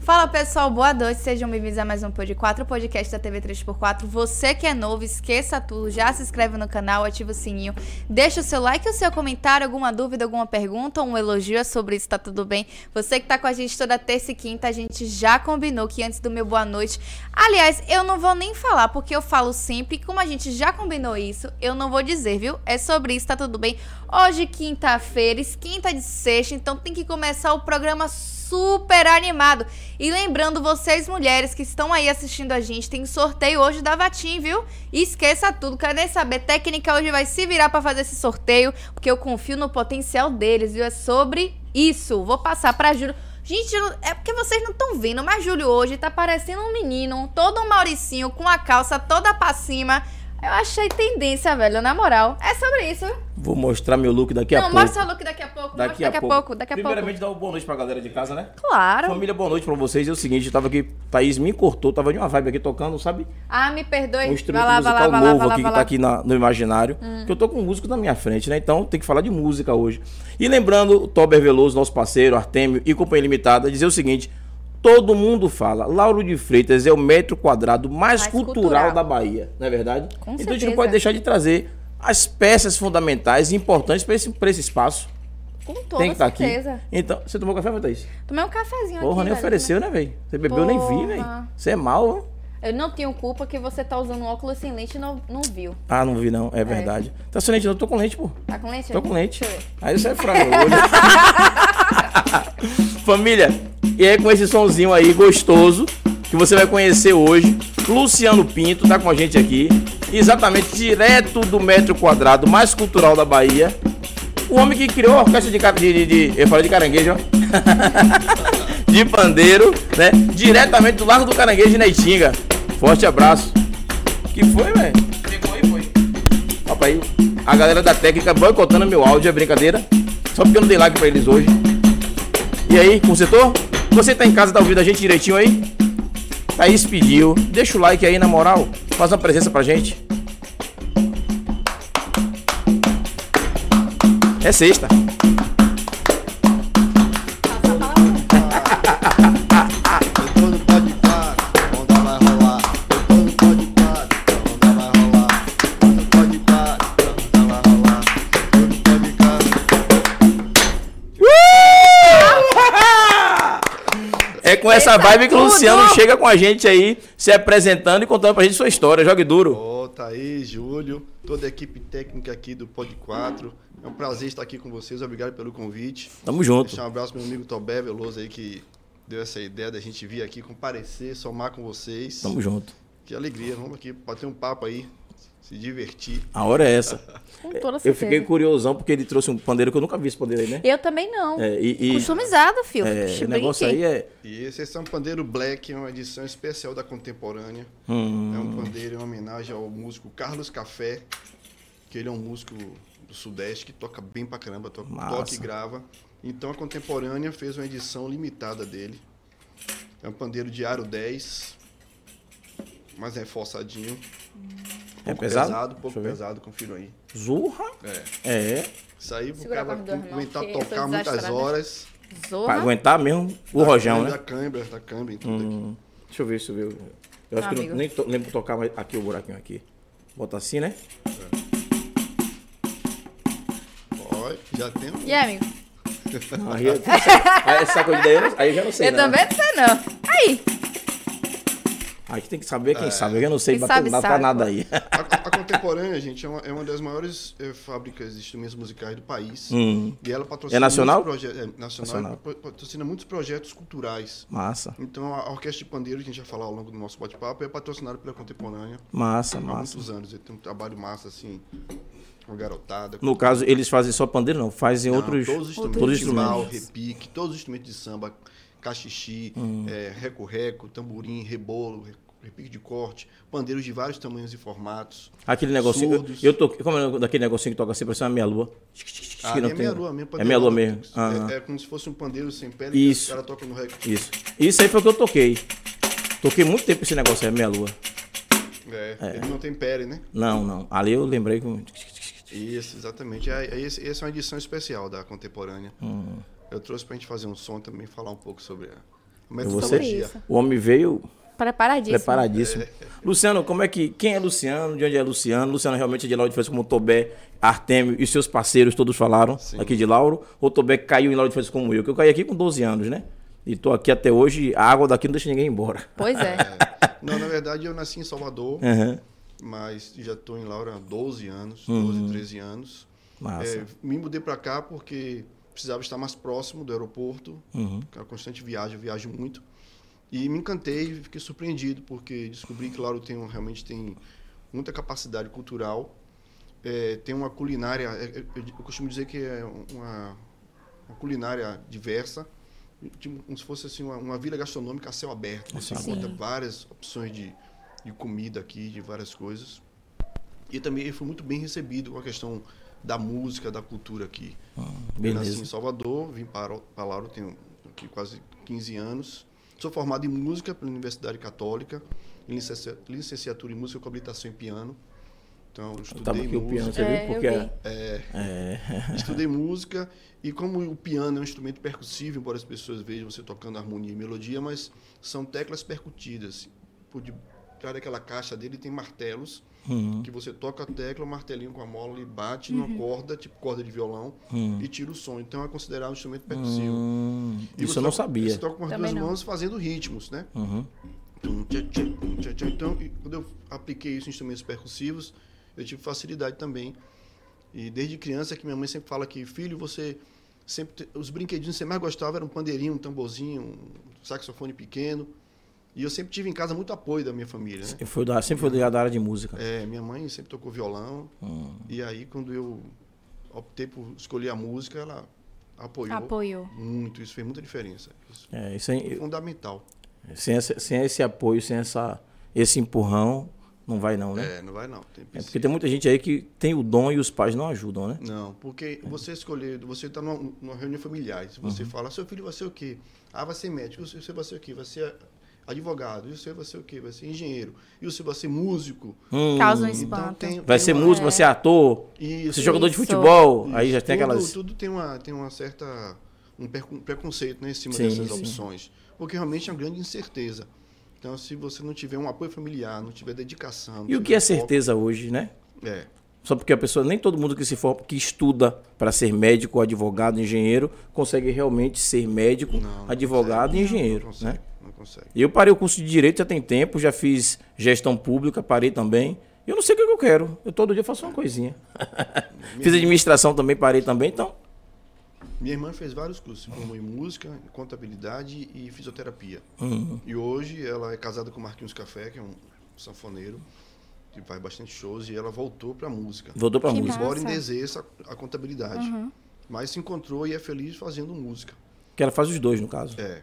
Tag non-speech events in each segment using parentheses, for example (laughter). Fala pessoal, boa noite, sejam bem-vindos a mais um Pod 4, o podcast da TV 3x4. Você que é novo, esqueça tudo, já se inscreve no canal, ativa o sininho, deixa o seu like, o seu comentário, alguma dúvida, alguma pergunta, um elogio é sobre isso, tá tudo bem. Você que tá com a gente toda terça e quinta, a gente já combinou que antes do meu boa noite. Aliás, eu não vou nem falar, porque eu falo sempre, como a gente já combinou isso, eu não vou dizer, viu? É sobre isso, tá tudo bem. Hoje, quinta-feira, quinta de sexta, então tem que começar o programa super animado. E lembrando vocês, mulheres que estão aí assistindo a gente, tem sorteio hoje da Vatim, viu? E esqueça tudo, quero nem saber. Técnica hoje vai se virar para fazer esse sorteio, porque eu confio no potencial deles, viu? É sobre isso. Vou passar pra Júlio. Gente, eu- é porque vocês não estão vendo, mas Júlio hoje tá parecendo um menino, todo um Mauricinho, com a calça toda pra cima. Eu achei tendência, velho, na moral. É sobre isso. Vou mostrar meu look daqui a não, pouco. mostra o look daqui a pouco, mostra daqui a pouco, daqui a pouco. Primeiramente, dá uma boa noite pra galera de casa, né? Claro. Família, boa noite pra vocês. É o seguinte, eu tava aqui, Thaís me cortou, tava de uma vibe aqui tocando, sabe? Ah, me perdoe. Um vai instrumento lá, vai lá, vai musical lá, novo vai lá, aqui vai que lá. Hum. tá aqui na- no imaginário. Que eu tô com um músico na minha frente, né? Então tem que falar de música hoje. E lembrando, o Tober Veloso, nosso parceiro, Artemio e Companhia Limitada, dizer o seguinte: todo mundo fala, Lauro de Freitas é o metro quadrado mais, Mais cultural, cultural. da Bahia, não é verdade? Com então a gente certeza. não pode deixar de trazer as peças fundamentais e importantes pra esse, pra esse espaço. Com toda tem que estar aqui. certeza. Então, você tomou café, Thaís? Tomei um cafezinho Porra, aqui. nem velho. ofereceu, né, velho? Você bebeu, eu nem vi, Porra. velho. Você é mal, né? Eu não tenho culpa que você tá usando um óculos sem lente e não, não viu. Ah, não vi, não. É verdade. Tá sem lente, não. Eu tô com lente, pô. Tá com lente? Tô com lente. Deixa eu ver. Aí você é frango. hoje. Família, e é com esse sonzinho aí gostoso que você vai conhecer hoje. Luciano Pinto tá com a gente aqui. Exatamente direto do metro quadrado mais cultural da Bahia. O homem que criou a orquestra de, ca- de, de, de- Eu falei de caranguejo, ó. (laughs) de pandeiro, né? Diretamente do Largo do Caranguejo, na Itinga. Forte abraço. Que foi, velho? Pegou e foi. Papai, a galera da técnica boicotando meu áudio, é brincadeira. Só porque eu não dei like pra eles hoje. E aí, consertou? Você tá em casa, tá ouvindo a gente direitinho aí? Thaís pediu. Deixa o like aí, na moral. Faz uma presença pra gente. É sexta. Passa a palavra. Eu tô no pode par, onda vai rolar. Eu tô no pode par, onda vai rolar. Eu tô no pode par, onda vai rolar. Eu tô no pode par. É com essa Eita, vibe que o tudo! Luciano chega com a gente aí, se apresentando e contando pra gente sua história. Jogue duro. Ô, Thaís, Júlio, toda a equipe técnica aqui do Pod 4. É um prazer estar aqui com vocês, obrigado pelo convite. Tamo junto. Deixar um abraço pro meu amigo Tobé Veloso aí que deu essa ideia da gente vir aqui comparecer, somar com vocês. Tamo junto. Que alegria, vamos aqui bater um papo aí, se divertir. A hora é essa. Com toda certeza. Eu fiquei curiosão porque ele trouxe um pandeiro que eu nunca vi esse pandeiro aí, né? Eu também não. É, e, e Customizado, filho. é, Puxa, o negócio brinque. aí é. E esse é São Pandeiro Black, é uma edição especial da contemporânea. Hum. É um pandeiro em homenagem ao músico Carlos Café, que ele é um músico do Sudeste que toca bem pra caramba, to- Massa. toca e grava. Então a contemporânea fez uma edição limitada dele. É um pandeiro de aro 10, mais reforçadinho. Um É Pouco pesado? Deixa pouco eu ver. pesado, confiro aí. Zurra? É. É. Isso aí pro Segura cara com as duas mãos, aguentar que eu sou tocar muitas desastrada. horas. Pra Zorra. aguentar mesmo o Da rojão, câimbra, né? Da câimbra, da câimbra, em tudo aqui. Hum, Deixa eu ver, deixa eu ver. Eu acho Ah, que eu amigo. não, nem to, lembro tocar mais aqui o buraquinho aqui. Bota assim, né? Ó, já tem um. E aí, amigo? Aí, eu- (laughs) aí é essa coisa daí eu, não- aí eu já não sei. eu não. também não sei não. Aí. Aí tem que saber quem sabe. Eu já não sei Quem bater sabe, nada, sabe, nada pô. aí. (laughs) A, a contemporânea, gente, é uma, é uma das maiores eh, fábricas de instrumentos musicais do país. Hum. E ela patrocina É nacional? muitos projetos. É, nacional, Nacional. e pro- patrocina muitos projetos culturais. Massa, Então a a Orquestra de Pandeiro, que a gente já falar ao longo do nosso bate-papo, é patrocinada pela contemporânea massa, há massa. muitos anos. Ele tem um trabalho massa, assim, com garotada. com- No caso, eles fazem só pandeiro, não. Fazem Não, outros. todos os instrumentos, todos os timbal, instrumentos. repique, todos os instrumentos de samba, cachixi, Hum. eh, reco-reco, tamborim, rebolo, re- repique de corte, pandeiros de vários tamanhos e formatos. Aquele negocinho. Eu, Surdos. eu tô. Como é o nome daquele negocinho que toca assim, parece uma meia-lua. Ah, Que não é tem- meia lua mesmo. É pandeiro meia-lua não, mesmo. é- Aham. É, como se fosse um pandeiro sem pele. Isso. Que os caras tocam no recorde. Isso. Isso aí foi o que eu toquei. Toquei muito tempo esse negócio aí, meia lua. É, Ele não tem pele, né? Não, não. Ali eu lembrei que. Isso, exatamente. É, é esse- essa é uma Hum. edição especial da Contemporânea. Eu trouxe pra gente fazer um som também, falar um pouco sobre a, Começa E a você? elogiar. (laughs) Isso. O homem veio Preparadíssimo. preparadíssimo. Luciano, como é que. Quem é Luciano? De onde é Luciano? Luciano realmente é de Lauro de Freitas como Tobé, Artemio e seus parceiros todos falaram aqui de Lauro. Ou Tobé caiu em Lauro de Freitas como eu, que eu caí aqui com 12 anos, né? E tô aqui até hoje, a água daqui não deixa ninguém embora. (laughs) Pois é. Não, na verdade eu nasci em Salvador, Aham. mas já estou em Laura há 12 anos, Hum. 12, 13 anos. Massa. É, me mudei para cá porque precisava estar mais próximo do aeroporto, era constante viagem, eu viajo muito. E me encantei, e fiquei surpreendido porque descobri que Lauro tem um- realmente tem muita capacidade cultural. É, tem uma culinária, é, é, eu, di- eu costumo dizer que é uma, uma culinária diversa, tipo, como se fosse assim uma, uma vila gastronômica a céu aberto. Você Sim. encontra várias opções de, de comida aqui, de várias coisas. E também eu fui muito bem recebido com a questão da música, da cultura aqui. Eu Nasci Ah, Beleza. em Salvador, vim para, para Lauro, tenho aqui quase 15 anos. Sou formado em música pela Universidade Católica, em licenci- licenciatura em música com habilitação em piano. Então, eu Eu estudei tava aqui o piano, música, você É, viu? Porque eu vi. É. (laughs) estudei música e como o piano é um instrumento percussivo, embora as pessoas vejam você tocando harmonia e melodia, mas são teclas percutidas. Por detrás daquela caixa dele tem martelos Uhum. que você toca a tecla, o martelinho com a mola e bate Uhum. numa corda, tipo corda de violão, e tira o som. Então é considerado um instrumento percussivo. Hum, E isso você eu não toca- Você sabia. toca com as Também duas não. mãos fazendo ritmos, né? Uhum. Tum, tchá, tchá, tum, tchá, tchá. Então, e quando eu apliquei isso em instrumentos percussivos, eu tive facilidade também. E desde criança que minha mãe sempre fala que, filho, você sempre te- os brinquedinhos que você mais gostava eram um pandeirinho, um tamborzinho, um saxofone pequeno. E eu sempre tive em casa muito apoio da minha família, né? Eu fui da, sempre fui ligado à área de música. É, minha mãe sempre tocou violão. Hum. E aí, quando eu optei por escolher a música, ela apoiou Apoiou. muito. Isso fez muita diferença. Isso É, isso aí, é fundamental. Sem, esse- sem esse apoio, sem essa, esse empurrão, não vai não, né? É, não vai não. Tem É porque tem muita gente aí que tem o dom e os pais não ajudam, né? Não, porque você escolher, você está numa, numa reunião familiar, e se você Uhum. fala, seu filho vai ser o quê? Ah, vai ser médico, e você vai ser o quê? Vai ser advogado, e você vai ser o quê? Vai ser engenheiro, e você vai ser músico. Hum, Causa um Então espanto. tem, vai tem ser uma- músico, vai ser ator, vai Isso, ser jogador de Isso. futebol, aí isso. já tem Tudo- aquelas... Tudo tem uma, tem uma certa. um percu- preconceito né, em cima Sim, dessas sim. opções. Porque realmente é uma grande incerteza. Então, se você não tiver um apoio familiar, não tiver dedicação. não E o que tiver é foco- certeza hoje, né? É. Só porque a pessoa, nem todo mundo que se for, que estuda para ser médico, advogado, engenheiro, consegue realmente ser médico, Não, não advogado e consegue, engenheiro, Não né? consegue, não consegue. Eu parei o curso de direito já tem tempo, já fiz gestão pública, parei também. Eu não sei o que eu quero. Eu todo dia faço uma (laughs) coisinha. fiz administração também, parei também, então. Minha irmã fez vários cursos, se formou em música, em contabilidade e fisioterapia. E hoje ela é casada com o Marquinhos Café, que é um sanfoneiro, que faz bastante shows, e ela voltou para música. Voltou pra Que música. Embora ainda Massa. exerça a contabilidade. Mas se encontrou e é feliz fazendo música. Que ela faz os dois, no caso. É.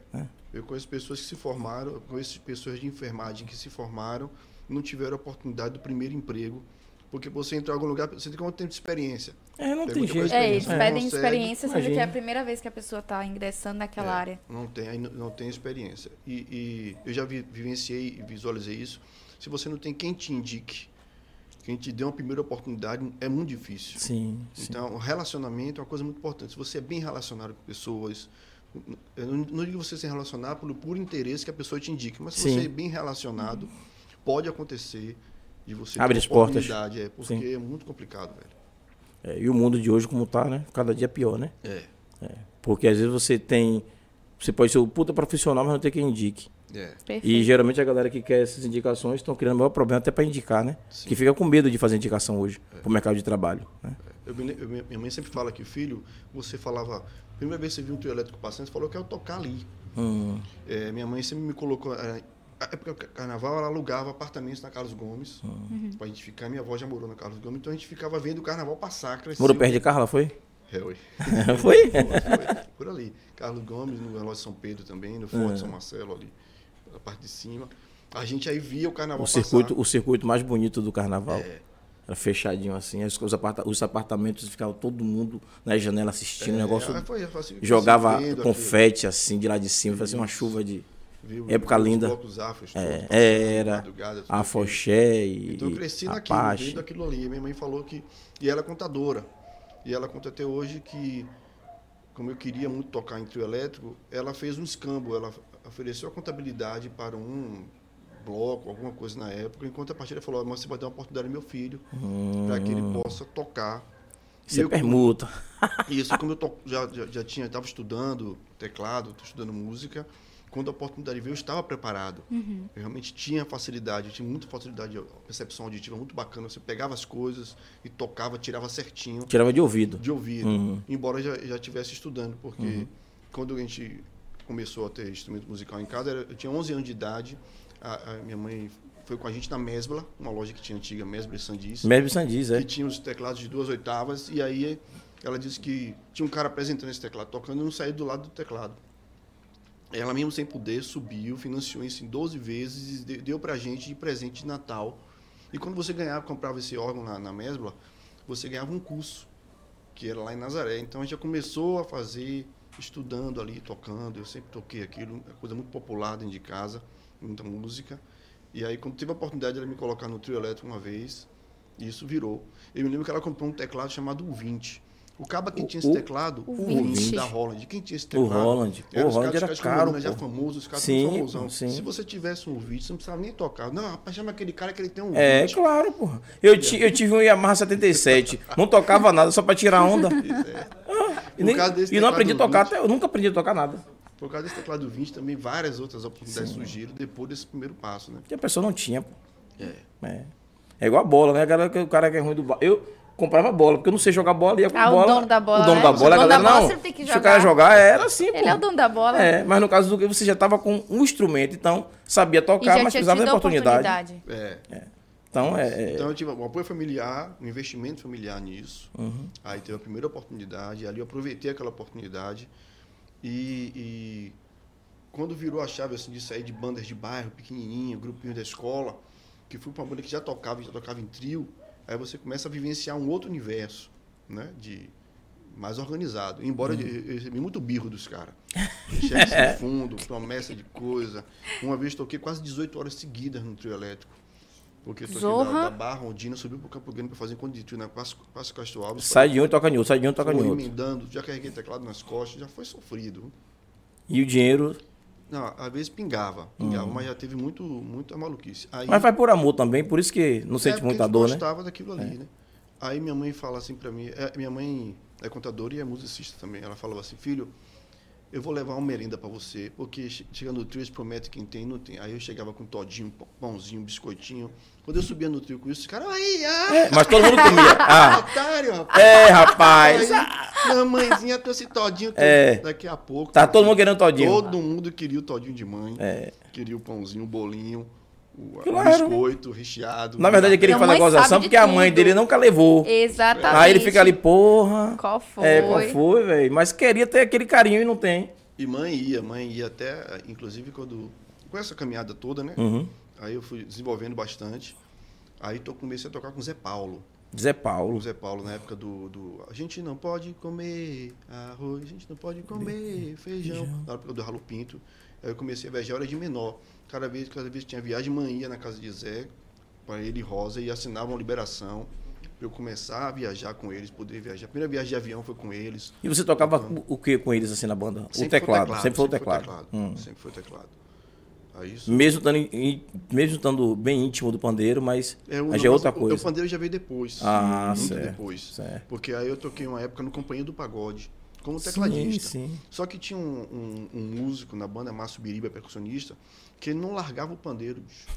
Eu conheço pessoas que se formaram, eu conheço pessoas de enfermagem que se formaram e não tiveram a oportunidade do primeiro emprego. Porque você entrar em algum lugar, você tem que ter um tempo de experiência. É, não Tem tem muita jeito. coisa É, eles Não pedem consegue. experiência, sendo que é Imagina. a primeira vez que a pessoa tá ingressando naquela É, área. Não tem, aí não- não tem experiência. E, e eu já vi- vivenciei e visualizei isso. Se você não tem quem te indique, quem te dê uma primeira oportunidade, é muito difícil. Sim, sim. Então, o relacionamento é uma coisa muito importante. Se você é bem relacionado com pessoas, eu não, não digo você se relacionar pelo puro interesse que a pessoa te indique, mas se Sim. você é bem relacionado, pode acontecer de você Abre ter as portas. oportunidade, é, porque Sim. é muito complicado, velho. É, e o mundo de hoje, como tá, né? Cada dia é pior, né? É. Porque às vezes você tem. Você pode ser o puta profissional, mas não tem quem indique. É. E Perfeito. geralmente a galera que quer essas indicações estão criando o maior problema até para indicar, né? Sim. É. Que fica com medo de fazer indicação hoje pro mercado de trabalho. Né? Eu me lem- eu- minha minha mãe sempre fala que, filho, você falava. Primeira vez que você viu um trio elétrico passando, você falou que eu tocar ali. Hum, É, minha mãe sempre me colocou. é, Na época do carnaval, ela alugava apartamentos na Carlos Gomes. Hum. Pra gente ficar. Minha avó já morou na Carlos Gomes, então a gente ficava vendo o carnaval passar. cresceu. morou perto de Carla, foi? É, oi. foi? Foi por ali. Carlos Gomes, no Relógio São Pedro também, no É. Forte São Marcelo ali, na parte de cima. A gente aí via o carnaval O passar. É. circuito, o circuito mais bonito do carnaval. Era fechadinho assim. as- Os, aparta- os apartamentos ficavam todo mundo na janela assistindo. o negócio É, foi- foi assim, jogava vendo aquilo. confete assim de lá de cima. Fazia uma chuva de. Viu? Época Os linda. blocos afros, todos passando É, de era madrugada, tudo a aquilo. Foché e. Então eu cresci naquilo, vendo Apache. aquilo ali. Minha mãe falou que. E ela é contadora. E ela conta até hoje que, como eu queria muito tocar em trio elétrico, ela fez um escambo. Ela f- ofereceu a contabilidade para um bloco, alguma coisa na época, enquanto a partilha falou, "Ó, mas você vai dar uma oportunidade ao meu filho para que ele possa tocar. Isso E é eu- permuta. e Isso, como eu to- já, já, já tinha, estava estudando teclado, tô estudando música, quando a oportunidade veio, eu estava preparado. Uhum. Eu realmente tinha facilidade, eu tinha muita facilidade, a percepção auditiva muito bacana. Você pegava as coisas e tocava, tirava certinho Tirava de ouvido. de ouvido, Uhum. embora eu já, já estivesse estudando, porque quando a gente começou a ter instrumento musical em casa, era- eu tinha 11 anos de idade, a, a minha mãe foi com a gente na Mesbla, uma loja que tinha antiga, Mesbla e Sandis, Mesmo Sandiz, que é. tinha os teclados de duas oitavas, e aí ela disse que tinha um cara apresentando esse teclado, tocando, e não saía do lado do teclado. Ela mesmo sem poder subiu, financiou isso em 12 vezes, e de- deu pra gente de presente de Natal. E quando você ganhava, comprava esse órgão na, na Mesbla, você ganhava um curso, que era lá em Nazaré. Então a gente já começou a fazer, estudando ali, tocando. Eu sempre toquei aquilo, é coisa muito popular dentro de casa, muita música. E aí, quando teve a oportunidade de ela me colocar no trio elétrico uma vez, isso virou. Eu me lembro que ela comprou um teclado chamado U20. O caba que O- tinha esse o- teclado, o o 20. 20 da Roland. Quem tinha esse O teclado? Roland. O Roland os caras- era os caras caro. caras já pô. famosos, os caras Sim, são famosão. sim. Se você tivesse um vídeo, você não precisava nem tocar. Não, rapaz, chama aquele cara que ele tem um É, vídeo. claro, porra. Eu, ti- eu tive um Yamaha 77, não tocava nada, só pra tirar onda. Ah, e, é. Por nem- causa desse e não aprendi a teclado tocar, vinte. até, eu nunca aprendi a tocar nada. Por causa desse teclado 20 também, várias outras oportunidades surgiram depois desse primeiro passo, né? Porque a pessoa não tinha, pô. É. É. É igual a bola, né? A galera que- O cara que é ruim do ba... Eu comprava bola, porque eu não sei jogar bola, ia com Ah, o bola. dono da bola, O dono né? da O bola, a dono da galera, bola não, sempre tem que Deixa o cara jogar. jogar, era assim, pô. Ele é o dono da bola. É, mas no caso do que você já tava com um instrumento, então sabia E tocar, já mas tinha precisava tido de a é oportunidade. oportunidade. É. Então é, é, Então eu tive um apoio familiar, um investimento familiar nisso. Aí teve a primeira oportunidade, ali eu aproveitei aquela oportunidade. E, e quando virou a chave assim, de sair de bandas de bairro, pequenininho, grupinho da escola, que fui para uma banda que já tocava, já tocava em trio, aí você começa a vivenciar um outro universo, né? De, mais organizado. Embora eu- eu, eu recebi muito birro dos caras. Cheque sem fundo, promessa de coisa. Uma vez toquei quase 18 horas seguidas no trio elétrico. Porque eu toquei Zorra. da, da Barra, Ondina, subi pro Campo Grande pra fazer encontro de trio na Quase Castro Alves. sai de um e toca em outro, sai de um e toca em Fui outro. emendando, já carreguei teclado nas costas, já foi sofrido. E o dinheiro. Não, às vezes pingava, pingava, mas já teve muito, muita maluquice. Aí, Hum. Mas faz por amor também, por isso que não É, sente porque muita a gente dor, né? gostava daquilo ali, né? Aí minha mãe fala assim pra mim, é, minha mãe é contadora e é musicista também. Ela falava assim, filho, eu vou levar uma merenda pra você, porque che- chega no trio, eles prometem quem tem, não tem. Aí eu chegava com um todinho, pão- pãozinho, um biscoitinho. Quando eu subia no trio com isso, os caras, aí, ah, É, Mas todo mundo comia. Ah, otário, rapaz. é, rapaz. Aí, mamãezinha trouxe todinho, trouxe. É. daqui a pouco. Tá todo mundo querendo todinho. É. Todo mundo queria o todinho de mãe. Queria o pãozinho, o bolinho, o, o Claro. biscoito, o recheado. Na verdade, ele queria Minha fazer mãe a gozação sabe de porque a mãe tudo. dele nunca levou. Exatamente. Aí ele fica ali, porra. Qual foi? É, qual foi, velho? Mas queria ter aquele carinho e não tem. E mãe ia, mãe ia até, inclusive quando com essa caminhada toda, né? Uhum. Aí eu fui desenvolvendo bastante. Aí to- comecei a tocar com o Zé Paulo. Zé O Paulo. Zé Paulo na época do, do a gente não pode comer arroz, a gente não pode comer feijão. Na época do Ralo Pinto, aí eu comecei a viajar eu era de menor. Cada vez, cada vez que tinha viagem, mãe ia na casa de Zé, para ele e Rosa e assinava uma liberação para eu começar a viajar com eles, poder viajar. A primeira viagem de avião foi com eles. E você tocava o que com eles assim na banda? o Sempre foi teclado. Sempre foi o teclado. Hum. Sempre foi o teclado. Aí isso. Mesmo estando, em- em- mesmo estando bem íntimo do pandeiro, mas É, o- aí já é mas outra o- O coisa. pandeiro já veio depois. Ah, muito certo, depois. certo. Porque aí eu toquei uma época no Companhia do Pagode, como Sim, é tecladista. sim. Só que tinha um, um- um músico na banda, Márcio Biriba, percussionista, que ele não largava o pandeiro. bicho.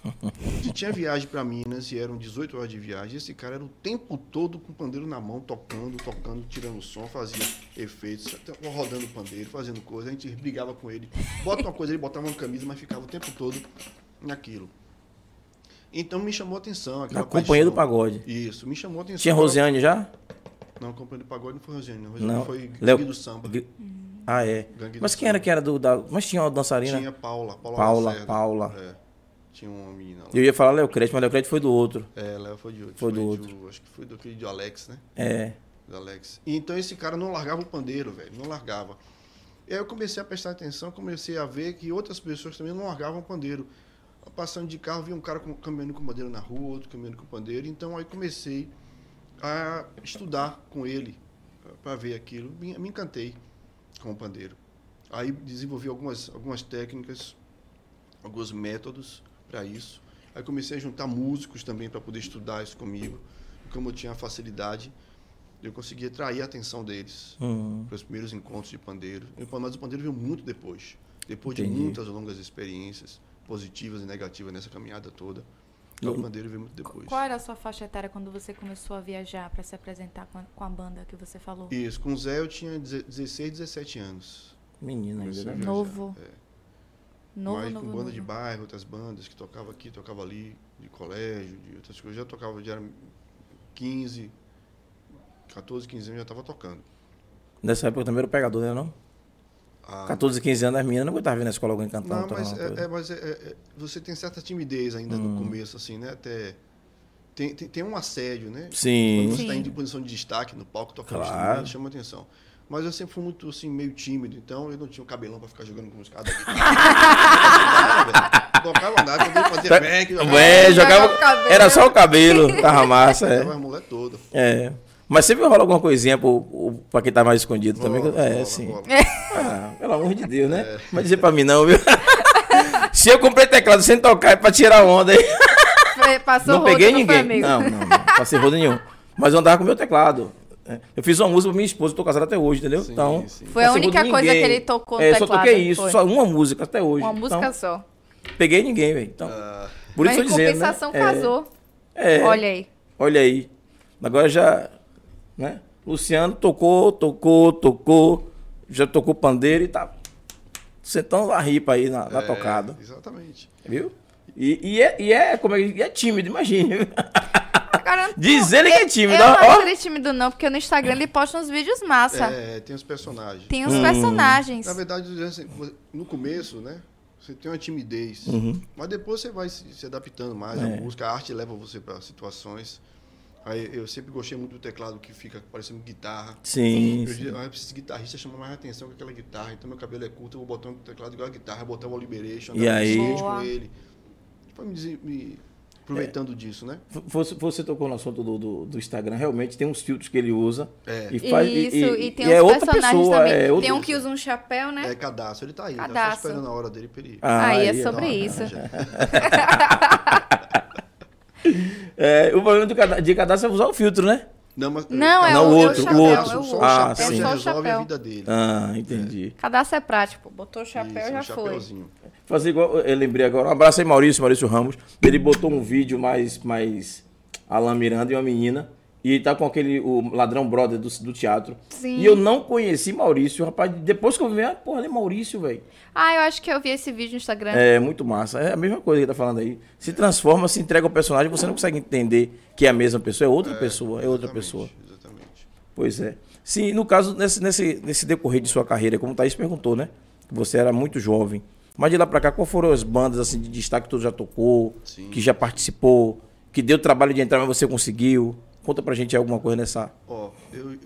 Se tinha viagem para Minas e eram 18 horas de viagem, esse cara era o tempo todo com o pandeiro na mão, tocando, tocando, tirando som, fazia efeitos, até rodando o pandeiro, fazendo coisa. A gente brigava com ele. Bota uma coisa, ele botava uma camisa, mas ficava o tempo todo naquilo. Então me chamou a atenção aquela Na Companhia do paixão. Pagode. Isso, me chamou a atenção. Tinha Rosiane já? Não, Companhia do Pagode não foi Rosiane, não. Rosiane Não. foi Gangue Léo- do Samba. Gui- Ah, é. Gangue do Mas quem era Samba. que era do. Da... Mas tinha uma dançarina. Tinha Paula, né? Paula Paula, Lacerda. Paula. É, tinha uma menina lá. Eu ia falar Léo Crete, mas Léo Crete foi do outro. É, Ela foi de outro. Foi do de- acho que foi do filho de Alex, né? É. Do Alex. E Então esse cara não largava o pandeiro, velho. Não largava. E aí eu comecei a prestar atenção, comecei a ver que outras pessoas também não largavam o pandeiro. Passando de carro, vi um cara com, caminhando com o pandeiro na rua, outro caminhando com o pandeiro. Então aí comecei a estudar com ele para ver aquilo. Me, me encantei com o pandeiro. Aí desenvolvi algumas, algumas técnicas alguns métodos para isso. Aí comecei a juntar músicos também para poder estudar isso comigo. E como eu tinha facilidade, eu conseguia atrair a atenção deles Uhum. para os primeiros encontros de pandeiro. E o pan- Mas o pandeiro veio muito depois. Depois Entendi. de muitas longas experiências, positivas e negativas nessa caminhada toda. Eu- O pandeiro veio muito depois. Qual era a sua faixa etária quando você começou a viajar pra se apresentar com a, com a banda que você falou? Isso, com o Zé eu tinha deze- 16, 17 anos. Menina Comecei ainda, a né? viajar. Novo. É. Novo, mas novo, com banda de novo. bairro, outras bandas que tocava aqui, tocava ali, de colégio, de outras coisas. Eu já tocava, já era 15, 14, 15 anos, já estava tocando. Nessa época eu também era o pegador, né? Não? Ah, 14, 15 anos, as meninas não tá aguentavam vir na escola alguém Não, cantando. tocando mas, uma é, coisa. é, mas é- é- é- você tem certa timidez ainda Hum. no começo, assim, né? Até. Tem, tem, tem um assédio, né? Sim. Quando você está Sim. indo em posição de destaque no palco, tocando Claro. instrumento, chama atenção. Mas eu sempre fui muito, assim, meio tímido, então eu não tinha o cabelão para ficar jogando com os caras (laughs) daqui. Não tocava nada, eu podia fazer back, jogava, É, Jogava jogava. o cabelo. Era só o cabelo, tava massa, é. jogava as mulheres todas. É. Mas sempre rola alguma coisinha pro, pro- pra quem tá mais escondido também. Bola, é, bola, sim. bola. Ah, pelo amor de Deus, né? Não Vai dizer pra mim não, viu? (laughs) Se eu comprei teclado sem tocar, é pra tirar onda aí. Foi- Passou não rodo, peguei não foi ninguém. amigo. Não, não, não. Passei roda nenhum. Mas eu andava com meu teclado. É, Eu fiz uma música pra minha esposa, eu tô casado até hoje, entendeu? Sim, então, sim. Foi a passei rodo única em coisa ninguém. que ele tocou no É, só teclado, toquei isso, foi. só uma música até hoje. Uma música Então, só. peguei ninguém, velho. Então, Ah, por isso Mas eu em dizendo, né? compensação É, casou. é. Olha aí. Olha aí. Agora já, né? Luciano tocou, tocou, tocou, já tocou pandeiro e tá sentando a ripa aí na, na é, tocada, Exatamente. viu? E, e é, e é, como é, que- e é tímido, imagina. Agora, não- Diz ele que é tímido, Eu ó, não ó. acho ele tímido, não, porque no Instagram ele posta uns vídeos massa. É, tem os personagens. Tem Hum. uns personagens. Na verdade, assim, você- no começo, né? Você tem uma timidez. Mas depois você vai se se adaptando mais à Uhum. É. música. A arte leva você para situações. Aí eu sempre gostei muito do teclado que fica parecendo guitarra. Sim, Eu digo, ah, esses guitarristas chamam mais atenção que aquela guitarra. Então meu cabelo é curto, eu vou botar um teclado igual a guitarra, botar o Liberation, E aí? com Boa. ele. Tipo, me, desen- me aproveitando disso, né? F- Você, você tocou no assunto do, do, do Instagram, realmente tem uns filtros que ele usa. É. Isso, e, tem é uns outra personagens pessoa, também. é outra- tem um que usa um chapéu, né? É cadastro, ele tá aí, tá só Cadastro. esperando a hora dele pra ele. Ah, aí é aí é dar uma sobre isso. arranjada. É, o problema do cada- de cadastro é usar o filtro, né? Não, mas, Não, é Não, o, o é outro, o o chapéu, outro. é o Só outro. o Ah, chapéu sim. É já só o resolve a chapéu. vida dele. Ah, entendi. Cadastro é prático. Botou o chapéu, Isso, já um foi. chapéuzinho. Fazer igual, eu lembrei agora, um abraço aí Maurício, Maurício Ramos. Ele botou um vídeo mais, mais Alain Miranda e uma menina. E tá com aquele o ladrão brother do, do teatro. Sim. E eu não conheci Maurício, rapaz. Depois que eu vi, ah, porra, ele é Maurício, velho. Ah, eu acho que eu vi esse vídeo no Instagram. É muito massa. É a mesma coisa que ele tá falando aí. Se transforma, se entrega ao personagem, você não consegue entender que é a mesma pessoa, é outra pessoa, é outra Exatamente, pessoa. Exatamente. Pois é. Sim, no caso, nesse, nesse, nesse decorrer de sua carreira, como o Thaís perguntou, né? Que você era muito jovem. Mas de lá pra cá, qual foram as bandas assim, de destaque que tu já tocou, Sim. que já participou, que deu trabalho de entrar, mas você conseguiu? Conta pra gente alguma coisa nessa. Ó, eu, eu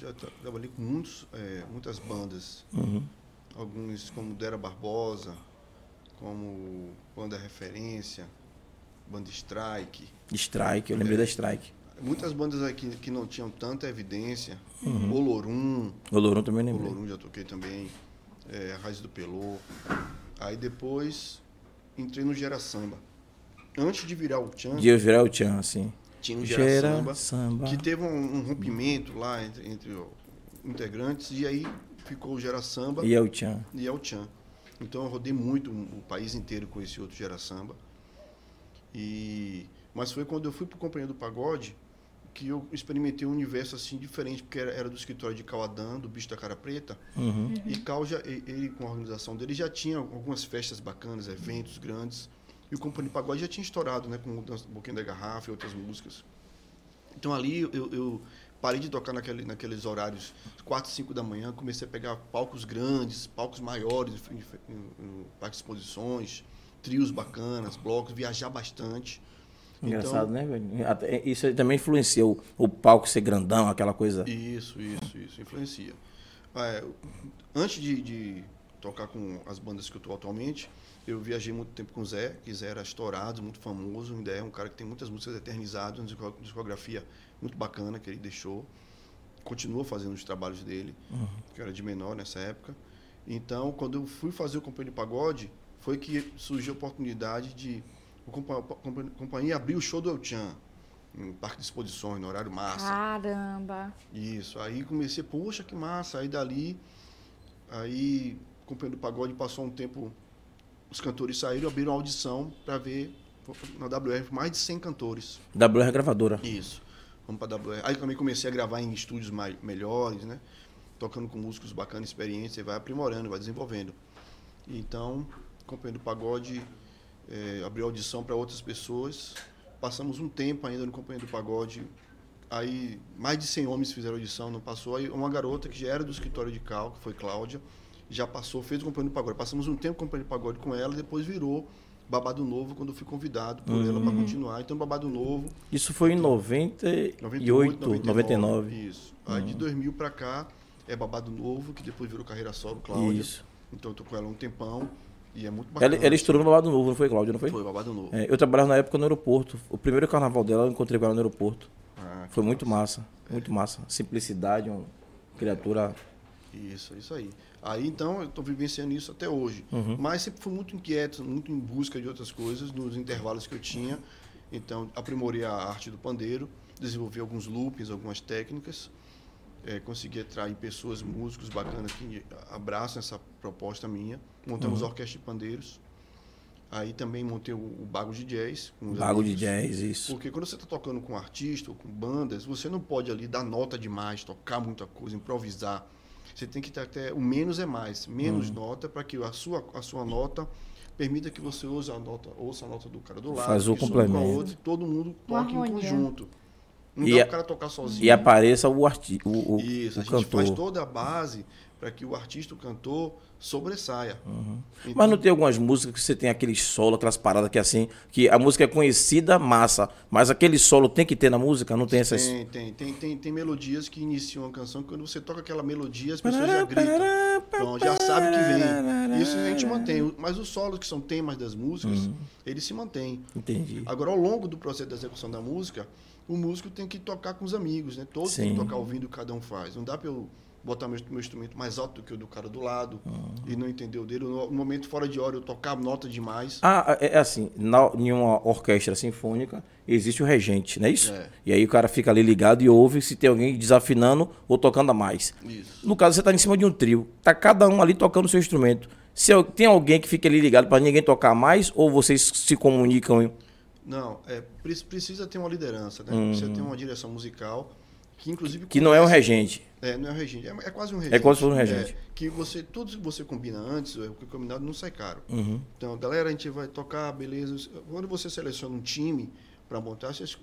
já tra- trabalhei com muitos, é, muitas bandas. Uhum. Alguns como Dera Barbosa, como Banda Referência, Banda Strike. Strike, eu É. lembrei da Strike. Muitas bandas aqui que não tinham tanta evidência. Uhum. Olorum, O Louron também O lembrei. Lorum já toquei também. É, a Raiz do Pelô. Aí depois entrei no Gera Samba. Antes de virar o Tchan, De eu virar o Tchan, assim. tinha o Gera, Gera Samba, Samba. que teve um, um rompimento lá entre, entre os integrantes e aí ficou o Gera Samba E é o Tchan. e é o Tchan. Então eu rodei muito o país inteiro com esse outro Gera Samba. E mas foi quando eu fui pro Companhia do Pagode que eu experimentei um universo assim diferente, porque era, era do escritório de Cauadã, do Bicho da Cara Preta. E Cal já, e- ele com a organização dele já tinha algumas festas bacanas, eventos grandes. E o Companhia do Pagode já tinha estourado, né, com o Dança- Boquinha da Garrafa e outras músicas. Então ali eu, eu parei de tocar naquele, naqueles horários, 4, 5 da manhã, comecei a pegar palcos grandes, palcos maiores, em, em, em parques de exposições, trios bacanas, blocos, viajar bastante. Então Engraçado, né, velho? Até- Isso aí também influenciou o palco ser grandão, aquela coisa. Isso, isso, isso, influencia. É, antes de, de tocar com as bandas que eu tô atualmente, eu viajei muito tempo com o Zé, que Zé era estourado, muito famoso, ainda é um cara que tem muitas músicas eternizadas, uma disco- discografia muito bacana que ele deixou. Continua fazendo os trabalhos dele, que eu era de menor nessa época. Então, quando eu fui fazer o Companhia de Pagode, foi que surgiu a oportunidade de o compa- compa- companhia abrir o show do El Chan, no Parque de Exposições, no horário massa. Caramba. Isso, aí comecei, poxa, que massa, aí dali, aí com o Pedro Pagode passou um tempo, os cantores saíram, abriram audição para ver fo- fo- na WR mais de 100 cantores. WR Gravadora. Isso, vamos para WR. Aí também comecei a gravar em estúdios mai- melhores, né? Tocando com músicos bacanas, experientes, você vai aprimorando, vai desenvolvendo. Então, com o Pedro Pagode, eh, abriu audição para outras pessoas. Passamos um tempo ainda no Companhia do Pagode. Aí, mais de 100 homens fizeram audição, não passou. Aí, uma garota que já era do escritório de Cal, que foi Cláudia, já passou, fez o Companhia do Pagode. Passamos um tempo com o Companhia do Pagode com ela, depois virou Babado Novo, quando eu fui convidado por ela para continuar. Então, Babado Novo, Isso foi em 98, 99. Isso. Aí, Uhum. de 2000 para cá, é Babado Novo, que depois virou Carreira Solo, Cláudia. Isso. Então, eu tô com ela há um tempão e é muito bacana. Ela, ela estourou no Babado Novo, não foi, Cláudia? Não foi? Foi Babado Novo. É, eu trabalhava na época no aeroporto. O primeiro carnaval dela, eu encontrei com ela no aeroporto. Ah, É. Foi muito massa, muito massa. Simplicidade, uma criatura. Isso, isso aí. Aí então eu estou vivenciando isso até hoje. Mas sempre fui muito inquieto, muito em busca de outras coisas nos intervalos que eu tinha. Então aprimorei a arte do pandeiro, desenvolvi alguns loopings, algumas técnicas, eh, consegui atrair pessoas, músicos bacanas que abraçam essa proposta minha. Montamos a orquestra de pandeiros. Aí também montei o, o bago de jazz. com É, os Lago de amigos. jazz, isso. Porque quando você está tocando com artista ou com bandas, você não pode ali dar nota demais, tocar muita coisa, improvisar. Você tem que ter até o menos é mais, Hum. menos nota para que a sua, a sua nota permita que você ouça a nota, ouça a nota do cara do lado, Faz o que some com a complemento. outra e todo mundo Uma toque em harmonia. conjunto. Não E dá a- o cara tocar sozinho. E apareça o artista, o, o- Isso, o a gente faz cantor. toda a base para que o artista, o cantor, sobressaia. Uhum. Então, Mas não tem algumas músicas que você tem aquele solo, aquelas paradas que é assim, que a música é conhecida, massa, mas aquele solo tem que ter na música, não tem essas. Tem, tem, tem, tem, tem melodias que iniciam a canção que quando você toca aquela melodia, as pessoas já gritam. Então, já sabe que vem. Isso a gente mantém. O- Mas os solos que são temas das músicas, eles se mantêm. Entendi. Agora, ao longo do processo da execução da música, o músico tem que tocar com os amigos, né? Todos têm Sim. que tocar ouvindo o que cada um faz. Não dá pra eu botar meu, meu instrumento mais alto do que o do cara do lado e não entender o dele. No, no momento fora de hora, eu tocar nota demais. Ah, é é assim, na, em uma orquestra sinfônica existe o regente, não é isso? É. E aí o cara fica ali ligado e ouve se tem alguém desafinando ou tocando a mais. Isso. No caso, você tá em cima de um trio, tá cada um ali tocando o seu instrumento. Se al- tem alguém que fica ali ligado para ninguém tocar mais, ou vocês se comunicam? hein? Não, é, pre- precisa ter uma liderança, né? Precisa ter uma direção musical que, inclusive... Que não é um converse- regente. É, não é um regente, é, é quase um regente. quase um regente. É, que você, tudo que você combina antes, é, o que combinado não sai caro. Uhum. Então, galera, a gente vai tocar, beleza. Quando você seleciona um time para montar, você es-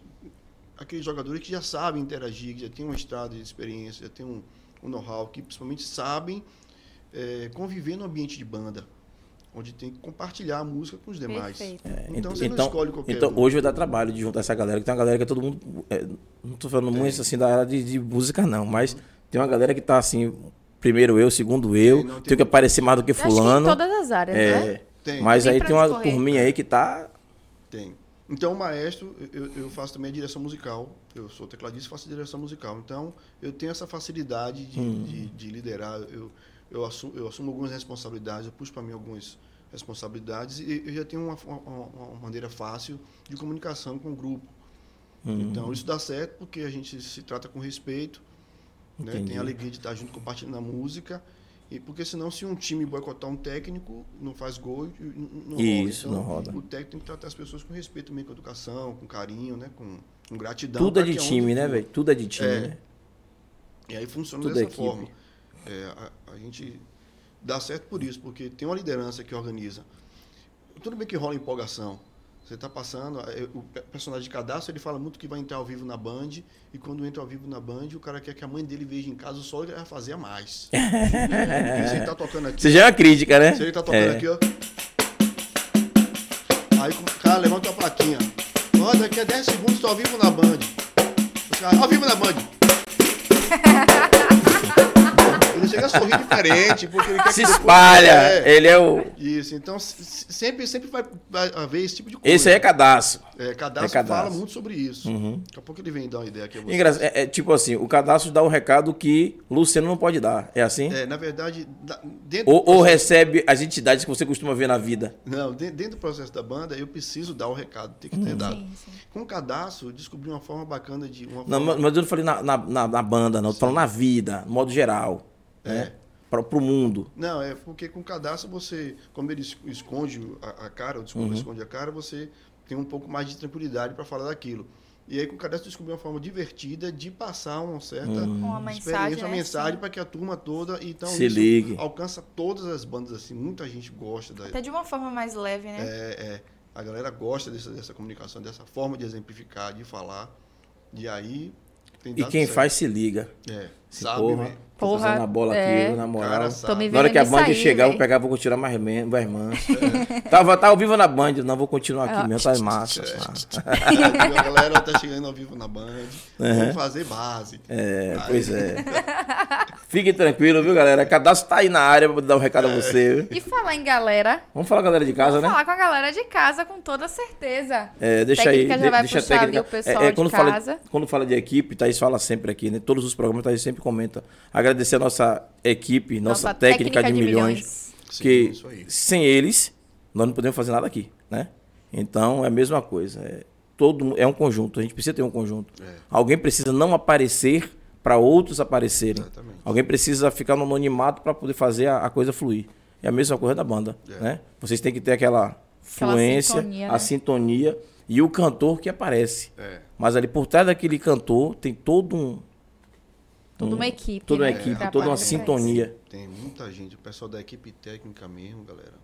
aqueles jogadores que já sabem interagir, que já têm uma estrada de experiência, já têm um, um know-how, que principalmente sabem é, conviver no ambiente de banda, onde tem que compartilhar a música com os demais. Perfeito. Então, você não escolhe qualquer É, então um. hoje vai dar trabalho de juntar essa galera, que tem uma galera que é todo mundo. é, não tô falando muito assim da área de, de música, não, mas tem uma galera que tá assim, primeiro eu, segundo eu, não, tenho tem que aparecer mais do que Eu Acho que em fulano. todas as áreas, né? é, Tem. um Mas Tem aí pra tem uma onde correr. turminha aí que tá. Tem. Então, o maestro, eu, eu faço também a direção musical. Eu sou tecladista e faço direção musical. Então, eu tenho essa facilidade de, Hum. de- de liderar. Eu, eu, assumo, eu assumo algumas responsabilidades, eu puxo para mim algumas responsabilidades e eu já tenho uma, uma- uma maneira fácil de comunicação com o grupo. Hum. Então, isso dá certo porque a gente se trata com respeito, né? Entendi. tem a alegria de estar junto compartilhando a música. E porque senão, se um time boicotar um técnico, não faz gol, e n- n- não rola. Então, Isso, não roda. O técnico tem que tratar as pessoas com respeito também, com educação, com carinho, né? Com, com gratidão. Tudo é pra de que time, onde- né, velho? Tudo é de time, É. né? E aí funciona Tudo é dessa equipe. forma. É, a, a gente dá certo por isso, porque tem uma liderança que organiza. Tudo bem que rola empolgação. Você está passando, é, o pe- personagem de cadastro ele fala muito que vai entrar ao vivo na Band, e quando entra ao vivo na Band, o cara quer que a mãe dele veja em casa, só ele vai fazer a (laughs) mais. E se ele tá tocando aqui, Você já é uma crítica, né? se ele tá tocando É. aqui, ó. Aí o cara levanta a plaquinha. Ó, daqui a 10 segundos tô ao vivo na (laughs) Band. O cara, ao vivo na Band. Ele chega a sorrir diferente, porque ele quer Se que depois- espalha. É, Ele é o. Isso, então se- se- sempre, sempre vai haver esse tipo de coisa. Esse aí é cadastro. É, cadastro, É cadastro. Uhum. fala muito sobre isso. Daqui a pouco ele vem dar uma ideia aqui a você. Engra- É, é tipo assim, o cadastro dá o recado que Luciano não pode dar. É assim? É, na verdade, da- dentro, Ou, do ou processo- recebe as entidades que você costuma ver na vida. não, de- dentro do processo da banda, eu preciso dar o recado, tem que Uhum. ter dado. Sim, sim. Com o cadastro, eu descobri uma forma bacana de. Uma Não, forma- mas mas eu não falei na, na, na- na banda, não. Eu tô falando na vida, no modo geral. É. Né? Pra, pro mundo. Não, é porque com o cadastro você, como ele es- esconde a, a cara, ou Uhum. desculpa, esconde a cara, você tem um pouco mais de tranquilidade para falar daquilo. E aí com o cadastro eu descobri uma forma divertida de passar uma certa Uma mensagem, experiência, uma né, mensagem assim. para que a turma toda, então Hum. Se ligue. alcança todas as bandas assim, muita gente gosta da, Até de uma forma mais leve, né? é, é, a galera gosta dessa, dessa comunicação, dessa forma de exemplificar, de falar. E aí tem E dado quem Tá certo. faz se liga. É, Se sabe, porra, né? tô Porra, fazendo a bola é. aqui, na moral. Cara, Tô me sabe. vendo Na hora que a me Band sair, né? chegar, eu vou véi. pegar, vou continuar mais men- mais irmãs. (laughs) É. Tava, tava ao vivo na Band, não vou continuar Ah. aqui mesmo, tá massa. (laughs) massa. É. a galera tá chegando ao vivo na Band. Vamos fazer base. É, pois é. Fique tranquilo, viu, galera? Cadastro tá aí na área pra dar um recado a (laughs) você. viu? E falar em galera, Vamos falar, galera de casa, né? falar com a galera de casa com toda certeza. É, deixa técnica aí, já de- vai deixa puxar a técnica. ali É, o pessoal de quando casa. Fala, quando fala de equipe, Thaís fala sempre aqui, né? Todos os programas, Thaís sempre comenta. Agradecer a nossa equipe, nossa, técnica, de, milhões. Sim, que isso aí. sem eles, nós não podemos fazer nada aqui, né? Então é a mesma coisa. É, todo, mu- é um conjunto, a gente precisa ter um conjunto. É. Alguém precisa não aparecer para outros aparecerem. Exatamente. Alguém precisa ficar no anonimato para poder fazer a, a coisa fluir. É a mesma coisa da banda, né? Vocês têm que ter aquela fluência, sintonia, a né? sintonia e o cantor que aparece. É. Mas ali por trás daquele cantor tem todo um, Toda uma equipe. toda Hum, uma né, que equipe, toda trabalha uma pra isso. sintonia. Tem muita gente, o pessoal da equipe técnica mesmo, galera. É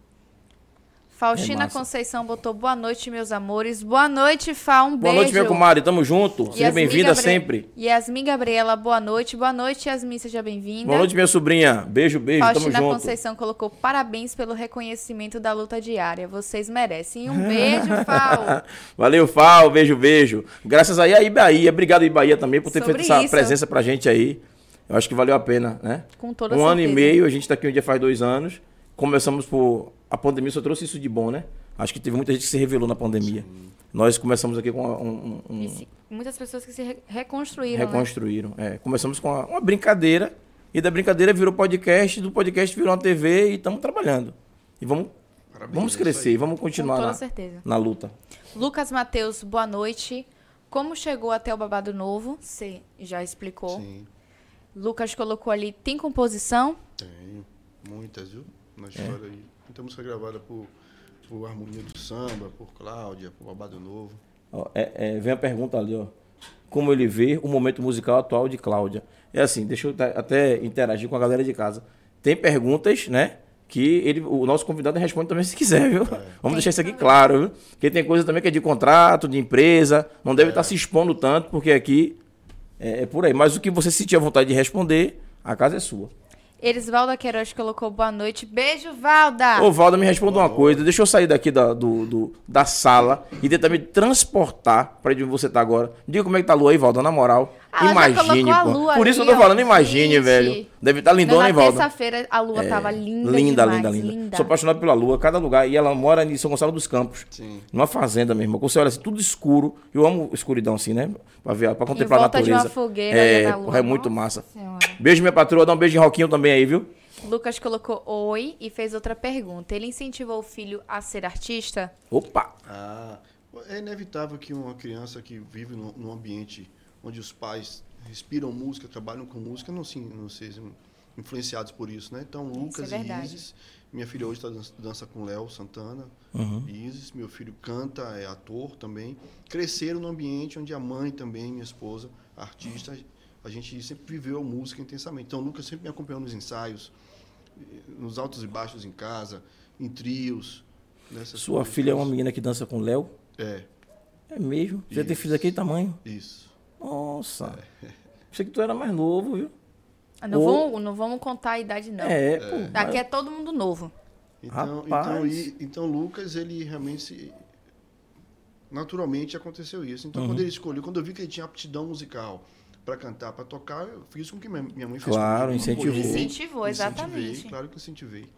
Faustina massa. Conceição botou boa noite, meus amores. Boa noite, Fá. Um Boa beijo. assim, noite, minha comadre. Tamo junto. Seja Yasmin bem-vinda Gabri- sempre. Yasmin Gabriela, boa noite. Boa noite, Yasmin, seja bem-vinda. Boa noite, minha sobrinha. Beijo, beijo. Faustina Tamo junto. Conceição colocou parabéns pelo reconhecimento da luta diária. Vocês merecem. Um beijo, (laughs) Fau. Valeu, Fal. Beijo, beijo. Graças aí a Ibaía. Obrigado, Ibaía, também, por ter Sobre feito essa isso. presença pra gente aí. Eu acho que valeu a pena, né? Com toda um ano e certeza. meio, a gente tá aqui um dia faz dois anos. Começamos por. A pandemia só trouxe isso de bom, né? Acho que teve muita gente que se revelou na pandemia. Nós começamos aqui com um- um- um, E se- muitas pessoas que se re- reconstruíram, né? Reconstruíram. é. Começamos com uma, uma brincadeira, e da brincadeira virou podcast, do podcast virou uma TV e estamos trabalhando. E vamos, Parabéns, vamos é isso crescer, aí. vamos continuar toda na, certeza. na luta. Lucas Matheus, boa noite. Como chegou até o babado novo? Você já explicou. Sim, Lucas colocou ali, tem composição? tem. Muitas, viu? Na história aí. Muita música gravada por, por Harmonia do Samba, por Cláudia, por Babado Novo. Ó, é- é, vem a pergunta ali, ó. Como ele vê o momento musical atual de Cláudia? É assim, deixa eu ta- até interagir com a galera de casa. Tem perguntas, né? Que ele, o nosso convidado responde também se quiser, viu? (laughs) Vamos deixar isso aqui claro, viu? Porque tem coisa também que é de contrato, de empresa, não deve estar se expondo tanto, porque aqui é, é por aí. Mas o que você sentir a vontade de responder, a casa é sua. Erisvalda Queiroz colocou boa noite. Beijo, Valda! Ô, Valda, me responda uma coisa. Deixa eu sair daqui da, do, do- da sala e tentar me transportar pra onde você tá agora. Me diga como é que tá a lua aí, Valda, na moral. Ah, ela já imagine, colocou a pô. lua Por isso ali, eu tô ó. falando, imagine, Gente. velho. Deve estar tá lindona, Na hein, Valda? É, terça-feira a lua tava linda, Linda, demais, linda, linda, Sou apaixonado pela lua, cada lugar. E ela mora em São Gonçalo dos Campos. Sim. Numa fazenda mesmo. Quando você olha assim, tudo escuro. Eu amo escuridão assim, né? Pra, ver, pra contemplar volta a de uma natureza. fogueira, é, olhando a lua. porra, é muito Nossa massa. Senhora. Beijo, minha patroa. Dá um beijo em Roquinho também aí, viu? Lucas colocou oi e fez outra pergunta. Ele incentivou o filho a ser artista? Opa! Ah, é inevitável que uma criança que vive num, num ambiente onde os pais respiram música, trabalham com música, não, se, não sejam influenciados por isso, né? Então, Lucas e verdade. Isis, minha filha hoje tá dança, dança com Léo Santana, Uhum. Isis, meu filho canta, é ator também, cresceram num ambiente onde a mãe também, minha esposa, artista, a gente sempre viveu a música intensamente. Então, o Lucas sempre me acompanhou nos ensaios, eh, nos altos e baixos em casa, em trios. nessas Sua coisas filha é uma todas. menina que dança com o Léo. É, É mesmo? Você tem Isso. É. filho daquele tamanho? isso. Nossa. Pensei que tu era mais novo, viu? Ah, Não, Ou- vamos, não vamos contar a idade, não. É, pô. Aqui é todo mundo novo. Então, então, Rapaz. e- então Lucas, ele realmente se- Uhum. naturalmente aconteceu isso. Então, quando ele escolheu, quando eu vi que ele tinha aptidão musical pra cantar, pra tocar, eu fiz com que minha minha mãe fez. Claro, comigo. incentivou. Incentivou, exatamente. Incentivei, claro que incentivei.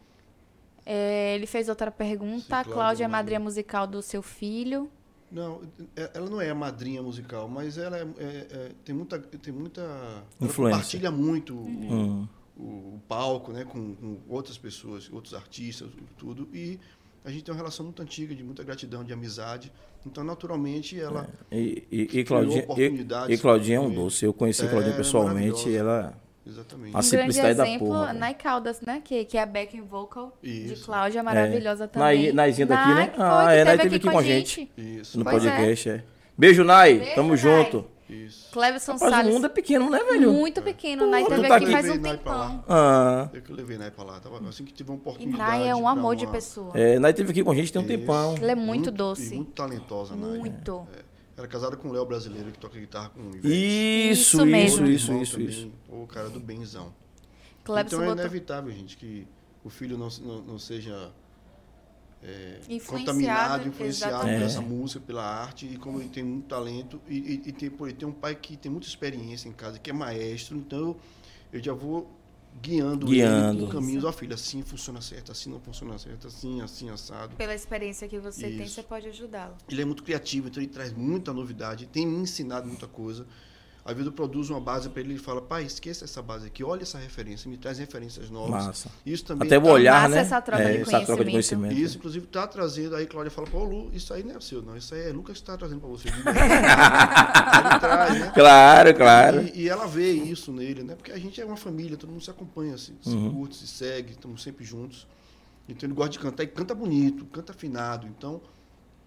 É, ele fez outra pergunta. Sim, Cláudia Cláudia é madrinha Maria. musical do seu filho. Não, é- ela não é a madrinha musical, mas ela é- é- é- tem muita, tem muita ela Influência. compartilha muito o- Uhum. Hum. o, o palco, né, com, com outras pessoas, outros artistas, tudo. E a gente tem uma relação muito antiga de muita gratidão, de amizade. Então, naturalmente, ela E, e, e Criou Claudinha, e, oportunidades e Claudinha é um com ele. doce. Eu conheci É, Claudinha ela é pessoalmente e maravilhosa. ela. exatamente. A um grande simplicidade é da exemplo, porra, velho. Nay Caldas, né? Que, que é a backing vocal de Isso. Cláudia, maravilhosa também. Nay- Nayzinha É. daqui, né? que foi, Ah, que é, Nay teve aqui, com a gente. Isso, é No Pois é. podcast, é. Beijo, Nai. Beijo, Tamo Nay. junto. isso. Cleverson Mas o Salles, mundo é pequeno, né, velho? muito pequeno. Nay Porra, teve tá aqui aqui. faz um Nay pra lá. tempão. Ah. Eu que levei Nay pra lá. Tava, assim que tive uma E oportunidade. Nai é um pra amor de uma- pessoa. É, Nai teve aqui com a gente tem um Isso. tempão. Ela é muito doce. e muito talentosa, Nay. Muito. Era casada com o Léo Brasileiro, que toca guitarra com o Ivete. Isso Isso, isso, mesmo. isso, Irmão isso, também, isso. O cara do benzão. Cleverson então é botou inevitável, gente, que o filho não, se- não, não seja influenciado. contaminado, influenciado exatamente. por É. essa música, pela arte, e como ele tem muito talento, e, e- e tem, pô, ele tem um pai que tem muita experiência em casa, que é maestro, então eu, eu já vou guiando, Guiando. ele no caminho da filha. Assim funciona certo, assim não funciona certo, assim, assim, assado. Pela experiência que você tem, Isso. você pode ajudá-lo. Ele é muito criativo, então ele traz muita novidade, tem me ensinado muita coisa. Às vezes eu produzo uma base para ele e ele fala, pai, esqueça essa base aqui, olha essa referência, me traz referências novas. Massa. Isso também Até o tá- olhar, massa né? essa troca de essa troca conhecimento. de conhecimento. Isso, inclusive, tá trazendo. Aí Cláudia fala, pô, Lu, isso aí não é seu, não. Isso aí é Lucas que tá trazendo pra (laughs) você. Eu digo, "Não, ele traz, né? Claro, claro. E, e ela vê isso nele, né? Porque a gente é uma família, todo mundo se acompanha, se, se Uhum. curte, se segue, estamos sempre juntos. Então ele gosta de cantar e canta bonito, canta afinado. Então,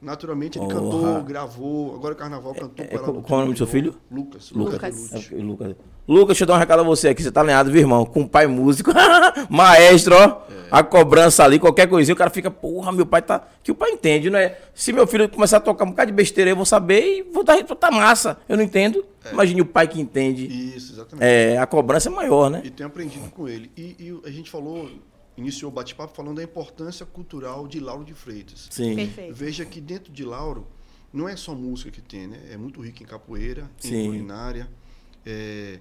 naturalmente, ele Porra. cantou, gravou. Agora o carnaval cantou é, ela co- no qual é o nome do seu carnaval. filho? Lucas. Lucas. É, Lucas. porque, Lucas. Lucas, deixa eu dar um recado a você aqui. Você tá alinhado, viu, irmão? Com o pai músico. (laughs) Maestro, ó. É. A cobrança ali, qualquer coisinha, o cara fica, porra, meu pai tá. Que o pai entende, né? Se meu filho começar a tocar um bocado de besteira, eu vou saber e vou dar tá massa. Eu não entendo. É. Imagine o pai que entende. Isso, exatamente. É, a cobrança é maior, né? E tenho aprendido com ele. E, e a gente falou, iniciou o bate-papo falando da importância cultural de Lauro de Freitas. Sim. Perfeito. Veja que dentro de Lauro não é só música que tem, né? É muito rico em capoeira, Sim. em culinária, é,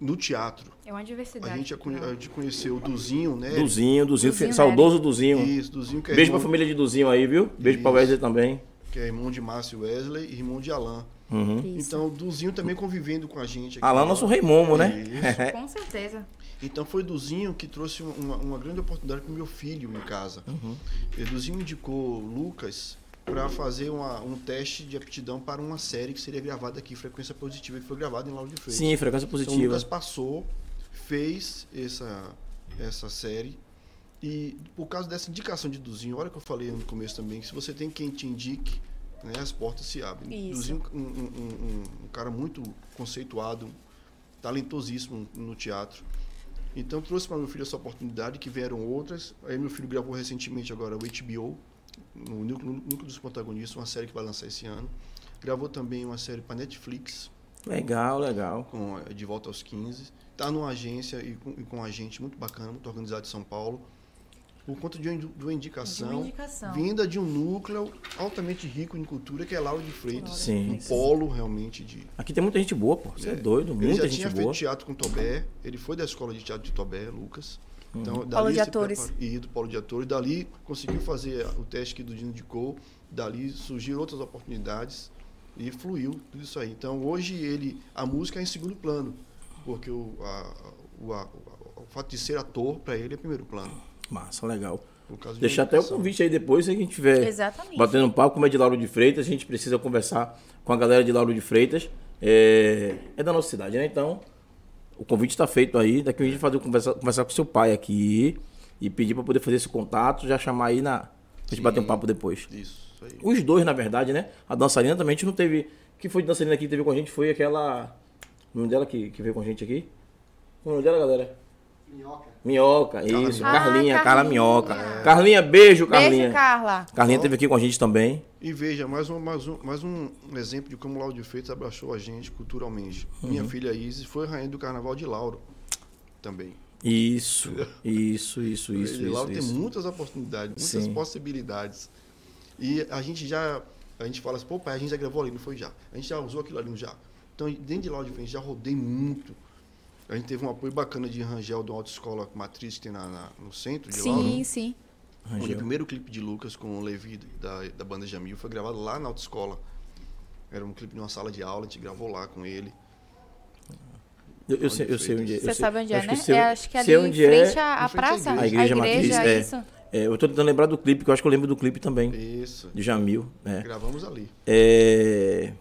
no teatro. É uma diversidade. A gente, é, já conhe- a cultural. gente conheceu o Duzinho, né? Duzinho, Duzinho, Duzinho, saudoso Duzinho. Isso, Duzinho que é, Beijo pra irmão, família de Duzinho aí, viu? Beijo pra Isso. Wesley também. que é irmão de Márcio Wesley e irmão de Alain. Isso. Então, Duzinho também convivendo com a gente. aqui. Uhum. Alain, nosso rei momo, né? Isso. Com certeza. Então foi Duzinho que trouxe uma, uma grande oportunidade para o meu filho em casa. Uhum. E Duzinho indicou Lucas para fazer uma- um teste de aptidão para uma série que seria gravada aqui, Frequência Positiva, que foi gravada em Lauro de (laughs) Freitas. Sim, frequência Então positiva. Lucas passou, fez essa, essa série. E por causa dessa indicação de Duzinho, olha que eu falei no começo também, que se você tem quem te indique, né, as portas se abrem. Isso. Duzinho, um, um- um- um cara muito conceituado, talentosíssimo no teatro. Então trouxe para meu filho essa oportunidade, que vieram outras. Aí meu filho gravou recentemente agora o HBO, no Núcleo, no Núcleo dos Protagonistas, uma série que vai lançar esse ano. Gravou também uma série para Netflix, Legal, legal. com a- de volta aos 15. Está numa agência e com, e com um agente muito bacana, muito organizado de São Paulo. Por conta de uma, indu- de uma De indicação, uma indicação. vinda de um núcleo altamente rico em cultura, que é Lauro de Freitas. Sim. Um polo realmente de. Aqui tem muita gente boa, pô. Você é, doido, ele já muita gente tinha boa. feito teatro com Tobé, ele foi da escola de teatro de Tobé, Lucas. Uhum. Então, dali Polo de se atores. prepara- E do Polo de Atores. Dali conseguiu fazer o teste que do Dino indicou, dali surgiram outras oportunidades e fluiu tudo isso aí. Então, hoje ele a música é em segundo plano, porque o, a- o- a- o fato de ser ator para ele é primeiro plano. Massa, legal. Por causa de Deixar até o educação. convite aí depois, se a gente tiver Exatamente. batendo um papo, como é de Lauro de Freitas, a gente precisa conversar com a galera de Lauro de Freitas. É, é da nossa cidade, né? Então, o convite está feito aí. Daqui a gente vai fazer conversar, conversar com seu pai aqui e pedir para poder fazer esse contato, já chamar aí na. A gente Sim. bater um papo depois. Isso aí. Os dois, na verdade, né? A dançarina também a gente não teve. Que foi de dançarina aqui que teve com a gente? Foi aquela. O nome dela que, que veio com a gente aqui? O nome dela, galera? Minhoca. Minhoca, isso. Minhoca. Carlinha, Ah, Carla Carlinha. Minhoca. Carlinha, beijo, Carlinha. Beijo, Carla. Carlinha teve aqui com a gente também. E veja, mais um, mais um, mais um exemplo de como Lauro de Freitas abraçou a gente culturalmente. Uhum. Minha filha Isis foi rainha do carnaval de Lauro também. Isso, isso, isso, isso, E isso. Lauro tem isso. muitas oportunidades, muitas Sim. possibilidades. E a gente já, a gente fala assim, pô pai, a gente já gravou ali, não foi já? A gente já usou aquilo ali, não já? Então, dentro de Lauro de Freitas, já rodei muito. A gente teve um apoio bacana de Rangel, de uma autoescola matriz que tem na, na- no centro de Lauro. Uhum. Sim, sim. Onde o primeiro clipe de Lucas com o Levi da, da banda Jamil foi gravado lá na autoescola. Era um clipe numa sala de aula, a gente gravou lá com ele. Eu, eu sei, eu sei onde é. eu Você sei- sabe onde eu é, acho né? sei- é, acho que ali sei em onde é. frente à em à frente à praça. igreja. A igreja matriz, é. isso. É, eu tô tentando lembrar do clipe, que eu acho que eu lembro do clipe também, Isso. de Jamil. né? Gravamos ali. É,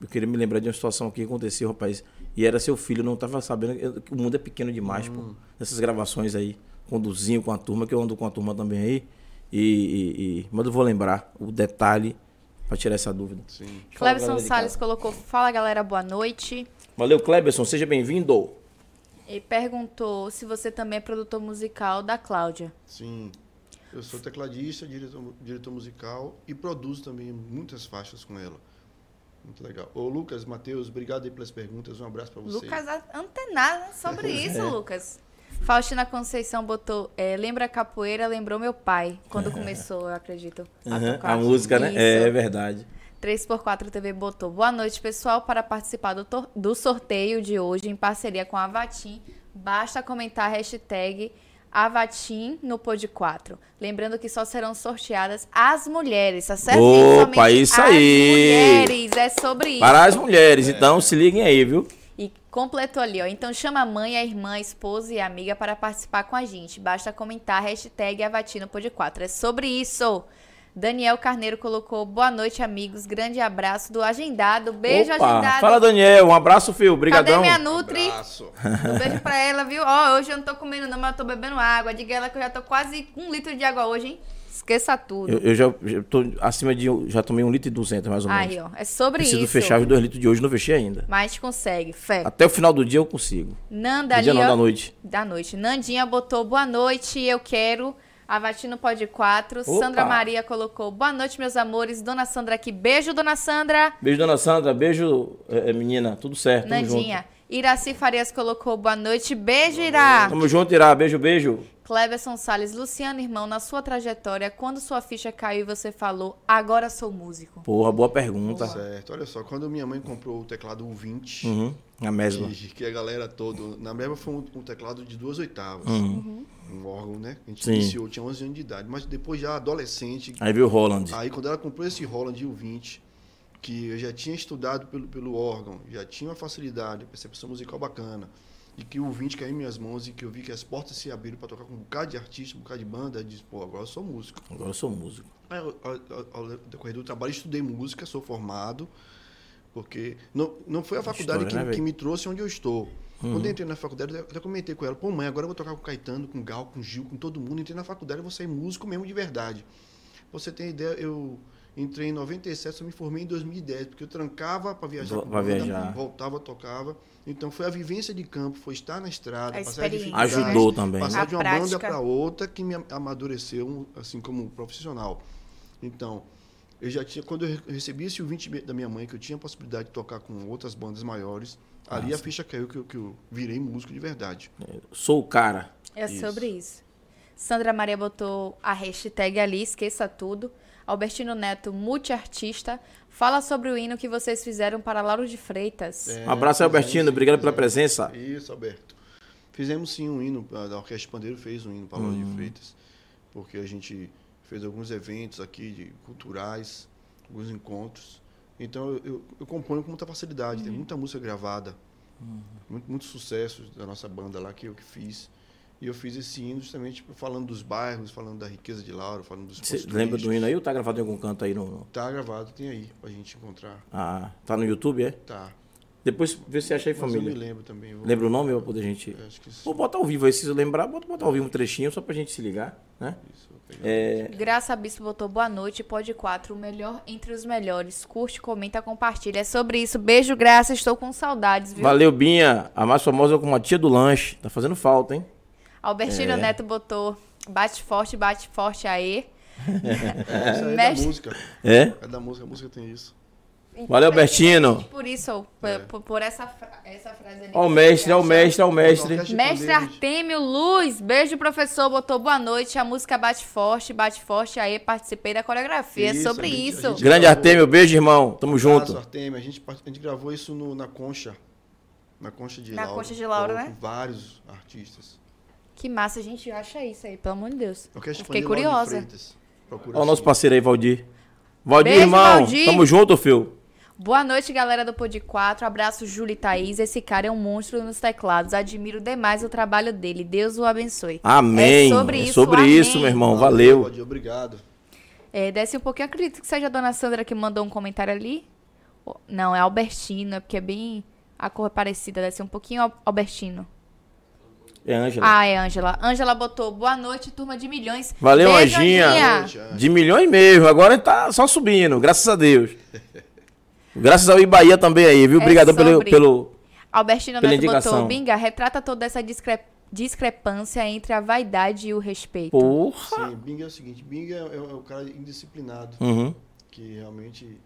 Eu queria me lembrar de uma situação que aconteceu, rapaz. E era seu filho, eu não tava sabendo. eu- o mundo é pequeno demais, pô. Nessas gravações aí, conduzinho com a turma, que eu ando com a turma também aí. E, e- e- mas eu vou lembrar o detalhe pra tirar essa dúvida. Sim. Fala, Cleberson galera de Salles casa. colocou: Fala galera, boa noite. Valeu, Kleberson, seja bem-vindo. E perguntou se você também é produtor musical da Cláudia. Sim. Eu sou tecladista, diretor, diretor musical e produzo também muitas faixas com ela. Muito legal. Ô, Lucas, Matheus, obrigado aí pelas perguntas. Um abraço pra você. Lucas a- antenado né, (laughs) É. sobre isso, Lucas. Faustina Conceição botou: é, Lembra a capoeira, lembrou meu pai. (laughs) Quando começou, eu acredito. A, Aham, tocar. A música, né? É, Isso. é verdade. 3x4 TV botou boa noite, pessoal. Para participar do, tor- do sorteio de hoje em parceria com a Avatim, basta comentar a hashtag Avatim no Pod 4. Lembrando que só serão sorteadas as mulheres, tá certo? Opa, Somente as isso aí! mulheres, é sobre isso. Para as mulheres, então se liguem aí, viu? E completou ali, ó. Então chama a mãe, a irmã, a esposa e a amiga para participar com a gente. Basta comentar a hashtag AvatinoPod4. É sobre isso. Daniel Carneiro colocou boa noite, amigos. Grande abraço do agendado. Beijo, Opa, agendado. Fala, Daniel. Um abraço, Cadê Fio. Obrigadão. minha Um Nutri? abraço. Um beijo pra ela, viu? Ó, hoje eu não tô comendo, não, mas eu tô bebendo água. Diga ela que eu já tô quase com um litro de água hoje, hein? Esqueça tudo. Eu, eu já, já tô acima de. um- Já tomei um litro e duzentos, mais ou menos. Aí, ó. É sobre Preciso isso. É. fechar os dois litros de hoje, não fechei ainda. Mas consegue, fé. Até o final do dia eu consigo. Nanda Do dia ali, não, ó. da noite. Da noite. Nandinha botou boa noite, eu quero. Avatino Pode 4. Opa. Sandra Maria colocou boa noite, meus amores. Dona Sandra aqui. Beijo, dona Sandra. Beijo, dona Sandra. Beijo, eh, eh, menina. Tudo certo. Tamo Nandinha. Iraci Farias colocou boa noite. Beijo, Irá. junto. Tamo junto, Irá. Beijo, beijo. Cleberson Salles, Luciano, irmão, na sua trajetória, quando sua ficha caiu e você falou, agora sou músico? Porra, boa pergunta. (laughs) Tá Certo. Olha só, quando minha mãe comprou o teclado 120, Uhum. A mesma. que, que a galera toda. Na mesma foi um, um teclado de duas oitavas. Um órgão, né? A gente Sim. Ah, iniciou, tinha 11 anos de idade. Mas depois, já adolescente, Aí veio o Roland. Aí quando ela comprou esse Holland U20, que eu já tinha estudado pelo, pelo órgão, já tinha uma facilidade, uma percepção musical bacana, e que o 20 caiu em minhas mãos e que eu vi que as portas se abriram para tocar com um bocado de artista, um bocado de banda, eu disse, pô, agora eu sou músico. Agora eu sou músico. Aí, É, eu, ao, ao- ao decorrer do trabalho, estudei música, sou formado, porque não, não foi a faculdade História, que, né, velho? Uhum. que me trouxe onde eu estou. Quando eu entrei na faculdade, eu até comentei com ela, pô mãe, agora eu vou tocar com o Caetano, com o Gal, com o Gil, com todo mundo, entrei na faculdade, eu vou sair músico mesmo de verdade. Pra você ter ideia, eu entrei em 97, só me formei em 2010, porque eu trancava para viajar, Vo- com pra banda, viajar. voltava, tocava. Então foi a vivência de campo, foi estar na estrada, A passar experiência. dificuldades, Ajudou também. A Passar de uma prática. banda para outra que me amadureceu assim como profissional. Então, eu já tinha quando eu re- recebi esse 20 da minha mãe que eu tinha a possibilidade de tocar com outras bandas maiores, Ah, ali a ficha caiu que eu, que eu virei músico de verdade. Sou o cara. É sobre isso. Sandra Maria botou a hashtag ali, esqueça tudo. Albertino Neto, multiartista, fala sobre o hino que vocês fizeram para Lauro de Freitas. É, Um abraço aí, Albertino. Obrigado pela presença. Isso, Alberto. Fizemos sim um hino, a a Orquestra Pandeiro fez um hino para Lauro Uhum. de Freitas, porque a gente fez alguns eventos aqui de culturais, alguns encontros. Então eu, eu, eu componho com muita facilidade, Uhum. tem muita música gravada, muito, muito sucesso da nossa banda lá que eu que fiz. E eu fiz esse hino justamente falando dos bairros, falando da riqueza de Lauro, falando dos Você pontos lembra do turísticos. hino aí ou tá gravado em algum canto aí? No, no- Tá gravado, tem aí pra gente encontrar. Ah, tá no YouTube, é? Tá. Depois vê se acha aí, Mas eu me família. lembro É. também. vou- Lembra o nome pra poder a gente. Acho que sim. Vou botar ao vivo aí, se eu lembrar, bota botar ao vivo um trechinho só pra gente se ligar, né? Isso, vou pegar. É, Graça Bispo botou boa noite, pode 4, o melhor entre os melhores. Curte, comenta, compartilha. É sobre isso. Beijo, Graça, estou com saudades, viu? valeu, Binha. A mais famosa como a tia do lanche. Tá fazendo falta, hein? É. Albertino Neto botou bate forte, bate forte aí. Isso aí é da Mexe- música. É? É da música, a música tem isso. Valeu, Bertino. Então, Por isso, ou É. por, por- por essa, fra- essa frase ali. Ó o mestre, ó o mestre, ó o mestre. Mestre Artêmio Luz, beijo professor, botou boa noite. A música bate forte, bate forte. Aí participei da coreografia É Isso, sobre a gente- isso. a gente- Grande Artemio, beijo, irmão. Tamo junto. Artemio, Ah, a gente, part- a gente gravou isso no- na Concha. Na Concha de Na Lauro. Concha de Lauro, com né? Vários artistas. Que massa, gente acha isso aí, pelo amor de Deus. Orquestra Eu fiquei Fanny Lauro de curiosa. Freitas. Procura Ó o nosso assim. parceiro aí, Valdir. Valdir, Beijo, irmão. Valdir. Tamo junto, filho. Boa noite, galera do Pod 4. Abraço, Júlio e Thaís. Esse cara é um monstro nos teclados. Admiro demais o trabalho dele. Deus o abençoe. Amém. É sobre isso, amém. meu irmão. Valeu, Valeu. Valdir, Obrigado. É, desce um pouquinho. Acredito que seja a dona Sandra que mandou um comentário ali. Oh, Não, é Albertino, é porque é bem. A cor é parecida. Desce um pouquinho, Al- Albertino. É, Ângela. Ah, é Ângela. Ângela botou boa noite, turma de milhões. Valeu, Beijo, Anjinha. Anjinha. Boa noite, Anjo. De milhões mesmo. Agora tá só subindo, graças a Deus. Graças ao Ibaia também aí, viu? É Obrigado pelo, sobre. pelo. Albertino Pela Neto botou, indicação. Binga, retrata toda essa discre- discrepância entre a vaidade e o respeito. Porra. Sim, Bing é o seguinte, Bing é, é o cara indisciplinado, Uhum. que realmente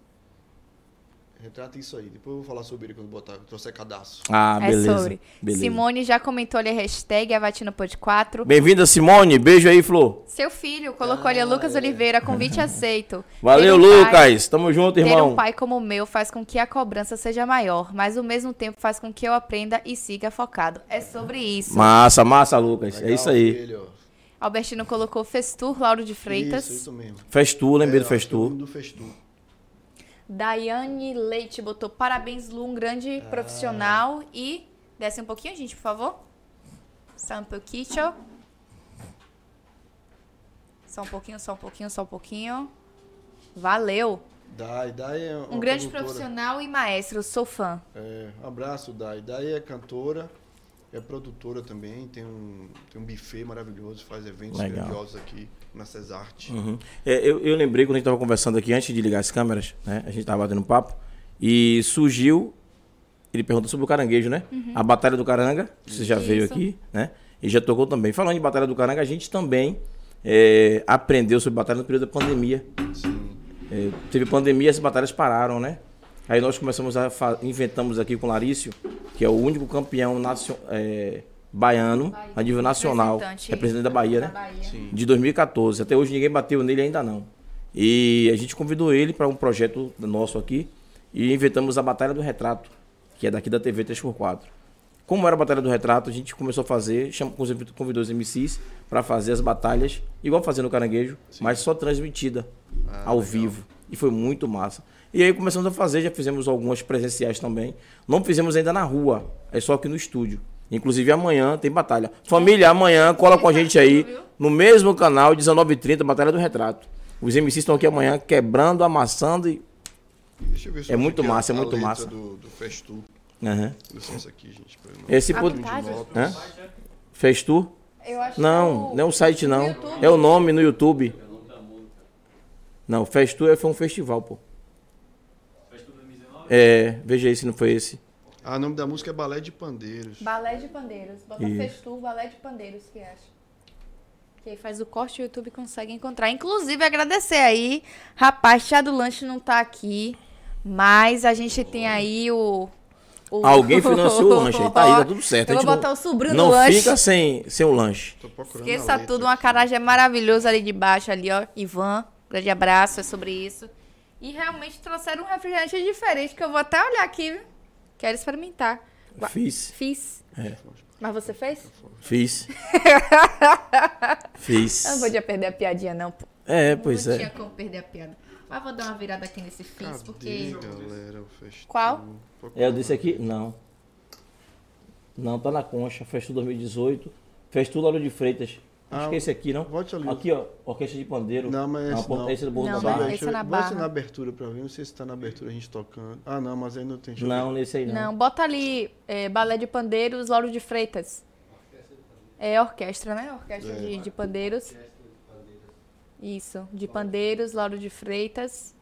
retrata isso aí. Depois eu vou falar sobre ele quando botar, trouxer cadastro. Ah, é beleza. sobre. beleza. Simone já comentou ali a hashtag Avatino 4. Bem-vinda, Simone. Beijo aí, Flor. Seu filho colocou ali Ah, Lucas é. Oliveira, (laughs) convite aceito. Valeu, Ter um pai- Lucas. Tamo junto, Ter irmão. um pai como o meu faz com que a cobrança seja maior, mas ao mesmo tempo faz com que eu aprenda e siga focado. É sobre isso. Massa, massa, Lucas. é isso aí. Ele, ó. Albertino colocou Festur, Lauro de Freitas. Isso, isso mesmo. Festu, lembrei É, do ó, Festu. Do Festu. Daiane Leite botou parabéns, Lu, um grande Ah. profissional. E desce um pouquinho, gente, por favor. Só um pouquinho. Só um pouquinho, só um pouquinho, só um pouquinho. Valeu. Dai, Dai é Um grande profissional e maestro, sou fã. É, um abraço, Dai. Dai é cantora, é produtora também, tem um, tem um buffet maravilhoso, faz eventos Legal. grandiosos aqui na Cesarte. Uhum. É, eu, eu lembrei quando a gente estava conversando aqui, antes de ligar as câmeras, né? A gente estava batendo um papo. E surgiu. Ele perguntou sobre o caranguejo, né? A Batalha do Caranga, que você já veio Uhum. Isso. aqui, né? E já tocou também. Falando de Batalha do Caranga, a gente também é, aprendeu sobre batalha no período da pandemia. Sim. É, teve pandemia, as batalhas pararam, né? Aí nós começamos a fa- inventamos aqui com o Larício, que é o único campeão nacio- é, baiano a nível nacional, Representante- representante da Bahia, né? Da Bahia. Sim. de 2014. Até hoje ninguém bateu nele ainda não. E a gente convidou ele para um projeto nosso aqui e inventamos a Batalha do Retrato, que é daqui da TV 3x4. Como era a Batalha do Retrato, a gente começou a fazer, chama- convidou os MCs para fazer as batalhas, igual fazendo no Caranguejo, mas só transmitida ao vivo. E foi muito massa. E aí começamos a fazer, já fizemos algumas presenciais também. Não fizemos ainda na rua, é só aqui no estúdio. Inclusive amanhã tem batalha. Família, amanhã cola com a gente aí no mesmo canal, 19h30, Batalha do Retrato. Os MCs estão aqui amanhã quebrando, amassando e. Deixa eu ver se É eu muito achei massa, é a muito letra massa. Do, do Festu. Aham. Licença aqui, gente. pra eu não- Esse À pod... vontade. Hã? Fez tu? Eu acho Não, que não é o site não. YouTube. É o nome no YouTube. Não, Fez tu é- foi um festival, pô. É, veja aí se não foi esse. Ah, o nome da música é Balé de Pandeiros. Balé de Pandeiros. Bota Isso. Festur, Balé de Pandeiros, que acha? Que aí faz o corte e o YouTube consegue encontrar. Inclusive, agradecer aí. Rapaz, Chá do Lanche não tá aqui. Mas a gente tem aí o. o- (laughs) Alguém financiou o lanche aí, tá aí, tá tudo certo. Eu a vou gente não- botar o sobrinho do Não lanche. fica sem, sem o lanche. Tô procurando a Esqueça letra tudo, uma aqui. carajé maravilhosa ali de baixo, ali, ó. Ivan, grande abraço, é sobre isso. E realmente trouxeram um refrigerante diferente, que eu vou até olhar aqui, viu? Quero experimentar. Gua- Fiz, Fiz. Mas você fez? (laughs) fiz. fiz. Eu não podia perder a piadinha, não. pô. É, pois não é. tinha como perder a piada. Mas vou dar uma virada aqui nesse fiz, Cadê, porque. galera, o Festu? Qual? Procura. É o desse aqui? Não. Não, tá na concha. Festu 2018. Festu Lauro de Freitas. Ah, Acho que é esse aqui, não? volte ali. Aqui, ó. Orquestra de Pandeiro. Não, mas esse pô, não. Esse é do Bordo Não, da Barra. mas esse é na Bota barra. na abertura pra mim, não sei se tá na abertura a gente tocando. Ah, não, mas aí não tem. deixa eu Não, nesse aí não. Não, bota ali é, Balé de Pandeiros, Lauro de Freitas. É orquestra, né? Orquestra É. de, de Pandeiros. Isso, de Pandeiros, Lauro de Freitas.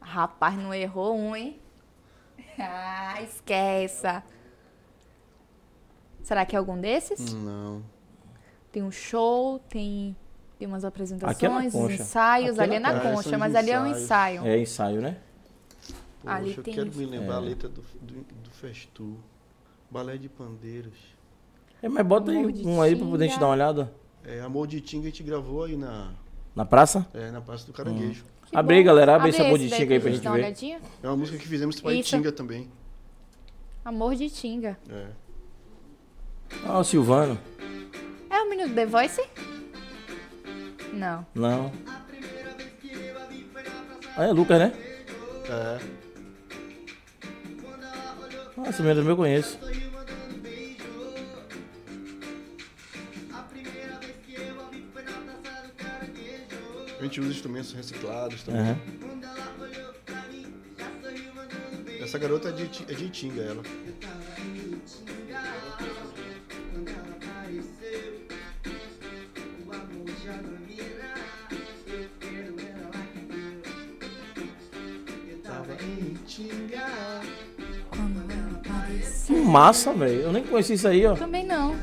Rapaz, não errou um, hein? (laughs) Ah, esqueça. Será que é algum desses? Hum. ver. Não. Tem um show, tem Tem umas Aqui é na apresentações, os concha. ensaios, Aqui é ali é na na concha. concha, mas ali é um ensaio. É ensaio, né? Poxa, Ali eu tem quero isso. me É. lembrar a letra do, do, do Festu. Balé de Pandeiros. É, mas bota aí Amor de um aí pra poder a gente Tinga. dar uma olhada. É, Amor de Tinga a gente gravou aí na, Na praça? é, na Praça do Caranguejo. Que Abre bom. aí, galera. Abre esse amor esse de daí Tinga aí pra gente então, dar uma ver. olhadinha. É uma música que fizemos pra Isso. Itinga também. Amor de Tinga. É. Ah, o Silvano. É o menino do The Voice? Não. Não. Ah, é Lucas, né? É. Ah, esse menino também eu conheço. A gente usa instrumentos reciclados também. Aham. Essa garota é de, Iti- é de Itinga, ela. Quando ela aparece. Que massa, velho. Eu nem conheci isso aí, ó. Também não.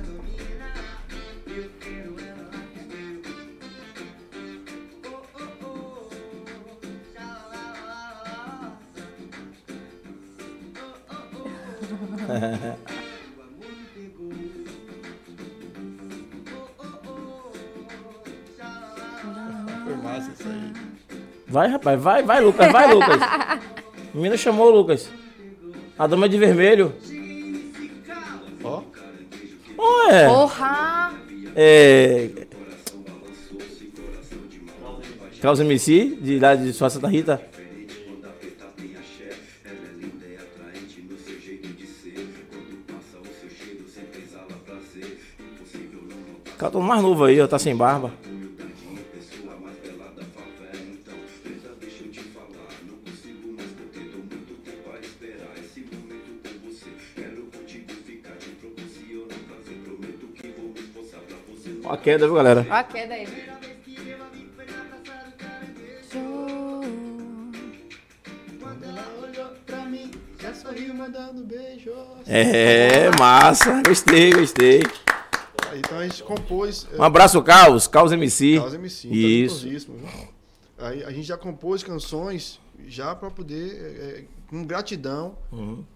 Foi massa isso aí. Vai, rapaz. Vai, vai, Lucas. Vai, Lucas. O menino chamou o Lucas. A dama é de vermelho. Ó, Ué. Porra! É. Caos MC, de lá de sua Santa Rita. é Cato mais novo aí, ó, tá sem barba. Então, Ó a queda, viu, galera? Ó a queda aí. já sorriu mandando beijo. É, massa. Gostei, gostei. Então a gente compôs. é, Um abraço, Caos. Caos MC. Caos MC, Isso. talentosíssimo, tá viu? Aí a gente já compôs canções já para poder, é, é, com gratidão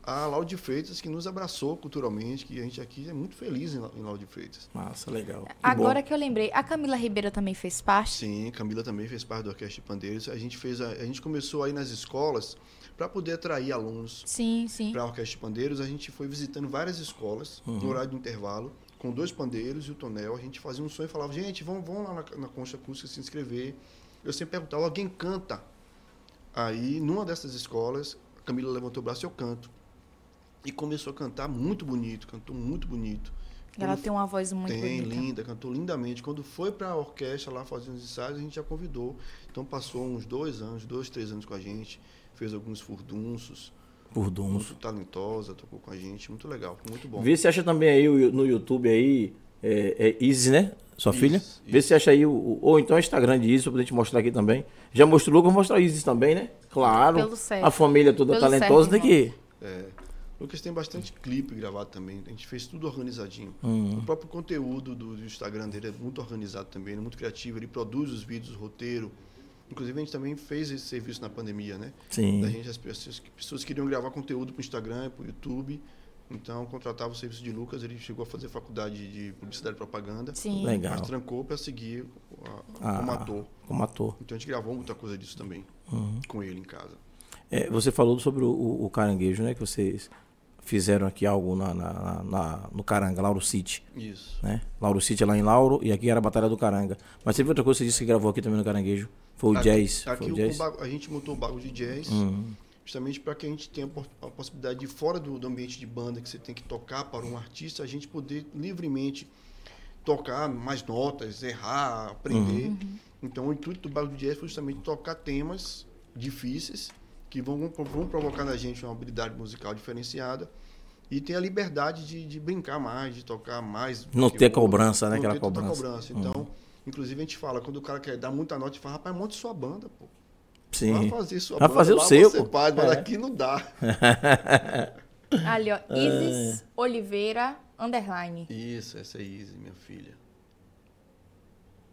a Laude Freitas, que nos abraçou culturalmente, que a gente aqui é muito feliz em Lau- em Laude Freitas. Massa, legal. Que Agora bom. que eu lembrei, a Camila Ribeiro também fez parte. Sim, Camila também fez parte do Orquestra de Pandeiros. A gente, fez a, a gente começou aí nas escolas para poder atrair alunos Sim, sim. para a Orquestra de Pandeiros. A gente foi visitando várias escolas no Uhum. horário de intervalo, com dois pandeiros e o tonel. A gente fazia um som e falava, gente, vamos, vamos lá na, na Concha Acústica se inscrever. Eu sempre perguntava, alguém canta? Aí, numa dessas escolas, a Camila levantou o braço e eu canto. E começou a cantar muito bonito, cantou muito bonito. Ela Quando tem uma voz muito né? tem, bonita. linda, cantou lindamente. Quando foi pra orquestra lá fazer uns ensaios, a gente já convidou. Então passou uns dois anos, dois, três anos com a gente, fez alguns furdunços, Por Dons. muito talentosa, tocou com a gente, muito legal, muito bom. Vê se acha também aí o- no YouTube aí, é, é Izzy, né? Sua Isso, filha. Vê isso. se acha aí, o- o- ou então o Instagram de Izzy, pra gente mostrar aqui também. Já mostrou o Lucas, mostra a Izzy também, né? Claro. Pelo certo. A família toda Pelo talentosa certo, daqui. É. Lucas tem bastante clipe gravado também, a gente fez tudo organizadinho. Uhum. O próprio conteúdo do, do Instagram dele é muito organizado também, ele é muito criativo, ele produz os vídeos, o roteiro. Inclusive a gente também fez esse serviço na pandemia, né? Sim. Da gente, as pessoas, pessoas queriam gravar conteúdo para o Instagram, para o YouTube. Então, contratava o serviço de Lucas. Ele chegou a fazer faculdade de publicidade e propaganda. Sim. Legal. Mas trancou para seguir a, Ah, como ator. Como ator. Então, a gente gravou muita coisa disso também. Uhum. Com ele em casa. É, você falou sobre o, o- o caranguejo, né? Que vocês fizeram aqui algo na, na- na- na- no Caranga, Lauro City. Isso. Né? Lauro City é lá em Lauro e aqui era a Batalha do Caranga. Mas teve outra coisa que você disse que gravou aqui também no Caranguejo. Foi o Tá Aqui- jazz. Aqui foi o o jazz. Uhum. bago- a gente montou o bago de jazz, justamente para que a gente tenha a por- a possibilidade de, fora do, do ambiente de banda que você tem que tocar para um artista, a gente poder livremente tocar mais notas, errar, aprender. Uhum. Então, o intuito do bago de jazz foi justamente tocar temas difíceis que vão, vão provocar na gente uma habilidade musical diferenciada e ter a liberdade de, de brincar mais, de tocar mais. do Não que ter o outro. cobrança, né? Não Aquela ter tanta cobrança. Uhum. cobrança. Então, inclusive a gente fala, quando o cara quer dar muita nota, a gente fala, rapaz, monte sua banda, pô. Vai Sim. fazer sua Vai banda, fazer o lá seu, Você pô. faz, mas É. aqui não dá. Ali, ó. Isis Oliveira Underline. Isso, essa é Izzy, minha filha.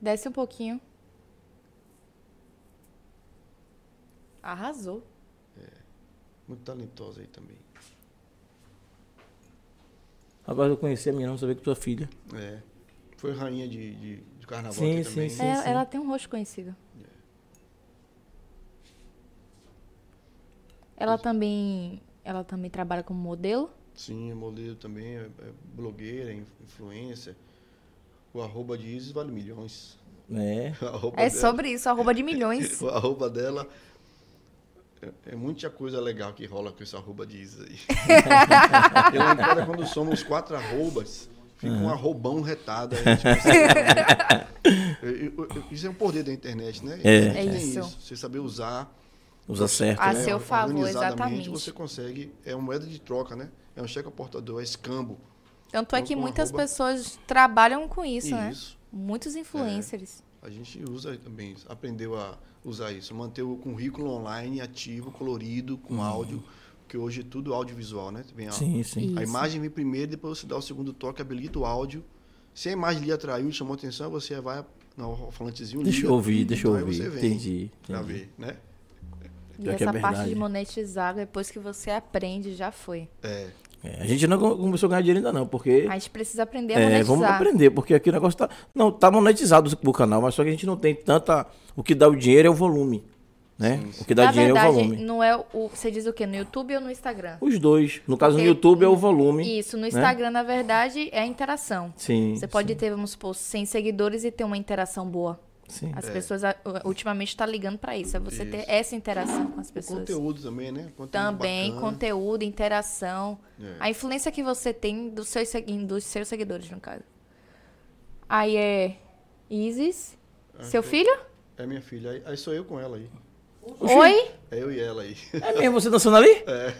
Desce um pouquinho. Arrasou. Muito talentosa aí também. Agora eu conheci a minha não, saber que tua filha. É. Foi rainha de, de, de carnaval Sim, aqui sim, também. né? sim. É, Ela tem um rosto conhecido. Ela também, ela também trabalha como modelo. Sim, é modelo também, é, é blogueira, é inf- influencer. O arroba de Isis vale milhões. (laughs) (laughs) É. O arroba É dela- sobre isso, arroba de milhões. O arroba dela. É, é muita coisa legal que rola com esse arroba de (laughs) Isis aí. Eu lembro que era quando somos quatro arrobas, fica um arrobão retado. aí, tipo assim. É, é, é, isso é um poder da internet, né? É. Internet É tem isso. Você saber usar. Usa certo. A né, seu favor, organizadamente, exatamente. Você consegue. É uma moeda de troca, né? É um cheque ao portador, é escambo. Tanto é que Com muitas arroba. pessoas trabalham com isso, né? Isso. Muitos É. influencers. A gente usa também, isso, aprendeu a usar isso, manter o currículo online ativo, colorido, com áudio, porque hoje é tudo audiovisual, né? Vem a, Uhum. Sim, sim. a Isso. imagem vem primeiro, depois você dá o segundo toque, habilita o áudio. Se a imagem lhe atraiu, chamou atenção, você vai no falantezinho Deixa eu ouvir, deixa eu Então, aí ouvir. você vem Entendi. Pra entendi. ver, né? E Pior que é essa parte verdade. de monetizar, depois que você aprende, já foi. É, É, a gente não co- começou a ganhar dinheiro ainda não, porque... A gente precisa aprender a É, monetizar. vamos aprender, porque aqui o negócio tá. Não, tá monetizado o canal, mas só que a gente não tem tanta. O que dá o dinheiro é o volume. Né? O que dá Na dinheiro é o verdade, volume. não é o. Você diz o quê? No YouTube ou no Instagram? Os dois. No caso, Porque- no YouTube é o volume. Isso, no Instagram, na verdade, é a interação. Sim. Você pode sim, ter, vamos supor, 100 seguidores e ter uma interação boa. Sim. As pessoas a- ultimamente estão ligando pra isso. É você ter É. Isso. essa interação com as pessoas. conteúdo também, né? Conteúdo Também, bacana. conteúdo, interação. É. A influência que você tem dos seus, segui- dos seus seguidores, no caso. Aí é. Isis. Ah, seu filho? É minha filha, aí, aí sou eu com ela aí. Oi? É eu e ela aí. (laughs) É mesmo você dançando ali? É.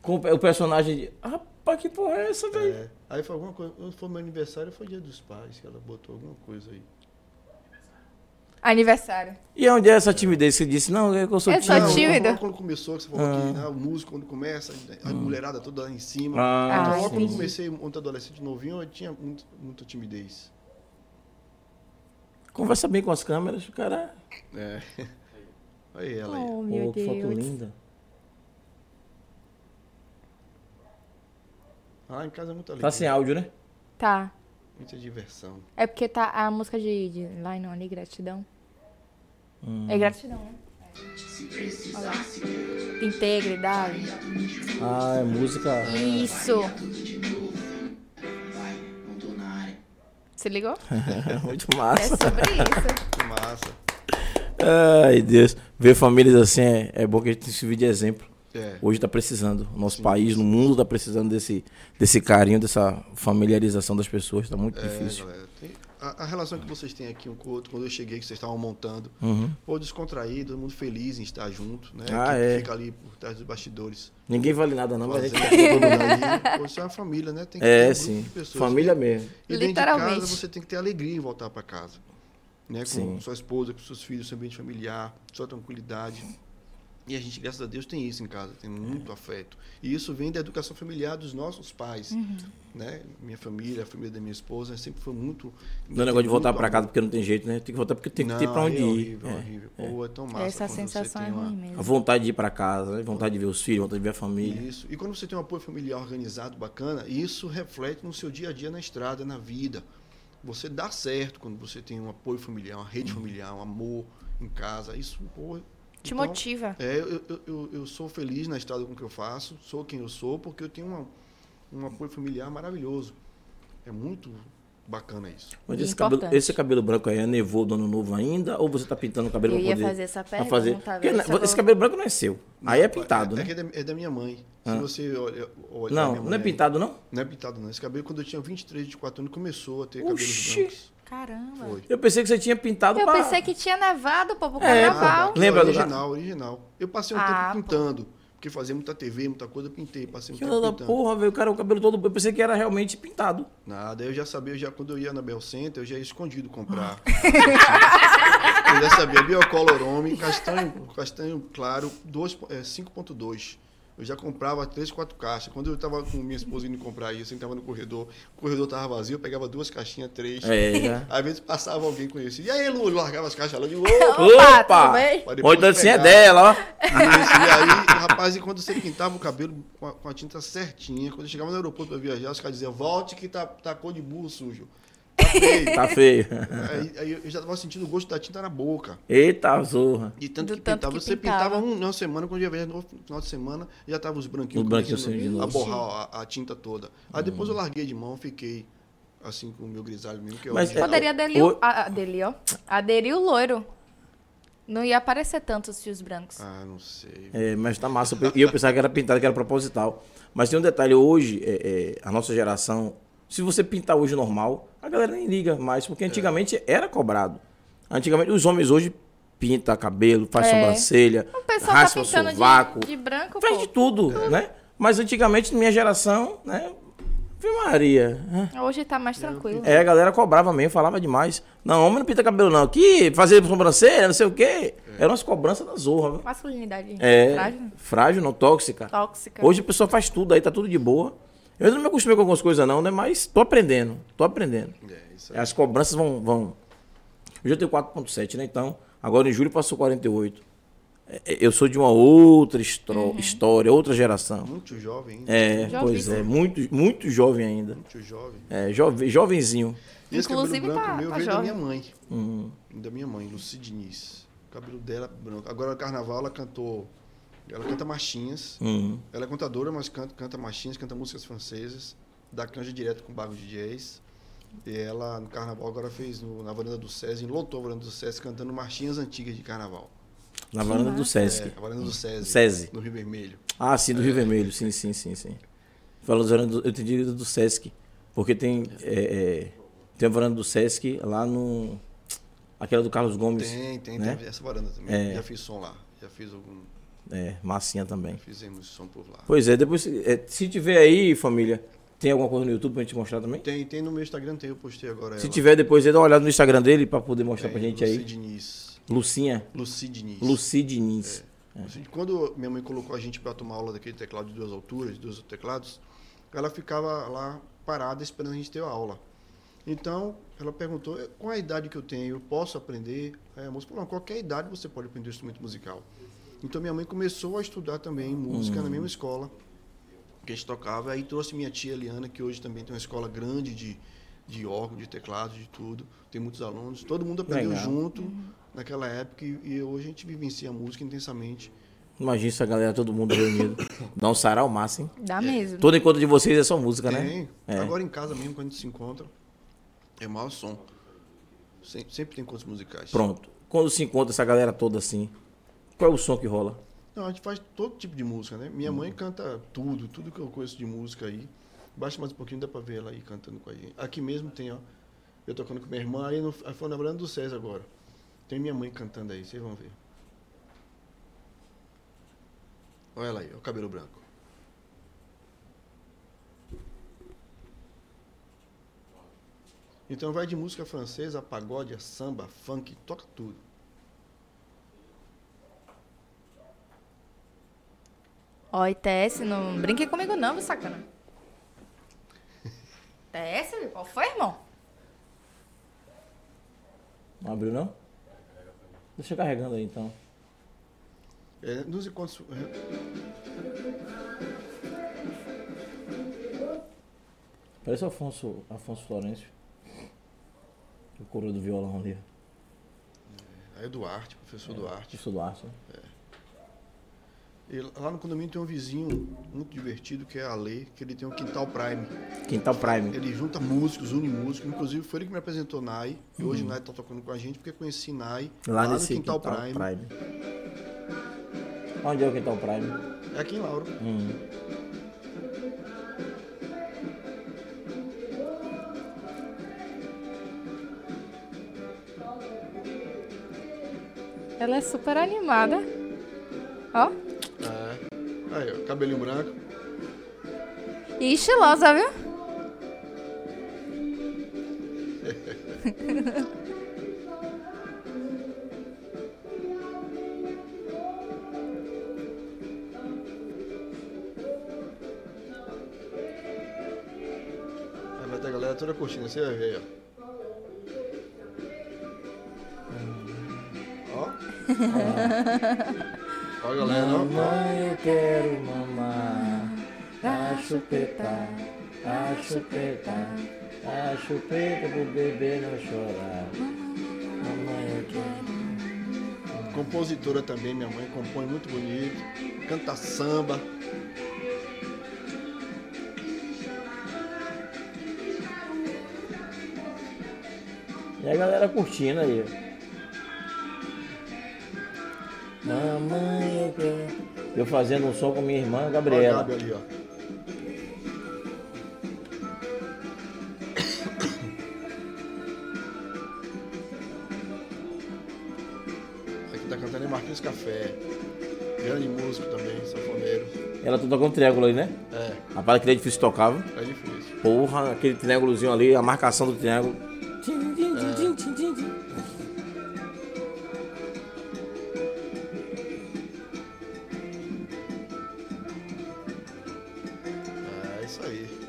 Com o pe- o personagem de. Rapaz, que porra é essa, velho? É, Aí foi alguma coisa, quando foi meu aniversário, foi dia dos pais, que ela botou alguma coisa aí. Aniversário. E onde é essa timidez? Você disse, não, é que eu sou É só tímido. ti- tímida? Quando, quando começou, que você falou que ah, o músico, quando começa, a mulherada toda lá em cima. Hum. Ah, então, Ah, logo quando eu entendi. comecei, muito adolescente, novinho, eu tinha muito, muita timidez. Conversa bem com as câmeras, o cara. É. Aí ela é. aí. Oh, meu Pô, que foto Deus. linda. Ah, em casa é muita alegria. Tá sem áudio, né? Tá. Muita diversão. É porque tá a música de, de Line On ali, gratidão. É gratidão, né? Olha lá. Integridade. Ah, é música. Isso. Se ligou? (laughs) Muito É massa. sobre isso. Que massa. Ai, Deus. Ver famílias assim é, é bom que a gente se de exemplo. É. Hoje está precisando. O nosso país, no mundo, está precisando desse, desse carinho, dessa familiarização das pessoas. Está muito É, difícil. galera, tem- a, a relação que vocês têm aqui um com o outro, quando eu cheguei, que vocês estavam montando, Uhum. pô, descontraído, todo mundo feliz em estar junto, né? Ah, que é. fica ali por trás dos bastidores. Ninguém vale nada, não. Mas a Fazendo gente... (laughs) tudo ali. Pô, Isso é uma família, né? Tem que ter um É, grupo sim. de pessoas. Família mesmo. E dentro de Literalmente. casa você tem que ter alegria em voltar para casa. Né? Com Sim. sua esposa, com seus filhos, seu ambiente familiar, sua tranquilidade. E a gente, graças a Deus, tem isso em casa, tem É. muito afeto. E isso vem da educação familiar dos nossos pais. Uhum. Né? Minha família, a família da minha esposa, sempre foi muito. Não é negócio de voltar para casa porque não tem jeito, né? Tem que voltar porque tem que ter para onde é ir. Horrível, É. horrível. Pô, é tão massa. Essa quando você sensação é tem uma- ruim A mesmo. vontade de ir para casa, né? vontade de ver os filhos, vontade de ver a família. Isso. E quando você tem um apoio familiar organizado, bacana, isso reflete no seu dia a dia na estrada, na vida. Você dá certo quando você tem um apoio familiar, uma Uhum. rede familiar, um amor em casa. Isso, pô. Te então, motiva. É, eu, eu, eu, eu sou feliz na estrada com o que eu faço, sou quem eu sou, porque eu tenho uma, um apoio familiar maravilhoso. É muito bacana isso. Mas E é esse cabelo, importante. esse cabelo branco aí é nevou do ano novo ainda? Ou você tá pintando o cabelo Eu pra ia poder... fazer essa pra pergunta. fazer? agora, Porque na- só vou- esse cabelo branco não é seu. Aí é pintado, é, né? Ah. É, que é da, é da minha mãe. Se você olha, olha Não, minha não é mãe- pintado, não? Não é pintado, não. Esse cabelo, quando eu tinha 23, 24 anos, começou a ter Oxi. cabelos Caramba. brancos. Foi. Eu pensei que você tinha pintado Eu pra... pensei que tinha nevado, pô, pro É, carnaval. pô. Lembra do original, original. Eu passei um Ah, tempo pintando, porque fazia muita TV, muita coisa, eu pintei, passei um Que tempo da pintando. porra, velho. O cara, o cabelo todo. Eu pensei que era realmente pintado. Nada, eu já sabia, eu já quando eu ia na Bel Center, eu já ia escondido comprar. eu já sabia, biocolor homem, castanho, castanho claro, dois po- é, 5.2. eu já comprava três, quatro caixas. Quando eu estava com minha esposa indo comprar isso, a gente estava no corredor, o corredor estava vazio, eu pegava duas caixinhas, três. (laughs) É, já. Às vezes passava alguém com isso. E aí, Lu, largava as caixas lá de novo. Opa, tudo bem? Opa! Oito é dela, ó. E aí, rapaz, e quando você pintava o cabelo com a, com a tinta certinha, quando eu chegava no aeroporto pra viajar, os caras diziam, volte que tá, tá cor de burro sujo. Tá feio. Tá feio. (laughs) aí, aí eu já tava sentindo o gosto da tinta na boca. Eita, zorra. E tanto Do que tanto pintava, que você pintava. pintava um- uma semana, quando ia viajar no final de semana, já tava os branquinhos Os assim branquinhos começando surgindo. a borrar a, a tinta toda. Aí depois Hum. eu larguei de mão, fiquei assim com o meu grisalho mesmo, que é Mas- original. Poderia aderir, o- o... a- aderir, ó. Aderir o loiro. Não ia aparecer tanto os fios brancos. Ah, não sei. É, mas tá massa. E eu pensava que era pintado, que era proposital. Mas tem um detalhe, hoje, é, é, a nossa geração, se você pintar hoje normal, a galera nem liga mais, porque antigamente era cobrado. Antigamente, os homens hoje pintam cabelo, faz É. sobrancelha, O pessoal raspa tá pintando sovaco, de, de branco, faz de pô. tudo, né? Mas antigamente, minha geração, né? Ave Maria. né? Hoje tá mais tranquilo. É, a galera cobrava mesmo, falava demais. Não, homem não pinta cabelo não. Que fazer sobrancelha, não sei o quê. Eram as cobranças da zorra. viu? Masculinidade É, frágil, frágil não, tóxica. tóxica. Hoje a pessoa faz tudo aí, tá tudo de boa. Eu ainda não me acostumei com algumas coisas não, né? Mas tô aprendendo, tô aprendendo. É, isso aí. As cobranças vão... vão... Eu já tenho 4.7, né? Então, agora em julho passou 48. É, é, Eu sou de uma outra histro- história, outra geração. Muito jovem ainda. É, Jovíssimo. pois é, muito, muito jovem ainda. Muito jovem. É, jove, jovenzinho. E esse Inclusive, cabelo branco tá- meu tá veio da jovem. minha mãe. Hum. Hum. Da minha mãe, Lucy Diniz. O cabelo dela é branco. Agora no carnaval ela cantou. Ela canta marchinhas. Hum. Ela é contadora, mas canta, canta marchinhas, canta músicas francesas. Dá canja direto com o Bago de Jazz. E ela, no carnaval, agora fez no- na varanda do SESI, lotou a varanda do SESI, cantando marchinhas antigas de carnaval. Na varanda do É, Sesc. a varanda do SESI. SESI. No Rio Vermelho. Ah, sim, É. do Rio Vermelho. Sim, sim, sim, sim. Falou da varanda do, eu entendi do Sesc. Porque tem. É, é, tem a varanda do Sesc lá no. Aquela do Carlos Gomes. Tem, tem, né? tem essa varanda também. É. Já fiz som lá. Já fiz algum. É, massinha também. Fizemos som por lá. Pois é, depois. é, se tiver aí, família, tem alguma coisa no YouTube pra gente mostrar também? Tem, tem no meu Instagram, tem, eu postei agora Se ela. tiver, depois aí dá uma olhada no Instagram dele pra poder mostrar Tem, pra gente É, Lucy aí. Diniz. É. Lucinha. Lucy Diniz. Luci Diniz. Lucy- Quando minha mãe colocou a gente para tomar aula daquele teclado de duas alturas, de dois teclados, ela ficava lá parada esperando a gente ter a aula. Então, ela perguntou, qual a idade que eu tenho, eu posso aprender? Aí a moça falou, não, qualquer idade você pode aprender um instrumento musical. Então, minha mãe começou a estudar também música na mesma escola que a gente tocava. Aí trouxe minha tia Eliana, que hoje também tem uma escola grande de, de órgão, de teclado, de tudo. Tem muitos alunos. Todo mundo aprendeu Legal. junto naquela época e, e hoje a gente vivencia a música intensamente. Imagina essa galera, todo mundo reunido. Dá um sarau massa, hein? Dá mesmo. Todo encontro de vocês é só música, né? Tem. É. Agora em casa mesmo, quando a gente se encontra, é o maior som. Sem- sempre tem contos musicais. Pronto. Quando se encontra essa galera toda assim, qual é o som que rola? Não, a gente faz todo tipo de música, né? Minha mãe canta tudo, tudo que eu conheço de música aí. Baixa mais um pouquinho, dá pra ver ela aí cantando com a gente. Aqui mesmo tem, ó. Eu tocando com minha irmã, aí, no, aí foi na Branda do César agora. Tem minha mãe cantando aí, vocês vão ver. Olha ela aí, ó, o cabelo branco. Então vai de música francesa, a pagode, a samba, a funk, toca tudo. Ó, ITS, não brinque comigo não, viu, (laughs) sacana? ITS, viu? qual foi, irmão? Não abriu, não? Deixa eu carregando aí, então. É, nos encontros. é, Parece o Afonso, Afonso Florencio. O coro do violão ali. Aí é Duarte, professor Duarte. Isso do Arthur. E lá no condomínio tem um vizinho muito divertido que é a Lei, que ele tem um quintal prime. Quintal Prime. Ele junta músicos, une músicos. Inclusive foi ele que me apresentou Nai. E hoje Nai tá tocando com a gente porque conheci Nai Uhum. Lá, no nesse quintal, Quintal, prime. Prime. Onde é o Quintal Prime? É aqui em Lauro. Hum. Ela é super animada. Ó, É. Aí, ó, cabelinho branco. e estilosa, viu? Tá a galera toda curtindo, você vai ver, (laughs) ó. Ó. Ó a galera, ó. Mamãe, eu quero mamar. tá, A chupeta, a chupeta, a chupeta pro bebê não chorar. Mamãe, eu quero. Compositora também, minha mãe compõe muito bonito. Canta samba. E a galera curtindo aí. Mamãe, eu quero. Eu fazendo um som com minha irmã, Ó a Gabriela. Gabi ali, ó. Aqui tá cantando é Marquinhos Café. Grande músico também, sanfoneiro. Ela tá tocando triângulo aí, né? É, Rapaz, aquele é difícil tocar, viu? é difícil. Porra, aquele triângulozinho ali, a marcação do triângulo. Tim, tim, tim, tim, tim, tim, tim. É isso aí.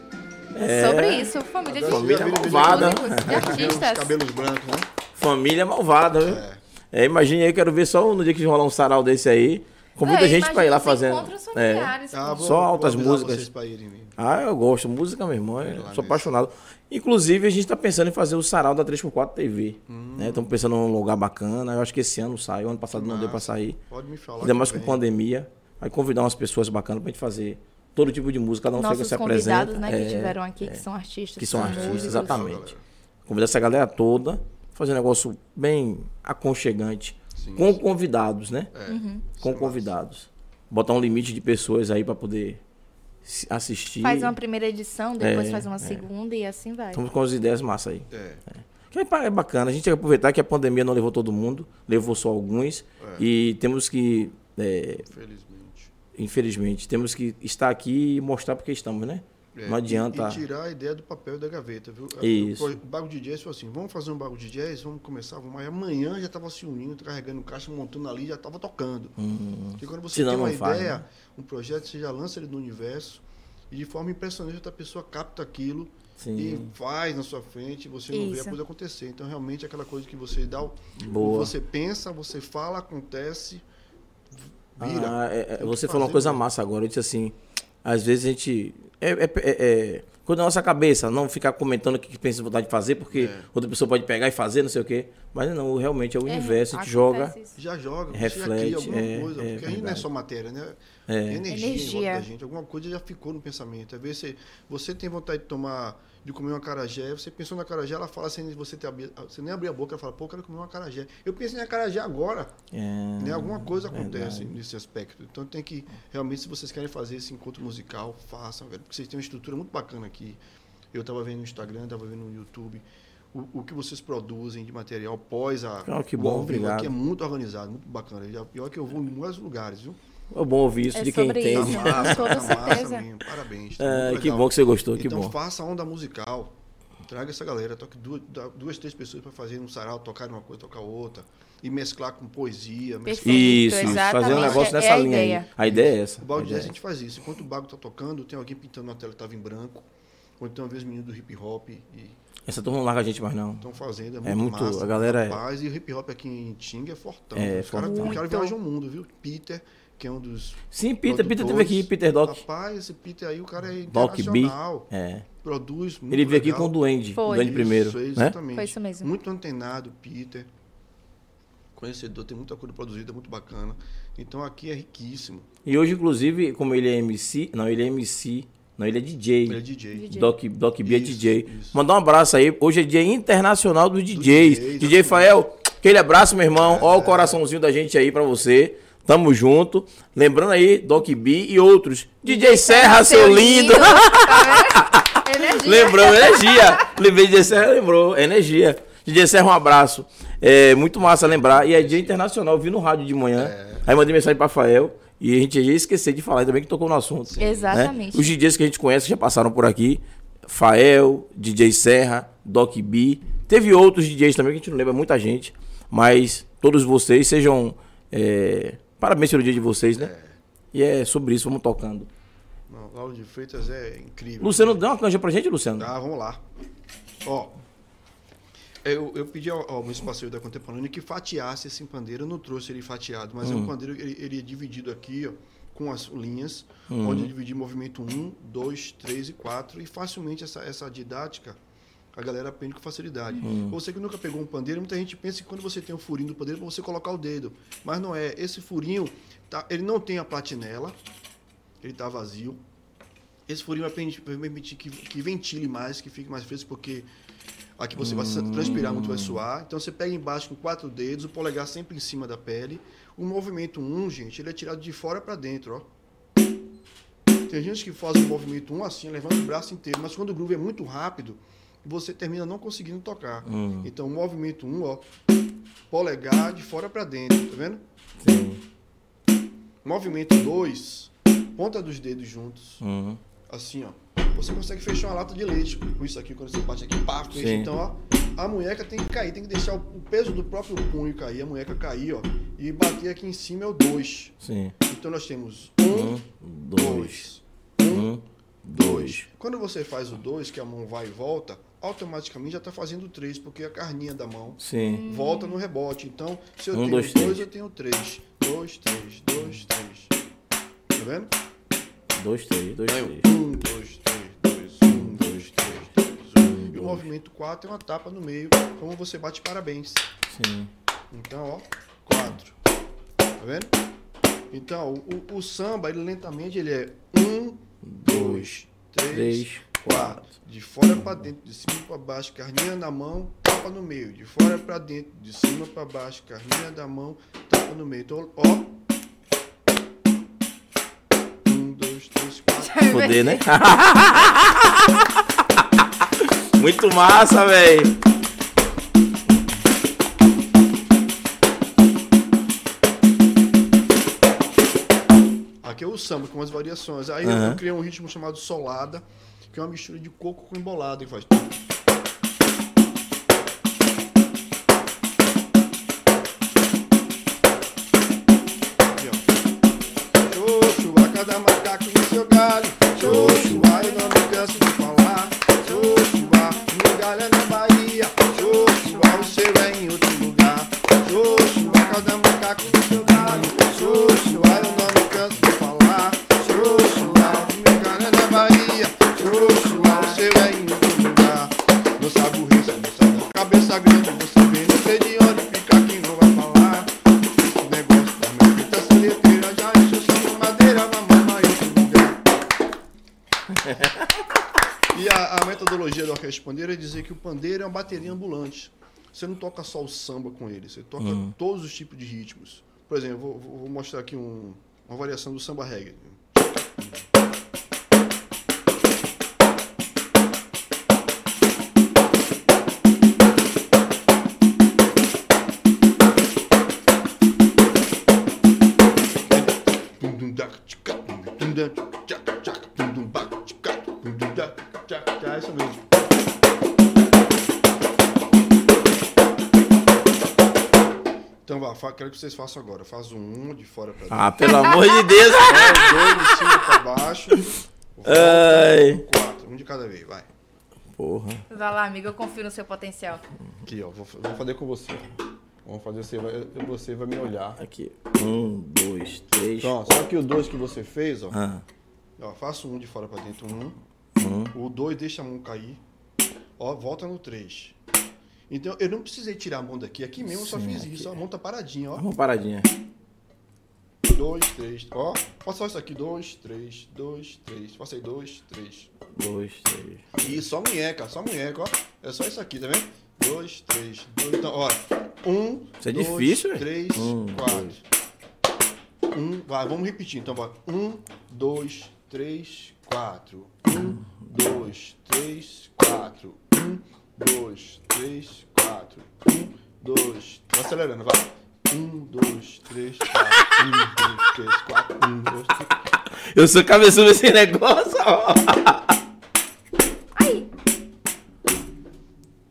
É sobre isso, família de Família de malvada. músicos, (laughs) de Cabelos, artistas. É, cabelos brancos, né? Família malvada, viu? É, imagina aí, quero ver só no dia que rolar um sarau desse aí. Com muita É, gente pra ir imagina lá os fazendo. encontros É. familiares, Ah, pô. Só altas avisar músicas. Vocês pra irem, mesmo. Ah, eu gosto. Música, meu irmão. Eu lá né? sou nisso. apaixonado. Inclusive, a gente tá pensando em fazer o sarau da 3x4 TV. Estamos né? pensando num lugar bacana. Eu acho que esse ano sai. O ano passado não deu pra sair. Pode me falar. Ainda que é mais com vem. pandemia. Vai convidar umas pessoas bacanas pra gente fazer todo tipo de música. Cada um chega e Nossos se apresenta. convidados, né, É, que tiveram aqui, que são artistas. que são artistas, músicos. exatamente. Convidar essa galera toda, fazer um negócio bem aconchegante, Sim, com sim. convidados, né? É, isso é Com massa. convidados. Botar um limite de pessoas aí pra poder se- assistir. Faz uma primeira edição, depois É, faz uma é. Então segunda e assim vai. Estamos com as ideias massa aí. É, Que é ba- é bacana, a gente tem que aproveitar que a pandemia não levou todo mundo, levou só alguns. É. E temos que, é, felizmente. infelizmente, temos que estar aqui e mostrar porque estamos, né? É, Não e- adianta. E, tirar a ideia do papel da gaveta, viu? Isso. O bago de jazz foi assim: vamos fazer um bago de jazz, vamos começar, vamos. Aí amanhã já estava se unindo, carregando caixa, montando ali, já estava tocando. Porque quando você Hum, Senão tem uma não faz, ideia, né? um projeto, você já lança ele no universo e de forma impressionante outra pessoa capta aquilo Sim. e faz na sua frente, você não vê a Isso. coisa acontecer. Então realmente é aquela coisa que você dá, o- Boa. você pensa, você fala, acontece, vira. Ah, é- é, Tem você que falou uma fazer, coisa né? massa agora. Eu disse assim: às vezes a gente. É, é- é- é- quando a nossa cabeça não ficar comentando o que, que pensa em vontade de fazer, porque É. outra pessoa pode pegar e fazer, não sei o quê. Mas não, realmente é o universo, a gente Acontece joga. isso. já joga, Reflete, reflete, alguma é, coisa, é porque aí não é verdade. só matéria, né? É. Energia, em volta Energia. da gente, alguma coisa já ficou no pensamento. Às vezes você, você tem vontade de tomar, de comer uma acarajé, você pensou na acarajé, ela fala sem você ter abri- você nem abrir a boca, ela fala, pô, eu quero comer uma acarajé. Eu pensei em acarajé agora, É, né? Alguma coisa acontece nesse aspecto. Então tem que, realmente, se vocês querem fazer esse encontro musical, façam, velho, porque vocês têm uma estrutura muito bacana aqui. Eu tava vendo no Instagram, tava vendo no YouTube. O, o que vocês produzem de material pós a. Ah, que o bom, ao vivo obrigado. Aqui é muito organizado, muito bacana. Já- Pior é que eu vou em muitos lugares, viu? é bom ouvir isso É de quem sobre entende. isso. Com tá certeza. mesmo. Parabéns. tá É, muito que legal. bom que você gostou, que então, bom. faça a onda musical. Traga essa galera, toque duas, da- duas três pessoas para fazer um sarau, tocar uma coisa, tocar outra. E mesclar com poesia. Mesclar. Isso, Perfeito, isso, fazer um exatamente, negócio é- nessa é a linha aí. ideia. A ideia é essa. O a balde ideia a é gente faz isso. Enquanto o bago tá tocando, tem alguém pintando na tela que tava em branco. Ou então, às vezes, menino do hip hop. E essa. Essa turma não larga a gente mais, não. estão fazendo. É muito, É muito- massa, a galera é- Rapaz, e o hip hop aqui em Ting é fortão. É, viu? Os caras fortão. os caras viajam o mundo, viu? Peter, que é um dos. Sim, Peter, Peter teve produtores. aqui, Peter É, Doc. Rapaz, esse Peter aí, o cara é Doc B. internacional. É. Produz muito Ele veio aqui legal. com o Duende, Foi. Duende primeiro. Isso, né? exatamente. Foi isso mesmo. Muito antenado, Peter. Conhecedor, tem muita coisa produzida, muito bacana. Então aqui é riquíssimo. E hoje, inclusive, como ele é MC, não, ele é MC, não, ele é DJ. Ele é DJ. Doc, Doc B é Isso, DJ. isso. Mandar um abraço aí. Hoje é dia internacional dos DJs. DJ, DJ exatamente. É. Fael, aquele abraço, meu irmão. Ó, o coraçãozinho da gente aí pra você. Tamo junto. Lembrando aí, Doc B e outros. DJ Serra, seu lindo. Tá (laughs) vendo? Energia. Lembrou, energia. Lembrei de DJ Serra, lembrou, energia. DJ Serra, um abraço. É muito massa lembrar. E é dia internacional, eu vi no rádio de manhã. Aí mandei mensagem pra Fael. E a gente ia esquecer de falar, ainda bem que tocou no assunto. né? Exatamente. Os DJs que a gente conhece já passaram por aqui. Fael, DJ Serra, Doc B. Teve outros DJs também que a gente não lembra, muita gente. Mas todos vocês sejam. é, Parabéns pelo dia de vocês, né? E é sobre isso, vamos tocando. Não, Lauro de Freitas é incrível. Luciano, dá uma canja pra gente, Luciano. Tá, vamos lá. Ó, eu, eu pedi ao, ao Mr. Passeio da Contemporânea que fatiasse esse pandeiro. Eu não trouxe ele fatiado, mas é um pandeiro, ele, ele é dividido aqui, ó, com as linhas, onde eu dividi movimento 1, 2, 3 e 4. E facilmente essa, essa didática, a galera aprende com facilidade. Você que nunca pegou um pandeiro, muita gente pensa que quando você tem um furinho do pandeiro, é pra você colocar o dedo. Mas não é. Esse furinho, tá, ele não tem a platinela, ele tá vazio. Esse furinho vai permitir- vai permitir que, que ventile mais, que fique mais fresco, porque aqui você vai se transpirar muito, vai suar. Então você pega embaixo com quatro dedos, o polegar sempre em cima da pele. O movimento 1, um, gente, ele é tirado de fora para dentro, ó. Tem gente que faz o movimento 1 um assim, levando o braço inteiro, mas quando o groove é muito rápido, você termina não conseguindo tocar. Então o movimento 1, um, ó, polegar de fora para dentro, tá vendo? Sim. Movimento 2, ponta dos dedos juntos Uhum. assim, ó. Você consegue fechar uma lata de leite com isso aqui, quando você bate aqui, pá, fecha. Sim. Então, ó, a munheca tem que cair, tem que deixar o o peso do próprio punho cair, a munheca cair, ó. E bater aqui em cima é o 2. Sim. Então nós temos um, Um, dois. dois. Um, Um, dois. Quando você faz o 2, que a mão vai e volta, automaticamente já tá fazendo o 3, porque a carninha da mão Sim. volta no rebote. Então, se eu Um, tenho dois, 2, três. eu tenho 3. 2, 3, 2, 3. Tá vendo? Dois, três. Dois, Aí, três. um, dois, três, dois, um, dois, três, dois, um. E o movimento 4 é uma tapa no meio, como você bate parabéns. Sim. Então, ó, 4. Tá vendo? Então, o, o samba, ele lentamente, ele é um, dois, três, Três. quatro. De fora pra dentro, de cima pra baixo, carninha na mão, tapa no meio. De fora pra dentro, de cima pra baixo, carninha da mão, tapa no meio. Então, ó. Um, dois, três, quatro. Poder, né? (laughs) Muito massa, velho. Aqui é o samba com as variações. Aí eu- eu criei um ritmo chamado solada, que é uma mistura de coco com embolada, que faz. Aqui, ó. Xoxo, a cada macaco no seu galho. Xoxo, ah, eu não me canso de falar. Xoxo, ah, minha galha é na Bahia. Xoxo, ah, o seu é em outro lugar. Xoxo, a cada macaco no seu galho. Xoxo, ah, eu não me canso de falar. Xoxo, ah, minha galha é na Bahia. Xoxo, ah, o seu é em outro lugar. Não sabe o resto, não sabe a cabeça grande. Você vê, não sei de onde fica, quem não vai falar. Esse negócio da minha vida solteira já encheu o saco de madeira, mamãe, eu te ligo. (laughs) E a, a metodologia da orquestra pandeira é dizer que o pandeiro é uma bateria ambulante. Você não toca só o samba com ele, você toca todos os tipos de ritmos. Por exemplo, vou, vou- vou mostrar aqui um- uma variação do samba reggae. um É isso mesmo. Então, vá, fa- quero que vocês façam agora. Faz um, um de fora pra dentro. Ah, pelo amor de Deus. cara. Dois de cima pra baixo. Volta, Ai. Quatro. Um de cada vez, vai. Porra. (laughs) Vai lá, amigo, eu confio no seu potencial. Aqui, ó. Vou, fa- vou fazer com você. Vamos fazer, você vai, você vai me olhar. Aqui. Um, dois, três. Então, ó, só que o dois que você fez, ó. Ah. Ó, faço um de fora pra dentro, um. O dois deixa a mão cair. Ó, volta no três. Então, eu não precisei tirar a mão daqui. Aqui mesmo eu só fiz isso. ó, A mão tá paradinha, ó. Dá uma paradinha. Dois, três. Ó, faça só isso aqui. Dois, três, dois, três. Faça aí dois, três. Dois, três. E só munheca, só munheca, ó. É só isso aqui, tá vendo? Dois, três, dois. Então, ó. Um, Isso é dois, difícil, velho. três, Um, quatro. Um, vai, vamos repetir. Então, vai. Um, dois, três, quatro. Um, dois, três, quatro. Um, dois, três, quatro. Um, dois. Vai acelerando, vai. Um, dois, três, quatro. Um, dois, três, quatro. Um, dois, três. Eu sou cabeçudo nesse negócio, ó.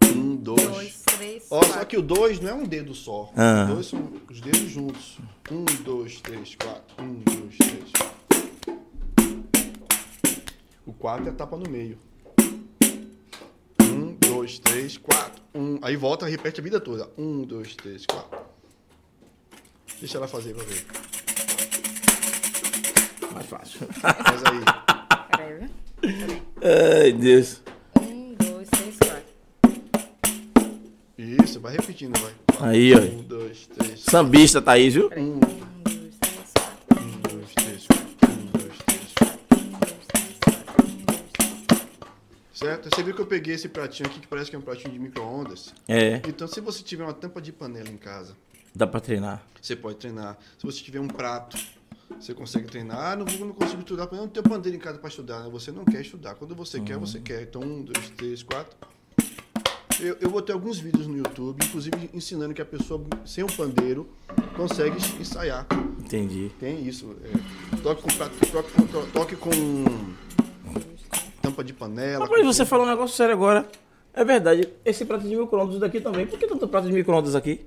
Um, dois, Dois, três, Ó, quatro. só que o 2 não é um dedo só. Ah. Os dois são os dedos juntos. Um, dois, três, quatro. Um, dois, três, quatro. quatro é tapa no meio. Um, dois, três, quatro. Um. Aí volta e repete a vida toda. Um, dois, três, quatro. Deixa ela fazer pra ver. Mais fácil. Faz aí. Peraí, viu? Ai, Deus. Um, dois, três, quatro. Isso, vai repetindo, vai. Aí, ó. Um, dois, três, Sambista, Thaís, viu? um, Um, dois, três, quatro. um, dois, três, quatro. Um, Um, dois, três, quatro. dois, três, quatro. Um, dois, três, quatro. Certo? Você viu que eu peguei esse pratinho aqui, que parece que é um pratinho de micro-ondas? É, Então, se você tiver uma tampa de panela em casa, dá pra treinar. você pode treinar. Se você tiver um prato, você consegue treinar. Ah, não, vou- não consigo estudar, porque eu não tenho pandeiro em casa para estudar. né? Você não quer estudar. Quando você quer, você quer. Então, um, dois, três, quatro. Eu, eu botei alguns vídeos no YouTube, inclusive ensinando que a pessoa sem um pandeiro consegue ensaiar. Entendi. Tem isso. é, toque, com, prato- toque, com- to- toque com tampa de panela. Rapaz, com- você falou um negócio sério agora. É verdade, esse prato de micro-ondas daqui também. Por que tanto prato de micro-ondas aqui?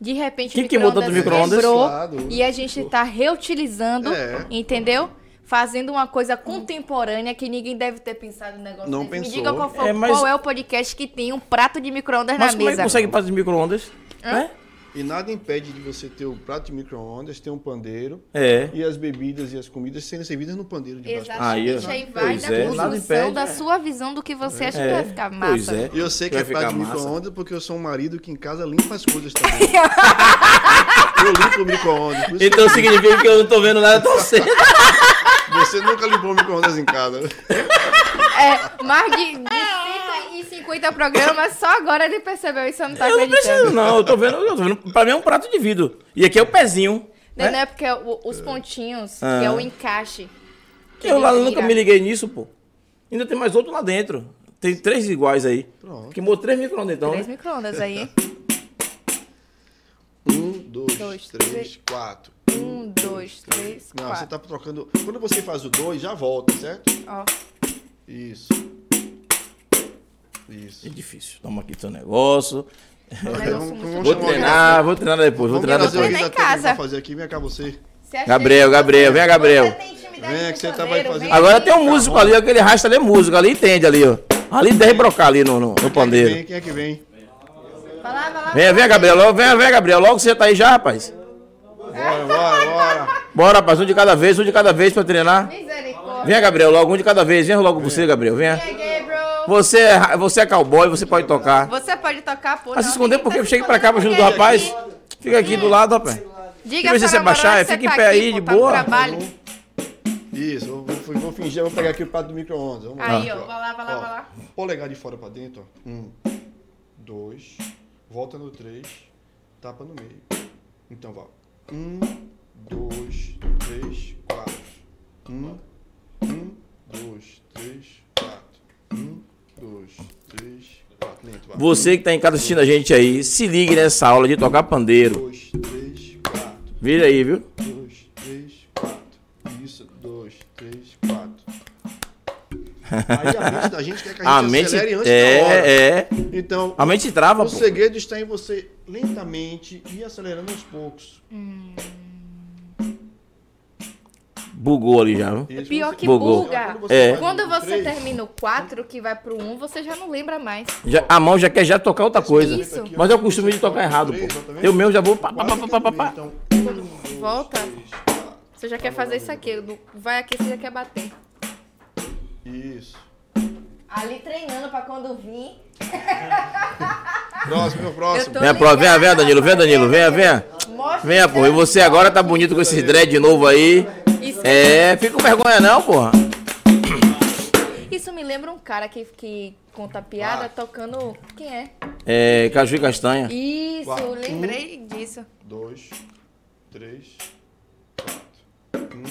De repente, Quem o que micro-ondas botou do micro-ondas? quebrou Claro. e a gente tá reutilizando, É. entendeu? Fazendo uma Hum. coisa contemporânea que ninguém deve ter pensado no negócio. Não desse. Me pensou. diga qual, foi- É, mas- qual é o podcast que tem um prato de micro-ondas na Mas como é mesa. que consegue prato de micro-ondas? Né? E nada impede de você ter o prato de micro-ondas, ter um pandeiro. É. é. E as bebidas e as comidas serem servidas no pandeiro de baixo. Exatamente, aí, Aí, ó. vai Pois da é, nada construção impede, da é. sua visão do que você acha que vai ficar massa. Pois é. E eu sei que Vai é prato ficar de massa. micro-ondas porque eu sou um marido que em casa limpa as (laughs) coisas também. eu limpo o micro-ondas. Por isso Então significa que eu não tô vendo (laughs) nada Tá tão cedo. que Você nunca limpou o micro-ondas (laughs) em casa. É, mais de, de 150 programas, só agora ele percebeu isso, eu não tá Eu não acreditando. preciso, não. Eu tô vendo, eu tô vendo. Pra mim é um prato de vidro. E aqui é o pezinho. Não, não Né? é porque o- os pontinhos, que é Ah. o encaixe. que Eu lá ele nunca vira. me liguei nisso, pô. Ainda tem mais outro lá dentro. Tem três iguais aí. Pronto. Queimou três micro-ondas então. Três Né? micro-ondas aí, hein? Um, dois, Dois, três, quatro. Um, dois, três, Não, quatro. você tá trocando. Quando você faz o dois, já volta, certo? Ó. Isso. Isso. É difícil. Toma aqui teu negócio. negócio muito Vou chamar o- treinar, vou treinar depois, vou Vamos treinar fazer o Treinar depois. em desafio que casa. vai fazer aqui. Vem cá você. Você acha Gabriel, que- Gabriel, vem, Gabriel. Você tem intimidade Vem, com que você o tá- vai pandeiro, fazer- vem Agora aqui. tem um músico ali, aquele rasta ali é músico, ali entende ali, ó. Ali deve brocar ali no, no, no pandeiro. Vem, quem é que vem? Vai lá, vai lá. um- Vem, vem, Gabriel, logo, vem, vem, Gabriel, logo você tá aí já, rapaz. Bora, bora, bora. Bora, rapaz, um de cada vez, um de cada vez pra treinar. Misericórdia. Vem, Gabriel, logo, um de cada vez, vem logo você, Gabriel, vem. Vem, Gabriel. Você é, ra- você é cowboy, você pode tocar. Você pode tocar, pô. Mas Ah, se não, esconder ninguém porque tá eu se cheguei pra cá pra junto do escondendo, ninguém rapaz. aqui. Fica aqui do lado, rapaz. Diga Deixa eu ver se pra você namorada que baixar, você fica em tá pé aqui, aí, pô, de tá no boa. trabalho. Isso, eu vou, vou fingir, eu vou pegar aqui o prato do micro-ondas. Vamos lá. Aí, ó. Vai lá, vai lá, Ó, vai lá. Polegar de fora pra dentro, ó. Um, dois, volta no três, tapa no meio. Então vá. Um, dois, três, quatro. Um, um, dois, três, quatro. Um, dois, três, quatro. Lento, vá. Você que tá em casa assistindo a gente aí, se ligue nessa aula de tocar pandeiro. Dois, três, quatro. Vira aí, viu? Dois, três, quatro. Isso, dois, três, quatro. Aí a mente da gente quer que a gente A mente acelere antes da hora. é, é. Então, A mente trava, o pô. segredo está em você lentamente e acelerando aos poucos. Bugou ali já, viu? Isso, É Pior você- que Bugou. buga. É. faz um, Quando você três, termina o 4, que vai pro 1, você já não lembra mais. Já- a mão já quer já tocar outra coisa. é Isso. Mas eu costumo de tocar errado, pô. Eu mesmo já vou. Pá, pá, quase pá, que pá, pá, eu pá. vi, então, um, dois, Volta. três, quatro. Você já quer fazer isso aqui. do- Vai aqui, você já quer bater. Isso. Ali treinando pra quando vir. Próximo, meu Eu próximo. tô- Vem, pro- vem, vem, Danilo, vem, Danilo, vem, vem. Mostra Venha, pô. E você agora tá bonito com esse dread de novo aí. Isso, É, fica com vergonha não, porra. isso me lembra um cara que, que conta piada Ah. tocando. Quem é? É, Caju e Castanha. Isso, Quatro. lembrei disso. Dois, três, quatro. Um.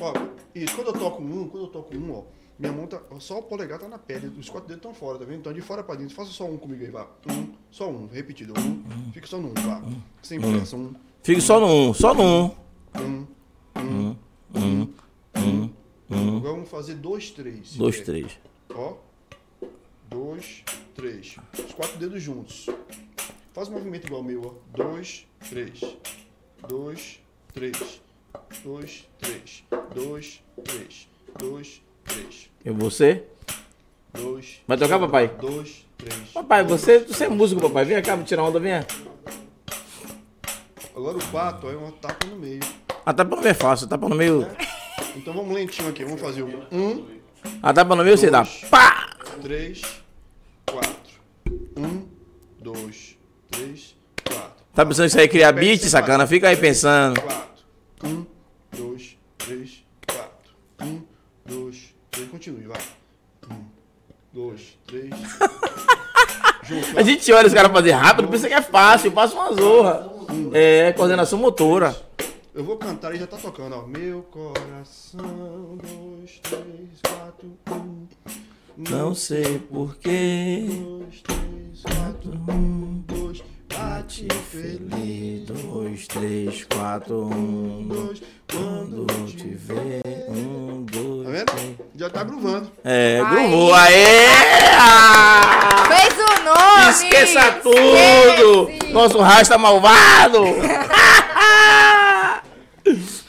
Ó, isso, quando eu toco um, quando eu toco um, ó, minha mão tá. ó, Só o polegar tá na pele, os quatro dedos estão fora, tá vendo? Então de fora pra dentro, faça só um comigo aí, vá. Um, só um, repetido. Um, fica só num, vá. Sem pressa, um, Fica só num, só num. um, um, um. Agora vamos fazer dois, três. Dois, É, três. Ó. Dois, três. Os quatro dedos juntos. Faz um movimento igual ao meu, ó. Dois, três. Dois, três. Dois, três. Dois, três. Dois, três. Eu você? Dois. Vai tocar, papai? Dois, três. Papai, você, você é músico, papai. Vem cá, vou tirar onda, vem. Agora o quatro, aí uma tapa no meio. A tapa no meio é fácil, a tapa no meio. Então vamos lentinho aqui. Vamos fazer o um, A tapa no meio você dá. Pá! três, quatro. Um, dois, três, quatro. Tá pensando que isso aí criar beat, sacana? Fica aí pensando. Quatro. Um, dois, três, quatro. Um, dois, três. Continue, vai. Um, dois, três. Junto, A vai. gente olha os caras fazer rápido, pensa que é fácil, passa uma zorra. É, coordenação motora. Eu vou cantar e já tá tocando, ó. Meu coração, dois, três, quatro, um. Não sei porquê. Dois, três, quatro, um, dois. Bate feliz, Dois, três, quatro, um. dois. Quando te ver. Um, dois. Tá vendo? Já tá gruvando. É, gruvou. Aê! Ah! Fez o nome! Esqueça tudo! Nosso rasta malvado!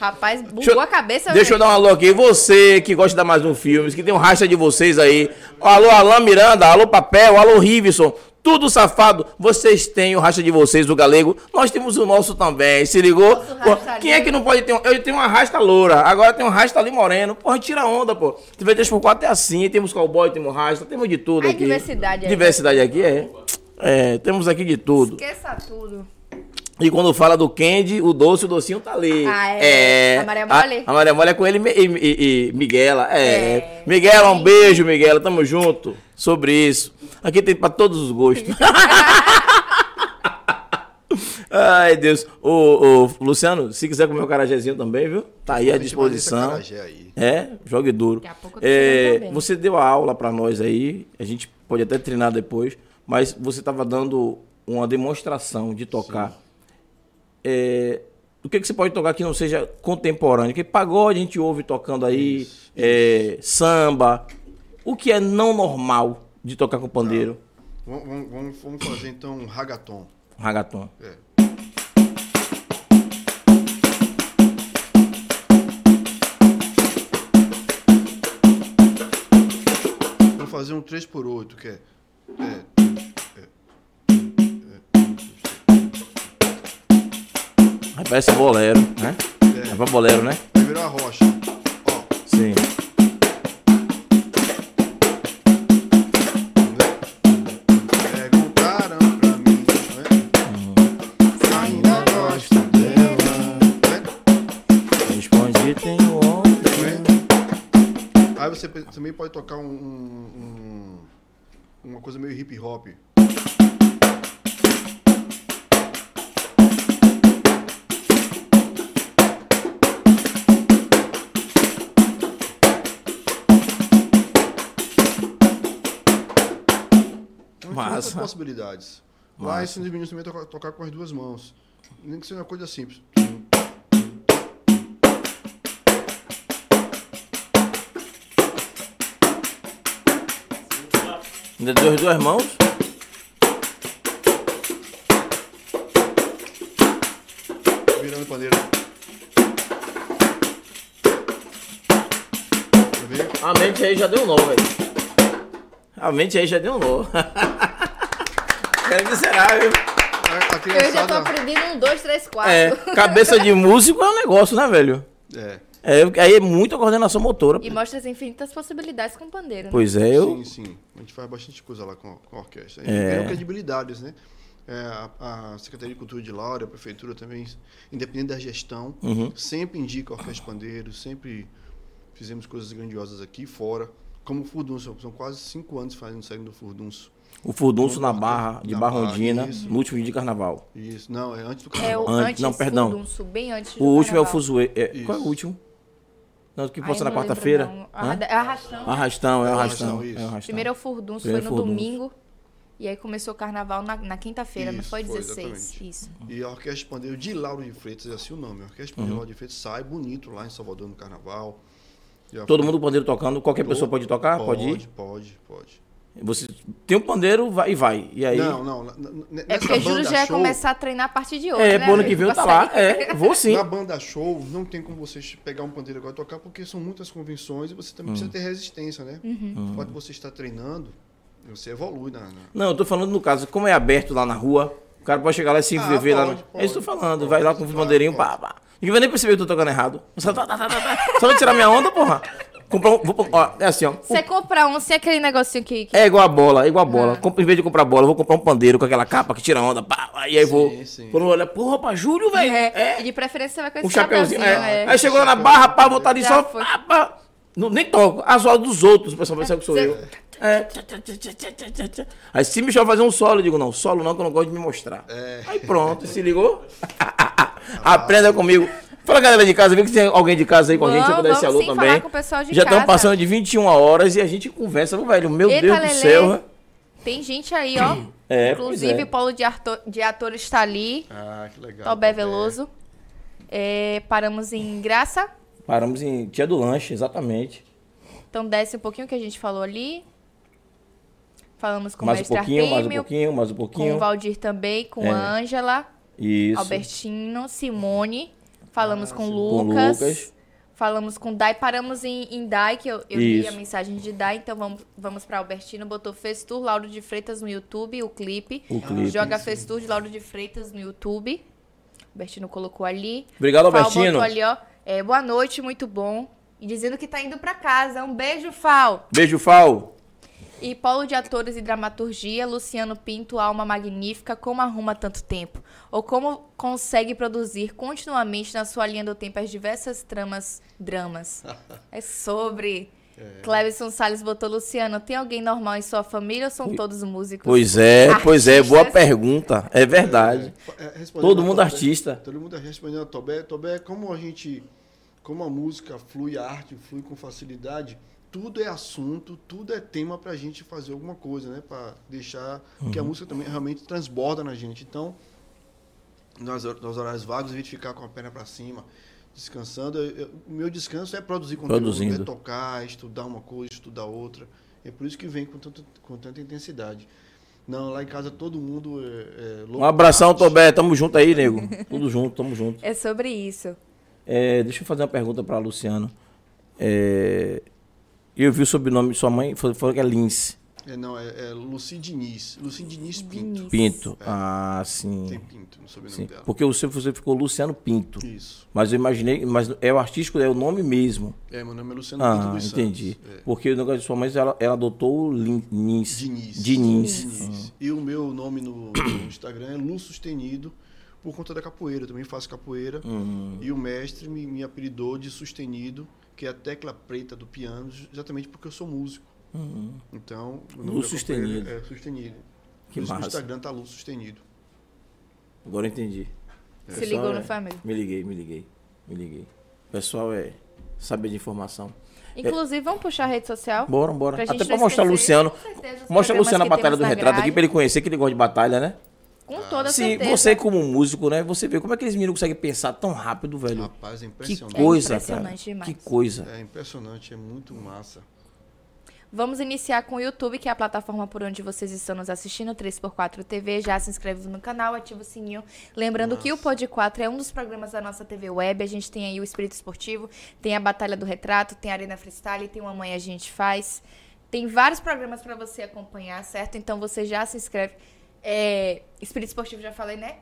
Rapaz, bugou Deixa eu- a cabeça. Deixa eu dar um alô aqui. Você que gosta da mais um filmes, que tem um rasta de vocês aí. Alô, Alain Miranda, alô Papel, alô Riveson. Tudo safado, vocês têm o rasta de vocês, o galego. Nós temos o nosso também, se ligou? Pô, rasta quem é que não pode ter um? Eu tenho uma rasta loura, agora tem um rasta ali moreno. Porra, tira onda, pô. TV 3x4 é assim, temos cowboy, temos rasta, temos de tudo Ai, aqui. diversidade aí. Diversidade aqui é. É, temos aqui de tudo. Esqueça tudo. E quando fala do candy, o doce, o docinho tá ali. Ah, é. A Maria Mole? A, a Maria Mole é com ele e, Mi- e- e- e Miguela. É. Miguela, um beijo, Miguela. Tamo junto. Sobre isso. Aqui tem pra todos os gostos. (laughs) Ai, Deus. Ô, ô, Luciano, se quiser comer o carajézinho também, viu? Tá aí à Deixa eu fazer esse disposição. acarajé aí. É, jogue duro. a pouco eu tô É, chegando também. você deu a aula pra nós aí, a gente pode até treinar depois, mas você tava dando uma demonstração de tocar. É, o que, que você pode tocar que não seja contemporâneo? Porque pagode a gente ouve tocando aí, é, samba. O que é não normal de tocar com pandeiro? Vamos, vamos- vamos- vamos fazer então um ragaton. Ragaton. É. Vou fazer um 3x8, que é. é, é, Aí parece bolero, né? É pra bolero, né? é. Primeiro a rocha. Ó, Sim. né? Perguntaram pra mim, né? Ainda gosto dela. Respondi, tem outro. né? Aí você pe- também pode tocar um. um- um- uma coisa meio hip hop. Então, Então, tem muitas Massa. possibilidades. Mas os meninos também tocar, tocar com as duas mãos. Nem que seja uma coisa simples. Ainda deu as duas mãos. Virando pandeiro. Quer ver? A mente aí já deu um nó, velho. A mente aí já deu um nó. (laughs) É miserável. A, a Eu já tô tá criançada. aprendendo um, dois, três, quatro. É, cabeça de músico é um negócio, né, velho? É, É, aí é muita coordenação motora. E mostra as infinitas possibilidades com pandeiro. né? Pois é, eu. sim, sim. A gente faz bastante coisa lá com, a- com a orquestra. A gente ganhou credibilidades, né? É, a, a Secretaria de Cultura de Laura, a Prefeitura também, independente da gestão, sempre indica a Orquestra Pandeiro, sempre fizemos coisas grandiosas aqui fora. Como o Furdunço, são quase cinco anos fazendo saindo do Furdunço. O furdunço na barra de Na Barrondina, Barra, isso. no último dia de carnaval. Isso, não, é antes do É carnaval. o Antes- antes não, perdão. Furdunço, bem antes O do último é o carnaval. Fuzue. é- Isso. qual é o último? Não, que Ai, passa na não lembro, quarta-feira. não. Hã? Arrada- É arrastão. Arrastão, é o arrastão. Arrastão, isso. É o arrastão. Primeiro é o Furdunço, Primeiro foi é no Furdunço. domingo. E aí começou o carnaval na, na quinta-feira, não Isso, foi foi, 16. exatamente. Isso. E a Orquestra Pandeiro de Lauro de Freitas, é assim o nome. A Orquestra Uhum. Pandeiro de Lauro de Freitas sai bonito lá em Salvador no carnaval. Já Todo foi- mundo pandeiro tocando, qualquer pessoa pode tocar? Pode, Pode, ir? pode, pode. Você tem um pandeiro, vai e vai. E É aí. Não, não. n- n- n- É nessa porque Júlio banda já ia show- começar a treinar a partir de hoje, é, né? pro ano que amigo? vem eu tá Consegue? lá. É, vou sim. Na banda show, não tem como você pegar um pandeiro agora e tocar, porque são muitas convenções e você também Hum. precisa ter resistência, né? Uhum. Enquanto você está treinando, você evolui na. na- Não, eu tô falando no caso, como é aberto lá na rua, o cara pode chegar lá e se Ah, viver lá. No... pode, é isso que eu tô pode, falando, pode, vai lá com o claro, bandeirinho, pá, pá. Ninguém vai nem perceber que eu tô tocando errado. Só, tá, tá, tá, tá, tá. Só vai tirar minha onda, porra. Comprar um. Vou, ó, é assim, ó. Você compra um sem aquele negocinho que. que- É igual a bola, é igual a Ah. bola. Compra- em vez de comprar bola, eu vou comprar um pandeiro com aquela capa que tira onda, pá, pá, e aí vou. sim. Quando eu olho, porra, pra Júlio, velho. É, E de preferência você vai com um esse chapeuzinho. chapeuzinho, É. é. Aí chegou lá na barra, pá, voltar de Já só. foi. Pá, pá. Não, nem toco. As horas dos outros, o pessoal pensa que sou eu. É. Aí se me chama fazer um solo, eu digo, não, solo não, que eu não gosto de me mostrar. Aí pronto, se ligou? (laughs) Aprenda comigo. Fala, galera de casa, vê que tem alguém de casa aí com a gente, se eu Vamos, puder esse vamos alô sim, também. falar com o pessoal de Já estamos casa. passando de 21 horas e a gente conversa, velho. Meu Eita, Deus do Lelê. céu. né? Tem gente aí, (clears throat) ó. É, pois Inclusive, é. o Paulo de, Arto- de Ator está ali. Ah, que legal. Tobé Tobé. Veloso. É, paramos em Graça. Paramos em Tia do Lanche, exatamente. Então desce um pouquinho o que a gente falou ali. Falamos com o mais um mestre pouquinho, mais um Artemio, pouquinho, mais um com o pouquinho. Valdir também, com É. a Ângela, Isso. Ah, Albertino, Simone. Falamos com o Com Lucas. Lucas. Falamos com Dai, paramos em, em Dai, que eu, eu li a Isso. mensagem de Dai, então vamos, vamos para Albertino. Botou Festur, Lauro de Freitas no YouTube, o clipe. O clipe. Joga Festur de Lauro de Freitas no YouTube. Albertino colocou ali. Obrigado, Fal Albertino. botou ali, ó. é, boa noite, muito bom. E dizendo que tá indo pra casa. Um beijo, Fal. Beijo, Fal. E Polo de Atores e Dramaturgia, Luciano Pinto, alma magnífica, como arruma tanto tempo? Ou como consegue produzir continuamente na sua linha do tempo as diversas tramas, dramas? É sobre. Clevison Salles botou, Luciano, tem alguém normal em sua família ou são todos músicos? Pois é, pois é, boa Artistas. pergunta. É verdade. é, Todo mundo artista. Todo mundo respondendo a Tobé. Tobé, como a gente. Como a música flui, a arte flui com facilidade, tudo é assunto, tudo é tema pra gente fazer alguma coisa, né? Pra deixar. Porque Uhum. a música também realmente transborda na gente. Então, nos, hor- nos horários vagos, a gente ficar com a perna pra cima, descansando. eu- eu- o meu descanso é produzir conteúdo, Produzindo. é tocar, é estudar uma coisa, estudar outra. É por isso que vem com, tanto, com tanta intensidade. Não, lá em casa todo mundo é, é louco. Um abração, Tobé. Tamo junto aí, nego. Tudo junto, tamo junto. É sobre isso. É, deixa eu fazer uma pergunta pra Luciano. É, eu vi o sobrenome de sua mãe, falou falou que é Lince É, não, é, é Lucy Diniz. Lucy Diniz Pinto. Diniz. Pinto. Ah, sim. Tem Pinto no sobrenome sim. dela. Porque o seu você ficou Luciano Pinto. Isso. Mas eu imaginei, mas é o artístico, é o nome mesmo. É, meu nome é Luciano Pinto Ah, dos entendi. Santos. É. Porque o negócio de sua mãe, ela, ela adotou o Lin- Nins. Diniz. Diniz. Ah. Diniz. E o meu nome no, no Instagram é Lu Sustenido, por conta da capoeira. Eu também faço capoeira. Hum. E o mestre me, me apelidou de Sustenido, que é a tecla preta do piano, exatamente porque eu sou músico. Então, meu nome Hum. Lu da capoeira Sustenido. É Sustenido. Que Por isso massa. No Instagram tá Lu Sustenido. Agora eu entendi. Se Pessoal, ligou, não é- foi, amigo? Me liguei, me liguei. Me liguei. Pessoal, é saber de informação. Inclusive, vamos puxar a rede social? Bora, bora. Pra gente Até pra não mostrar o esquecer, Luciano. com certeza, os Mostra o programas Luciano a que batalha temos do na retrato aqui grade. pra ele conhecer que ele gosta de batalha, né? Com toda Se certeza. você, como músico, né? Você vê como é que eles meninos conseguem pensar tão rápido, velho. Rapaz, é que impressionante. coisa, cara. impressionante demais. Que coisa. É impressionante, é muito massa. Vamos iniciar com o YouTube, que é a plataforma por onde vocês estão nos assistindo, 3x4 TV. Já se inscreve no canal, ativa o sininho. Lembrando que o Pod 4 é um dos programas da nossa TV Web. A gente tem aí o Espírito Esportivo, tem a Batalha do Retrato, tem a Arena Freestyle, tem o Amanhã a gente faz. Tem vários programas pra você acompanhar, certo? Então você já se inscreve. É, Espírito Esportivo já falei, né?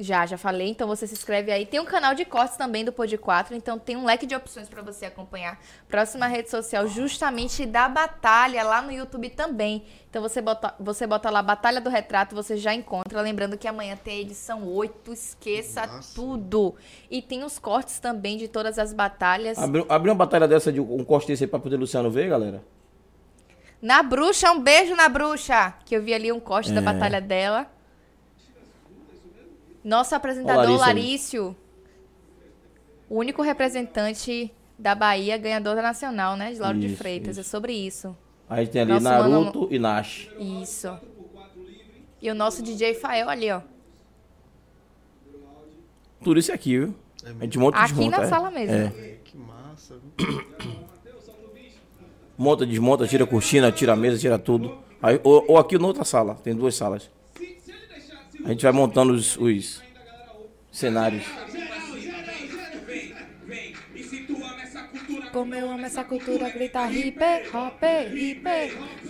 Já, já falei. Então você se inscreve aí. Tem um canal de cortes também do Pod 4, então tem um leque de opções para você acompanhar. Próxima rede social justamente da Batalha, lá no YouTube também. Então você bota, você bota lá Batalha do Retrato, você já encontra. Lembrando que amanhã tem a edição 8, esqueça Nossa. tudo. E tem os cortes também de todas as batalhas. Abriu, abriu uma batalha dessa de um corte desse aí pra poder Luciano ver, galera? Na bruxa, um beijo na bruxa! Que eu vi ali um corte É. da batalha dela. Nosso apresentador, Larissa ali. Larício. O único representante da Bahia, ganhador da Nacional, né? De Lauro de Isso, Freitas. É sobre isso. Aí tem ali Nosso Naruto e Nash. Isso. E o nosso DJ Fael ali, ó. Tudo isso aqui, viu? A gente monta e Aqui desmonta. na é. sala mesmo. É. Que massa. viu? Monta, desmonta, tira a cortina, tira a mesa, tira tudo. Aí, ou, ou aqui ou na outra sala, tem duas salas. A gente vai montando os, os cenários. Como eu amo essa cultura, grita hip hop, hip.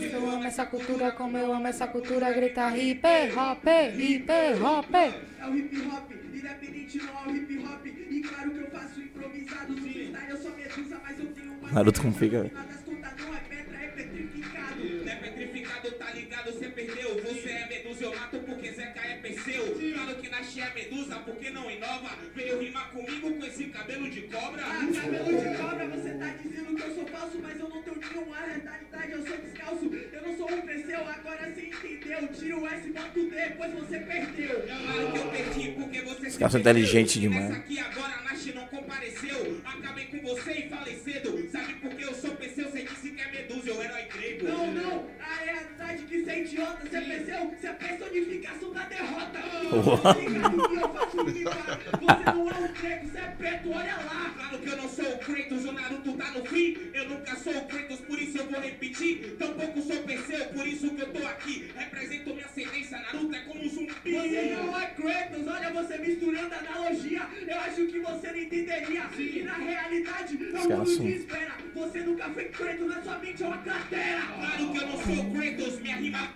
Eu amo essa cultura, como eu amo essa cultura, grita hip hop, hip hop. É o hip hop, independente não é o hip hop. E claro que eu faço improvisado, freestyle, eu sou medusa, mas eu tenho uma. Naruto como fica. Mas contas não é pedra, é petrificado. Não é petrificado, tá ligado, cê perdeu. Você é medusa, eu mato porque Zeca é Perseu. Claro que nasce é medusa, porque não inova. Veio rimar comigo com esse cabelo de cobra. Ah, cabelo de cobra, você tá dizendo que eu sou falso, mas eu não tenho nenhuma realidade, eu sou descalço. Eu não sou um Perseu, agora cê entendeu. Tira o S, bota o D, depois você perdeu. Claro é que eu perdi, porque você Esse cara é inteligente demais. Nessa aqui agora a Nash não compareceu. Acabei com você e falei cedo. Sabe por que eu sou PC? Você disse que é medusa, eu herói grego. Não, não. A realidade que você é idiota. Você é PC, você é personificação da derrota. Você é fica do que eu faço rimar. Você não é um grego, você é preto, olha lá. Claro que eu não sou o Kratos, o Naruto tá no fim. Eu nunca sou o Kratos, por isso eu vou repetir. Tampouco sou PC, por isso que eu tô aqui. Represento minha ascendência, Naruto é como um zumbi. Você não é Kratos, olha você misturando analogia. Eu acho que você não entenderia. E na realidade, é um caras mundo de são- espera. Você nunca foi Kratos, na sua mente é uma cratera. Claro que eu não sou o Kratos, minha rima.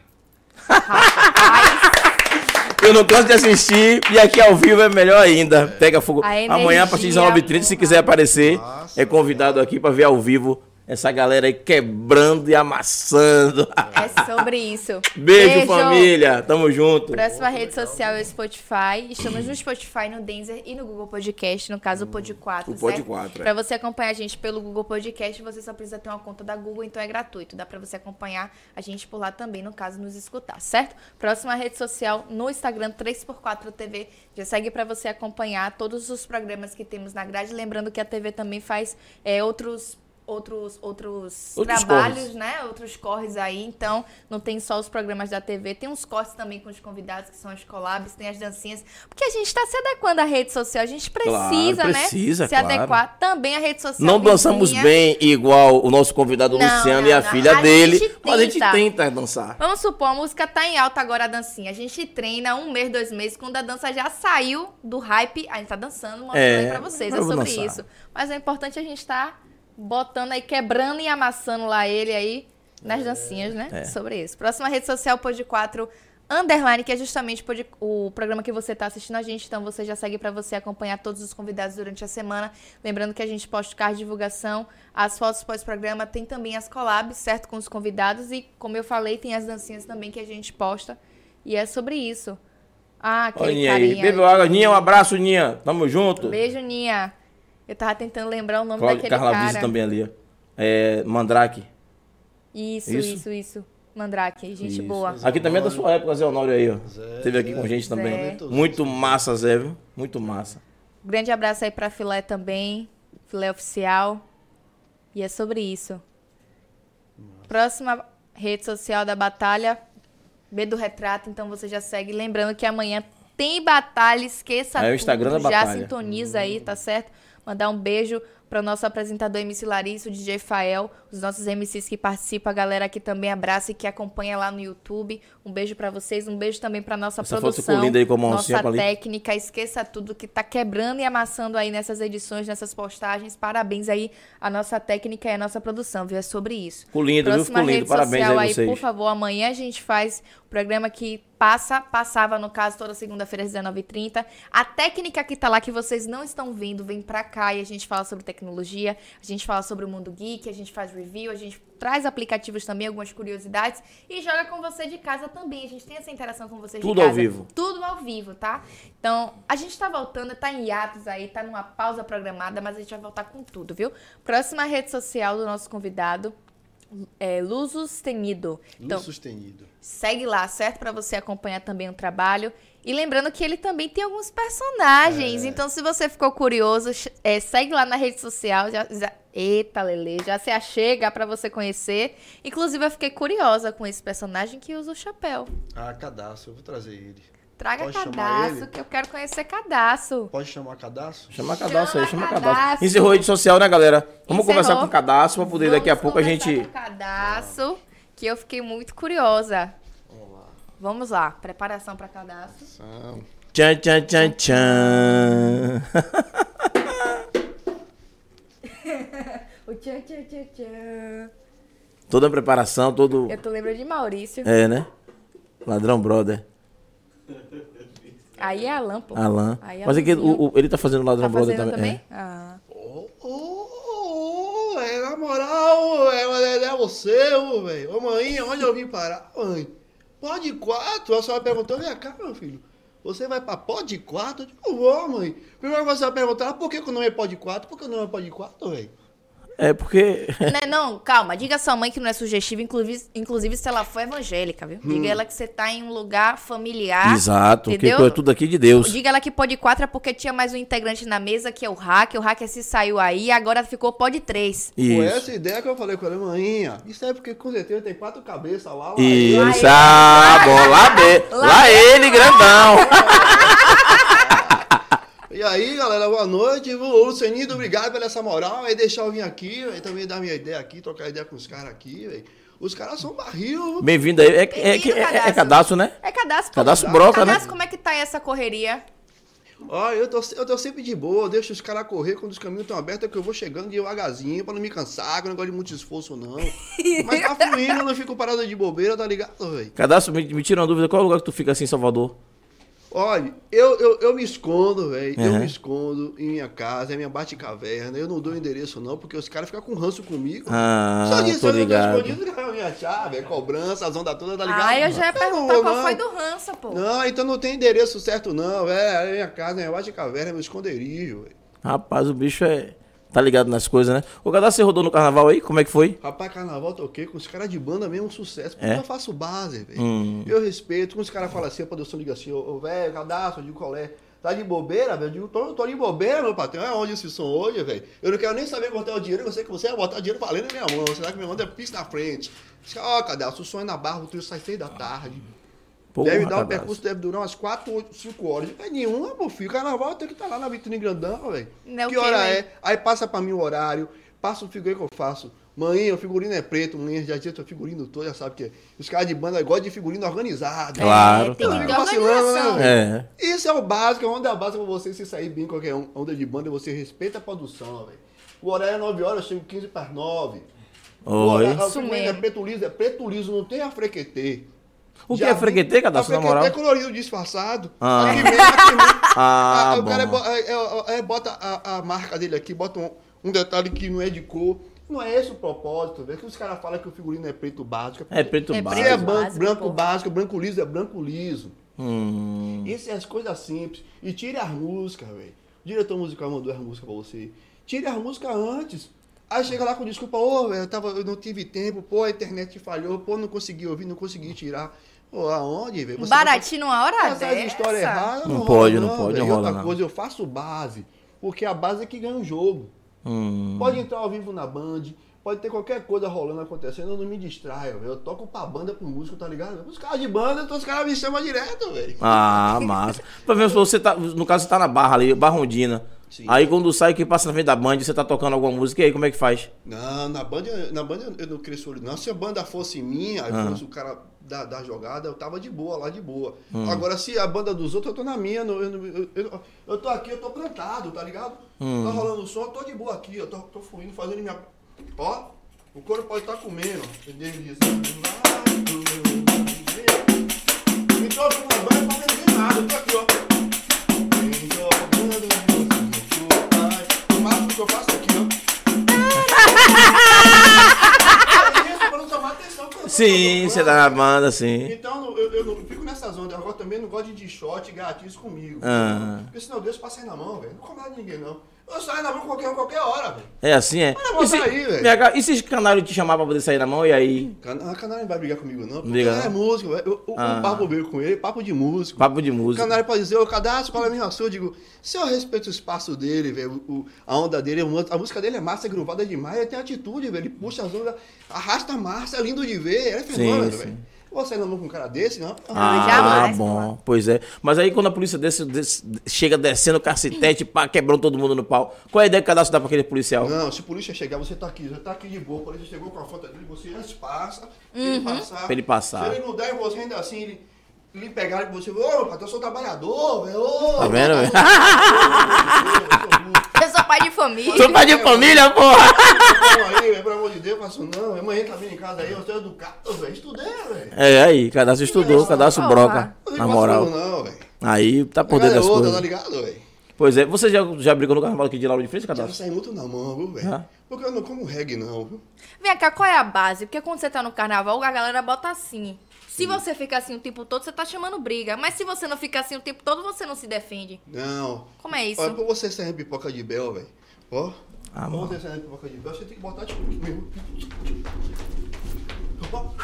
Eu não gosto de assistir e aqui ao vivo é melhor ainda. Pega fogo. A energia, Amanhã, a partir de 19h30, se quiser aparecer, Nossa, é convidado aqui pra ver ao vivo essa galera aí quebrando e amassando. (laughs) É sobre isso. Beijo, família. Tamo junto. Próxima rede social é o Spotify. Estamos no Spotify, no Denzer e no Google Podcast, no caso o Pod 4, O Pod certo? 4, é. Pra você acompanhar a gente pelo Google Podcast, você só precisa ter uma conta da Google, então é gratuito. Dá pra você acompanhar a gente por lá também, no caso, nos escutar, certo? Próxima rede social no Instagram 3x4 TV. Já segue pra você acompanhar todos os programas que temos na grade. Lembrando que a TV também faz é, outros outros outros, Outros trabalhos, corres. né? Outros corres aí. Então, não tem só os programas da TV, tem uns cortes também com os convidados, que são as collabs, tem as dancinhas. Porque a gente tá se adequando à rede social, a gente precisa, né? precisa, se claro. adequar também à rede social. Não dançamos vizinha. bem igual o nosso convidado é. Não, Luciano não, e a não. filha A dele, gente mas a gente tenta. tenta dançar. Vamos supor, a música tá em alta agora, a dancinha. A gente treina um mês, dois meses. Quando a dança já saiu do hype, a gente tá dançando, mostrando É, aí pra vocês. É eu vou sobre dançar. isso. Mas é importante a gente tá botando aí, quebrando e amassando lá ele aí nas dancinhas, né? É. Sobre isso. Próxima rede social, Pod 4 Underline, que é justamente o pod- o programa que você tá assistindo a gente. Então você já segue pra você acompanhar todos os convidados durante a semana. Lembrando que a gente posta o card de divulgação, as fotos pós-programa, tem também as collabs, certo? Com os convidados. E, como eu falei, tem as dancinhas também que a gente posta. E é sobre isso. Ah, aquele Olha Ninha aí. carinha. Bebeu água. Ninha, um abraço, Ninha. Tamo junto. Beijo, Ninha. Eu tava tentando lembrar o nome Cláudio daquele Carlavise cara. também ali. ó. É, Mandrake. Isso, Isso? isso, isso, Mandrake, gente Isso. boa. Aqui também é da sua época, Zé Honório aí, ó. Zé, Teve aqui Zé. com a gente também. né? Zé. Muito massa, Zé, viu? Muito massa. Grande abraço aí pra Filé também, Filé Oficial. E é sobre isso. Próxima rede social da batalha, B do Retrato, então você já segue. Lembrando que amanhã tem batalha, esqueça Ah, é o tudo, Instagram da já batalha. sintoniza aí, tá certo? Mandar um beijo para o nosso apresentador MC Larissa, o DJ Fael, os nossos MCs que participam, a galera que também abraça e que acompanha lá no YouTube. Um beijo pra vocês, um beijo também pra nossa Essa foto produção, ficou linda aí com a mãozinha nossa pra ali. técnica, esqueça tudo que tá quebrando e amassando aí nessas edições, nessas postagens. Parabéns aí à nossa técnica e à nossa produção, viu? É sobre isso. Ficou lindo, viu? Próxima Ficou lindo. rede Parabéns social aí aí, por vocês. favor. Amanhã a gente faz o programa que passa, passava no caso, toda segunda-feira às 19h30. A técnica que tá lá, que vocês não estão vendo, vem pra cá e a gente fala sobre tecnologia, a gente fala sobre o mundo geek, a gente faz review, a gente traz aplicativos também, algumas curiosidades e joga com você de casa também. A gente tem essa interação com vocês de Tudo casa. ao vivo. Tudo ao vivo, tá? Então, a gente tá voltando, tá em hiatos aí, tá numa pausa programada, mas a gente vai voltar com tudo, viu? Próxima rede social do nosso convidado é Luz Sustenido. Então, sustenido. segue lá, certo? Pra você acompanhar também o trabalho. E lembrando que ele também tem alguns É. personagens. Então, se você ficou curioso, ch- é, segue lá na rede social. Já, já- eita, Lele, já se achega pra você conhecer. Inclusive, eu fiquei curiosa com esse personagem que usa o chapéu. Ah, cadastro, eu vou trazer ele. Traga Posso chamar cadastro, ele? que eu quero conhecer cadastro. Pode chamar cadastro? Chama a cadastro aí, Chama chama a cadastro. cadastro. Encerrou a rede social, né, galera? Vamos Encerrou. conversar com o cadastro pra poder daqui a Vamos pouco a conversar gente. com o cadastro. que eu fiquei muito curiosa. Vamos lá, preparação para cadastro. São. Tchan, tchan, tchan, tchan. (laughs) O tchan, tchan, tchan, tchan. Toda a preparação, todo. Eu tô lembrando de Maurício. É, né? Ladrão Brother. Aí é Alan, pô. Alan. Aí Mas é que Alanzinho. o- o- ele tá fazendo Ladrão Tá Brother fazendo também. também? É. Ah. Ô, ô, ô, é na moral, é, é, é você, ô, velho. Ô, mãe, onde eu vim parar, mãe? Pó de quatro? A senhora perguntou, vem cá, meu filho. Você vai pra pó de quatro? Eu digo, "Eu vou, mãe. Primeiro você vai perguntar, por que, que o nome é pó de quatro? Por que o nome é pó de quatro, velho? É porque. Né, não, calma, diga à sua mãe que não é sugestiva, inclusive, inclusive se ela for evangélica, viu? Diga ela que você tá em um lugar familiar. Exato, porque entendeu? é tudo aqui de Deus. Diga ela que pode quatro é porque tinha mais um integrante na mesa, que é o hacker. O hacker se saiu aí, agora ficou pode três. Foi assim, Isso. essa ideia que eu falei com ela, maninha. Isso é porque com certeza tem quatro cabeças lá, lá. Isso, ah, bom, lá, be... lá, ele, grandão. (laughs) E aí, galera, boa noite. Ô, Lucianido, obrigado pela essa moral. Aí deixar eu vir aqui, véi, também dar minha ideia aqui, trocar ideia com os caras aqui, velho. Os caras são barril. Bem-vindo aí. É, é, é, é- é cadastro, né? É cadastro. Cadastro pô. broca, né? Cadastro, como é que tá essa correria? Ó, eu tô, eu tô sempre de boa, eu deixo os caras correr quando os caminhos estão abertos, é que eu vou chegando devagarzinho pra não me cansar, que eu não gosto de muito esforço, não. Mas tá fluindo, eu não fico parado de bobeira, tá ligado, velho? Cadastro, me, me tira uma dúvida, qual é o lugar que tu fica assim em Salvador? Olha, eu, eu, eu me escondo, velho. Eu Uhum. me escondo em minha casa, é minha bate-caverna. Eu não dou endereço, não, porque os caras ficam com ranço comigo. Ah, Só tô eu não tô ligado. escondido, é a minha chave, é cobrança, a onda toda, tá ligado? Ah, eu já ia não perguntar vou, qual não. foi do rança, pô. Não, então não tem endereço certo, não, velho. É minha casa, é minha bate-caverna, é meu esconderijo, velho. Rapaz, o bicho é. Tá ligado nas coisas, né? O cadastro, você rodou no carnaval aí? Como é que foi? Rapaz, carnaval eu toquei com os caras de banda mesmo, um sucesso. Porque É? eu faço base, velho. Hum. Eu respeito. Quando os caras falam assim, a produção liga assim, ô, ô velho, cadastro, eu digo qual é. Tá de bobeira, velho? Eu digo, tô, tô de bobeira, meu patrão. É onde esse som hoje, velho. Eu não quero nem saber quanto é o dinheiro. Eu sei que você vai botar dinheiro valendo na minha mão. Você sabe que minha mão é pista na frente. Diz, Ó, cadastro, o som é na barra, o trio sai seis da tarde. Porra, deve dar um cadastro. percurso, deve durar umas 4, 8, 5 horas. É nenhuma, meu filho. Carnaval eu tenho que estar lá na vitrine grandão, velho. Não, né? que que hora lei. é? Aí passa pra mim o horário, passa o figurino que eu faço. Maninha, o figurino é preto, maninha, já tinha o figurino todo, já sabe o que é. Os caras de banda gostam de figurino organizado. É, Claro, tem que claro. ter organização. É. É. Isso é o básico, é onda é a base pra você se sair bem em qualquer on- onda de banda, você respeita a produção, velho. O horário é 9 horas, eu chego 15 para 9. O Oi. horário- o Isso figurino é mesmo. preto liso, é preto liso, não tem a frequetê. O que Já é vi- freguetê, cadastro, a na moral? É colorido, disfarçado. Ah. Aqui mesmo, aqui (laughs) mesmo. Ah, Ah, o bom. cara bo- é- é- é- bota a, a marca dele aqui, bota um, um detalhe que não é de cor. Não é esse o propósito, velho. Que os caras falam que o figurino é preto básico. É preto É é preto. Se é básico, ban- branco, pô. básico, branco liso é branco liso. Hum. Isso é as coisas simples. E tire as músicas, velho. O diretor musical mandou as músicas pra você. Tire as músicas antes. Aí chega lá com desculpa, ô, velho, eu, tava- eu não tive tempo, pô, a internet falhou, pô, não consegui ouvir, não consegui tirar. Pô, aonde, velho? Você vai pra- Baratinho numa hora essa dessa. história errada Não rola, pode, não pode, velho. não rola, outra não. coisa, eu faço base, porque a base é que ganha o jogo. Hum. Pode entrar ao vivo na Band, pode ter qualquer coisa rolando, acontecendo, eu não me distraio, velho. Eu toco pra banda, pro músico, tá ligado? Os caras de banda, então os caras me chamam direto, velho. (laughs) Ah, massa. Pra ver se você tá. No caso, você tá na barra ali, Barrondina. Sim. Aí quando sai que passa na frente da Band, você tá tocando alguma música, e aí como é que faz? Não, na Band, eu- na band eu- eu não cresci olho, não. Se a banda fosse minha, aí Ah. fosse o cara da, da jogada, eu tava de boa, lá de boa. Agora, se a banda dos outros, eu tô na minha. não- Eu, não- eu, eu- eu tô aqui, eu tô plantado, tá ligado? Tá rolando o som, eu tô de boa aqui, eu tô, tô fluindo, fazendo minha. Ó, o couro pode estar tá comendo. Entendeu? Diz, Então, eu tô na banda pra vender nada, eu tô aqui, ó. Vem jogando, meu pai. O máximo que eu faço aqui, ó. Isso, pra não tomar atenção, porque eu tô Sim, tocando. você tá na banda, sim. Então eu, eu não fico nessas ondas. Agora também não gosto de shot e gatinhos comigo. Ah. Porque senão Deus passa na mão, velho. Não incomoda ninguém, não. Eu saio na mão com qualquer um, qualquer hora, velho. É assim, é. Olha, bota aí, velho. minha ga- e se os canários te chamar pra poder sair na mão, e aí? Cana- A canário não vai brigar comigo, não. Porque Briga, o cara é não? músico, velho. Eu- eu- Ah. O papo meu com ele, é papo de músico. Papo de O música. canário pode dizer, ô cadastro, qual é a minha sua? Eu digo, se eu respeito o espaço dele, velho, o- o- a onda dele, eu mando- a música dele é massa, é gruvada demais, ele tem atitude, velho, ele puxa as ondas, arrasta a massa, é lindo de ver, ele é Sim, fenômeno, sim. velho. Você namorou com um cara desse, não? Ah, jamais, bom, claro. pois é. Mas aí quando a polícia desce, desce- chega descendo o cacetete, pá, quebrou todo mundo no pau. Qual é a ideia que o cadastro dá pra aquele policial? Não, se a polícia chegar, você tá aqui, já tá aqui de boa, a polícia chegou com a foto dele, você antes passa, ele passar. Pra ele passar. Se ele não der, você ainda assim, ele, ele pegar e você, ô, rapaz, eu sou trabalhador, velho. ô, Tá vendo, velho? (laughs) Pelo Eu sou pai de família. Sou pai tá de família, porra! aí, velho, pelo amor de Deus, eu faço, não, minha mãe tá vindo em casa aí, eu sou educado, velho, estudei, velho. É, aí, cadastro estudou, cadastro Porra. broca, Eu na faço moral. Não, velho. Aí tá por Poder dentro das outra, tá coisas. ligado, velho? Pois é, você já, já brigou no carnaval aqui de Lauro de Frente, Já não cadastro? sai muito na mão, viu, velho? Ah. Porque eu não como reggae, não, viu? Vem cá, qual é a base? Porque quando você tá no carnaval, a galera bota assim. Se você fica assim o tempo todo, você tá chamando briga. Mas se você não fica assim o tempo todo, você não se defende. Não. Como é isso? Olha, pra você ser pipoca de Bel, velho. Ó. Ah, pra mano. você ser pipoca de Bel, você tem que botar tipo. Meu. Opa.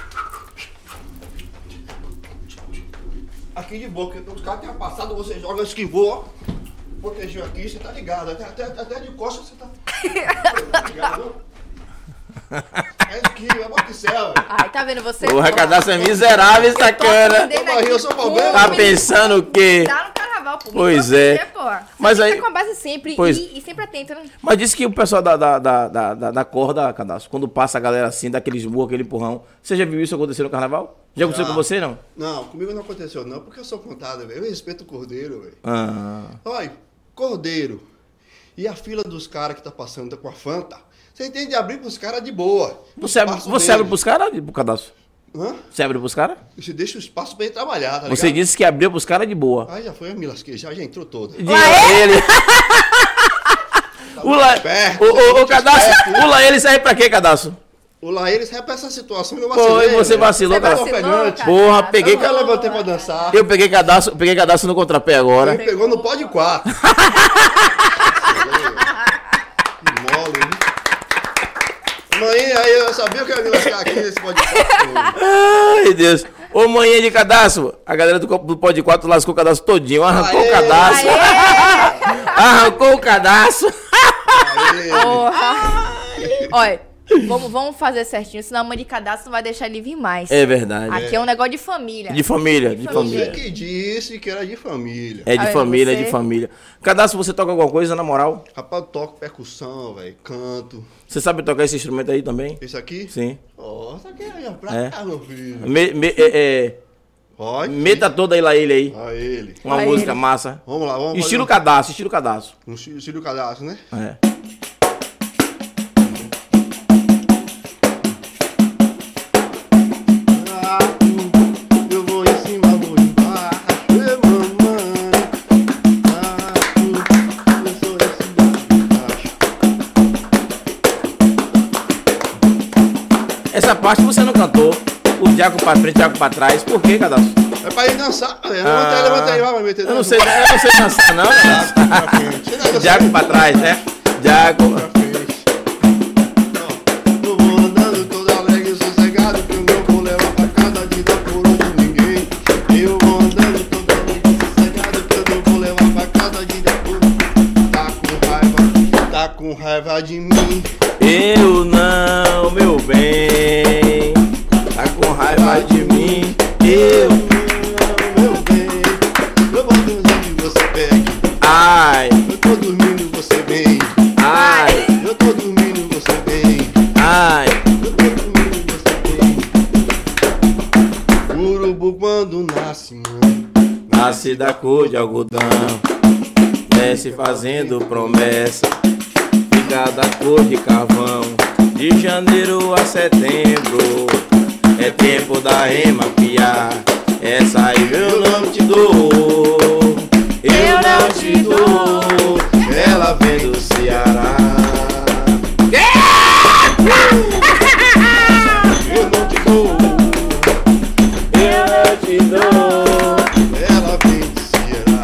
Aqui de boca, então, os caras têm passado, você joga, esquivou, ó. Protegeu aqui, você tá ligado. Até, até, até de costas você tá. tá ligado? É esquiva, é bota de céu, velho. Ai, tá vendo você? Porra, cadastro é miserável, sacana. Eu barril, eu sou problema. Tá pensando o quê? Tá no carnaval, pô. Pois Então, é. você, porra. Você Mas tem que aí- tá com a base sempre. Pois- E, e sempre atento, né? Mas disse que o pessoal da, da, da, da, da- da corda, cadastro, quando passa a galera assim, dá aquele esmurro, aquele empurrão. Você já viu isso acontecer no carnaval? Já aconteceu Já. com você, não? Não, comigo não aconteceu, não, porque eu sou contado, velho. Eu respeito o cordeiro, velho. Ah. Olha, Cordeiro. E a fila dos caras que tá passando tá com a Fanta. Você entende de abrir pros caras de boa. Você, abre, Espaço você deles. abre pros caras, de- pro cadastro? Hã? Você abre pros caras? Você deixa o espaço pra ele trabalhar, tá Você ligado? disse que abriu pros caras de boa. Aí já foi, eu me lasquei, já, já entrou toda. Lá (laughs) ele! Tá o, la... esperto, o, o, o muito cadastro, o lá ele serve pra quê, cadastro? O Laeres é pra essa situação, eu vacilei. Foi, você velho. vacilou, Você cadastro. vacilou, tá ofegante. cara. Porra, peguei Nunca levantei pra dançar. Eu peguei cadastro, peguei cadastro no contrapé agora. Ele pegou no pó de (laughs) quatro. que mole, hein? Mãe, aí eu sabia que eu ia me lascar aqui nesse pó de (laughs) quatro. Ai, Deus. Ô, manhã de cadastro. A galera do, copo do Pó de 4 lascou o cadastro todinho. Arrancou Aê. o É, cadastro. Arrancou o cadastro. Aí, Porra. Olha, vamos, vamos fazer certinho, senão a mãe de cadastro não vai deixar ele vir mais. É verdade. Aqui é um negócio de família. De família, de Você família. que disse que era de família. É Tá de vendo família, é você? de família. Cadastro, você toca alguma coisa, na moral? Rapaz, eu toco percussão, velho, canto. Você sabe tocar esse instrumento aí também? Isso aqui? Sim. Nossa, que é pra cá, meu filho. Me- me- é- Ó, é, aqui. meta toda aí lá ele aí. Ó ele. Uma Lá música ele. massa. Vamos lá, vamos Estilo fazer cadastro, estilo cadastro. um, um esti- estilo cadastro, né? É. Gato, eu vou em cima, vou embaixo, é mamãe. Gato, eu sou em cima, vou embaixo. Essa parte você não cantou. O diaco pra frente, o diaco pra trás. Por quê, cadastro? É pra ir dançar, velho. Levanta aí, levanta aí, vai, vai meter. Eu não sei, eu não sei dançar, não, Gato, cadastro. pra frente. Você não é dançar? Diaco pra trás, né? Diaco. pra frente. Ó, eu vou andando todo alegre e sossegado, que o meu pulo é uma facada de dar por onde ninguém. Eu vou andando todo alegre e sossegado, que o meu pulo é uma facada de dar por Tá com raiva, tá com raiva de mim. Eu não, meu bem. Tá com raiva de mim. Eu. Eu não, meu bem. Eu vou dormindo e você pega. Ai, Eu tô dormindo e você vem. ai, Eu tô dormindo e você vem. ai. Urubu quando nasce, mãe. Nasce da cor de algodão. Desce fazendo promessa. Fica da cor de carvão. De janeiro a setembro. É tempo da rema piar. Essa aí eu não te dou. Eu não te dou. Ela (laughs) vem do Ceará. Eu não te dou, Eu não te dou. ela vencerá.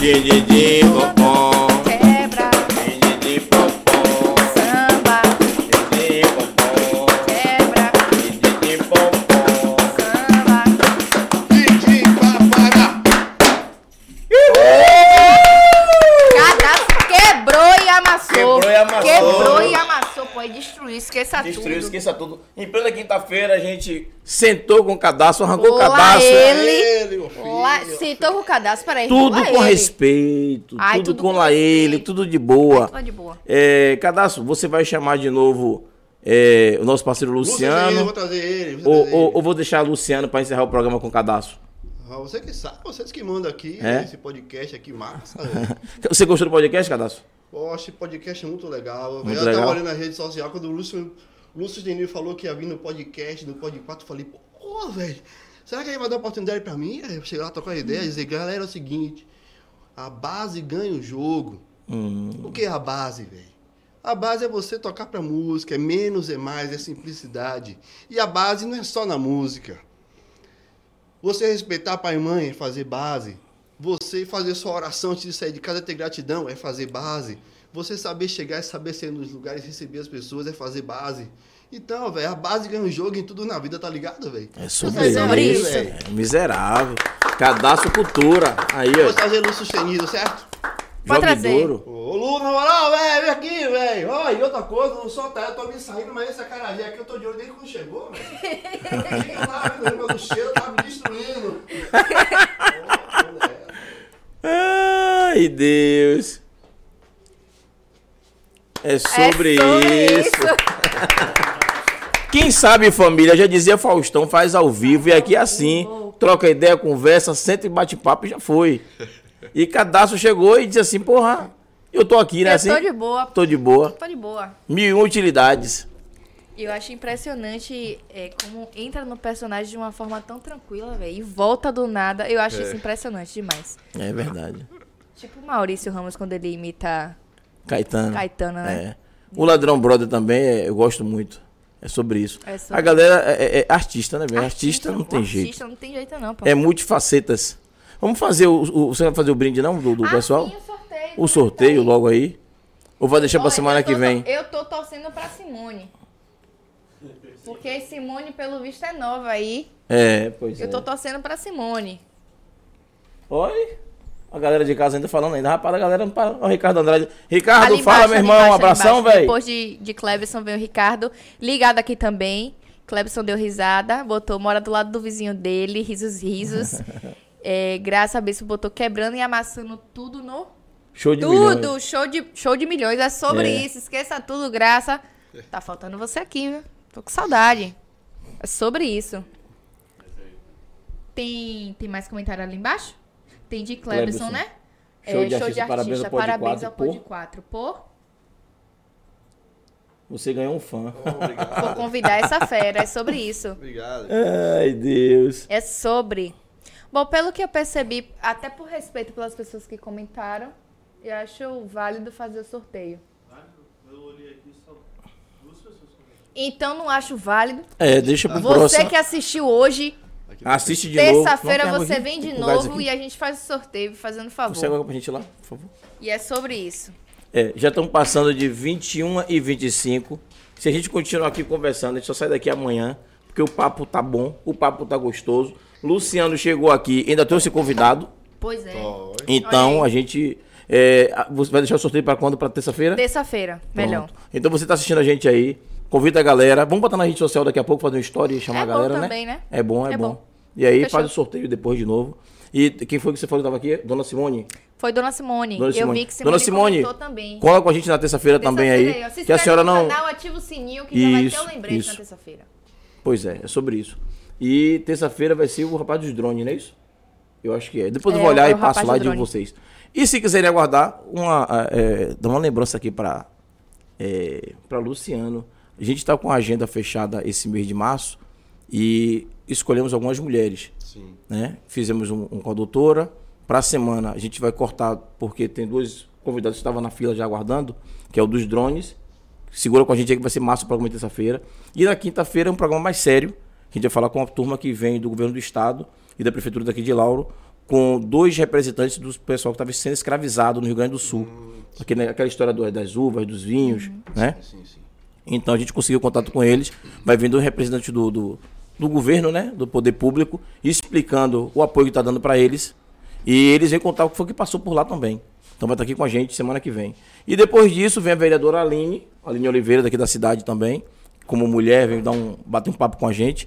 Din, din, din, pom, pom. Quebra, Din, din, din, pom, pom. samba, Din, din, pom, pom. quebra, samba. Didi papará. Cadastro quebrou e amassou. Quebrou e amassou. Quebrou e amassou pessoa pode destruir, esqueça Destruiu, tudo. esqueça tudo. Em plena quinta-feira a gente sentou com o cadastro, arrancou o Olá, cadastro. é, ele. meu filho. Lá, sentou com o cadastro, peraí. Tudo lá com ele. respeito, Ai, tudo, tudo com com laele, respeito. tudo de boa. Tá de boa. É, cadastro, você vai chamar de novo é, o nosso parceiro Luciano, eu Luciano? vou trazer ele. Vou Ou, trazer ou- ele. ou vou deixar o Luciano para encerrar o programa com o cadastro? (laughs) Ah, Você que sabe, vocês que mandam aqui, É? esse podcast aqui, massa. Você gostou do podcast, cadastro? Poxa, podcast é muito legal. Muito eu legal. tava olhando na rede social quando o Lúcio, Lúcio Denil falou que ia vir no podcast, no Pod 4, eu falei, pô, velho, será que ele vai dar oportunidade pra mim? Aí eu chegar lá, trocar ideia, dizer, galera, é o seguinte, a base ganha o jogo. O que é a base, velho? A base é você tocar pra música, é menos é mais, é simplicidade. E a base não é só na música. Você respeitar pai e mãe é fazer base. Você fazer sua oração antes de sair de casa é ter gratidão, é fazer base. Você saber chegar e saber ser nos lugares, receber as pessoas, é fazer base. Então, velho, a base ganha um jogo em tudo na vida, tá ligado, velho? É Mas sobre é isso. sobre isso, velho. É miserável. Cadastro Cultura. Aí, Vou ó. trazer Lu sustenido, certo? Pode Jogue trazer. duro. Ô, Lu, na moral, velho, vem aqui, velho. Ó, e outra coisa, não só tá, eu tô me saindo, mas essa carajé aqui eu tô de olho desde quando chegou, velho. Eu tava vendo o negócio do cheiro, tava me destruindo. Ô, moleque. Ai, Deus. É sobre, sobre isso. Quem sabe, família, já dizia Faustão, faz ao vivo e aqui é assim. Troca ideia, conversa, senta e bate papo e já foi. E Cadastro chegou e disse assim, porra, eu tô aqui, né? Eu assim, É, tô de boa. Tô de boa. Tô de boa. Mil e um utilidades. E eu acho impressionante é, como entra no personagem de uma forma tão tranquila, velho. E volta do nada. Eu acho isso impressionante demais. É verdade. Tipo o Maurício Ramos quando ele imita Caetano. Caetano, né? É. O Ladrão Brother também, é- eu gosto muito. É sobre isso. É sobre- A galera é, é- é artista, né, velho? Artista, não pô, tem jeito. Artista não tem jeito, não, pô. É multifacetas. Vamos fazer o, o- Você vai fazer o brinde, não? Do, do Ah, pessoal? sim, o sorteio. Tá O sorteio logo aí. Ou vai deixar pra Olha, semana eu que tô- vem? Então, Eu tô torcendo pra Simone. Porque Simone, pelo visto, é nova aí. É, pois é. Eu tô torcendo pra Simone. Oi? A galera de casa ainda falando ainda. Rapaz, a galera não para. Ó, Ricardo Andrade. Ricardo, Ali fala, embaixo, meu ali irmão. embaixo, um ali abração, embaixo. velho. Depois de, de Clebson veio o Ricardo. Ligado aqui também. Clebson deu risada, botou mora do lado do vizinho dele, risos, (laughs) risos. É, graça a Bispo botou quebrando e amassando tudo no. Show de tudo! milhões. Show, de, show de milhões. É sobre É. isso. Esqueça tudo, graça. Tá faltando você aqui, viu? Tô com saudade. É sobre isso. Tem, tem mais comentário ali embaixo? Tem de Clebson, Clebson. né? Show de artista, parabéns ao Pod parabéns ao 4 por- Pod 4 por. Você ganhou um fã. Obrigado, Vou convidar essa fera, é sobre isso. obrigado. Ai, Deus. É sobre. Bom, pelo que eu percebi, até por respeito pelas pessoas que comentaram, eu acho válido fazer o sorteio. Então não acho válido. É, deixa pro Você próximo. que assistiu hoje, Assiste de novo. terça-feira Não, tem você água vem aqui? de O gás novo aqui. e é a gente faz o sorteio, fazendo Consegue favor. água pra gente ir lá, por favor? E é sobre isso. É, já estamos passando de 21 e 25. Se a gente continuar aqui conversando, a gente só sai daqui amanhã, porque o papo tá bom, o papo tá gostoso. Luciano chegou aqui, ainda trouxe convidado. Pois é. Ó, Então a gente. é, a- você vai deixar o sorteio para quando? Para terça-feira? Terça-feira, Pronto. melhor. Então você tá assistindo a gente aí. Convida a galera. Vamos botar na rede social daqui a pouco, fazer um story e chamar É a bom galera, também, né? É bom, é, É bom. bom. E aí Fechou. faz o sorteio depois de novo. E quem foi que você falou que estava aqui? Dona Simone? Foi Dona Simone. Dona eu Simone. vi que Simone, Dona Simone, comentou também. cola com a gente na terça-feira também Terça-feira aí. ó. Se que a inscreve senhora no não. canal, ativa o sininho que já Isso, vai ter o lembrete isso. na terça-feira. Pois é, é sobre isso. E terça-feira vai ser o rapaz dos drones, não é isso? Eu acho que é. Depois eu É, vou olhar é e o rapaz passo lá e do digo drone. vocês. E se quiserem aguardar, uma, ah, é, dá uma lembrança aqui para é, pra Luciano. A gente está com a agenda fechada esse mês de março e escolhemos algumas mulheres. Sim. né? Fizemos um, um com a doutora. Para a semana a gente vai cortar, porque tem dois convidados que estavam na fila já aguardando, que é o dos drones. Segura com a gente aí que vai ser massa o programa de terça-feira. E na quinta-feira é um programa mais sério. que A gente vai falar com uma turma que vem do governo do estado e da prefeitura daqui de Lauro, com dois representantes do pessoal que estava sendo escravizado no Rio Grande do Sul. Aquele- Aquela história do- das uvas, dos vinhos, né? Hum. Uhum. Sim, sim. Então a gente conseguiu contato com eles. Vai vindo o representante do, do, do governo, né? Do poder público, explicando o apoio que está dando para eles. E eles vêm tá contar o que foi que passou por lá também. Então vai estar aqui com a gente semana que vem. E depois disso vem a vereadora Aline, Aline Oliveira, daqui da cidade também, como mulher, vem dar um, bater um papo com a gente.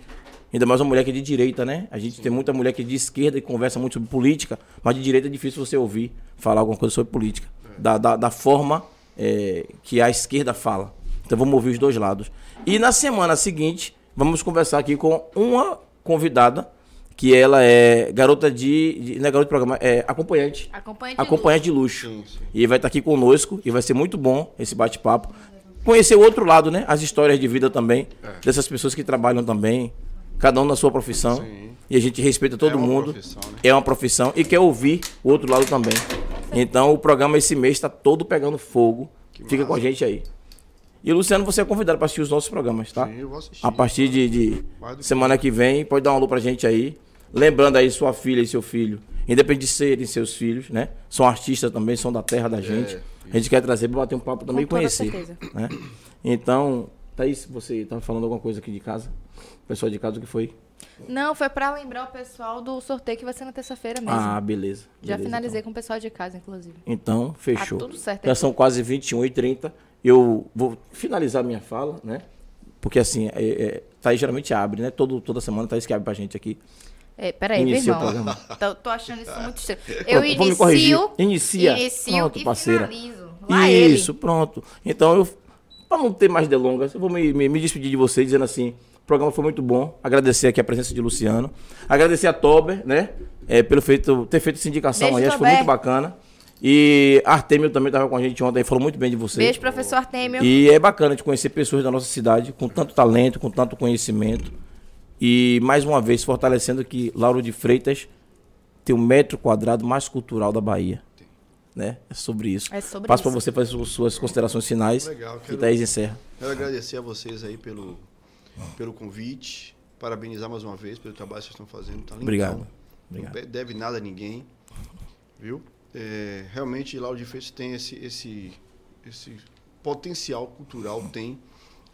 Ainda mais uma mulher que é de direita, né? A gente tem muita mulher que é de esquerda e conversa muito sobre política, mas de direita é difícil você ouvir falar alguma coisa sobre política, da, da, da forma eh, que a esquerda fala. Então vamos ouvir os dois lados. E na semana seguinte, vamos conversar aqui com uma convidada, que ela é garota de. de não é garota de programa, é acompanhante Acompanha de acompanhante de luxo. Sim, sim. E vai estar aqui conosco e vai ser muito bom esse bate-papo. Conhecer o outro lado, né? As histórias de vida também, É. dessas pessoas que trabalham também, cada um na sua profissão. Sim. E a gente respeita todo É uma mundo. profissão, né? É uma profissão e quer ouvir o outro lado também. Então o programa esse mês está todo pegando fogo. Fica com a gente aí. E Luciano, você é convidado para assistir os nossos programas, tá? Sim, eu vou assistir. A partir de, de Mais do que semana que vem, pode dar um alô pra gente aí. Lembrando aí sua filha e seu filho, independente de serem seus filhos, né? São artistas também, são da terra É, da gente. a gente quer trazer pra bater um papo também e toda conhecer. certeza. Né? Então, Thaís, você tava falando alguma coisa aqui de casa? Pessoal de casa, o que foi? luxo. Não, foi pra lembrar o pessoal do sorteio que vai ser na terça-feira mesmo. Ah, beleza. Já beleza, finalizei com o pessoal de casa, inclusive. Então, então fechou. Tá tudo certo Já aqui. são quase 21h30. Eu vou finalizar minha fala, né? Porque assim, é, é, Thaís geralmente abre, né? Todo, toda semana Thaís que abre pra gente aqui. É, peraí, meu Inicia o irmão. programa. (laughs) Tô, tô achando isso muito estranho. Eu Pronto, vou me corrigir. inicio, Inicia. inicio Pronto, e parceira. finalizo. Lá ele. Isso, pronto. Então, eu, para não ter mais delongas, eu vou me, me- me despedir de vocês dizendo assim: o programa foi muito bom. Agradecer aqui a presença de Luciano. Agradecer a Tober, né? é, pelo feito, ter feito essa indicação Beijo, aí, acho que foi Tober. muito bacana. E Artemio também estava com a gente ontem, falou muito bem de vocês. Beijo, professor Artemio. E é bacana de conhecer pessoas da nossa cidade com tanto talento, com tanto conhecimento. E mais uma vez fortalecendo que Lauro de Freitas tem o metro quadrado mais cultural da Bahia. Né? É sobre isso. É sobre Passo para isso. você fazer su- suas considerações finais. Legal, E quero- Então, Thaís encerra. Quero agradecer a vocês aí pelo, pelo convite, parabenizar mais uma vez pelo trabalho que vocês estão fazendo. Tá lindo. Obrigado. Não Obrigado. pe- deve nada a ninguém, viu? É, realmente, Lauro de Freitas tem esse, esse, esse potencial cultural, tem.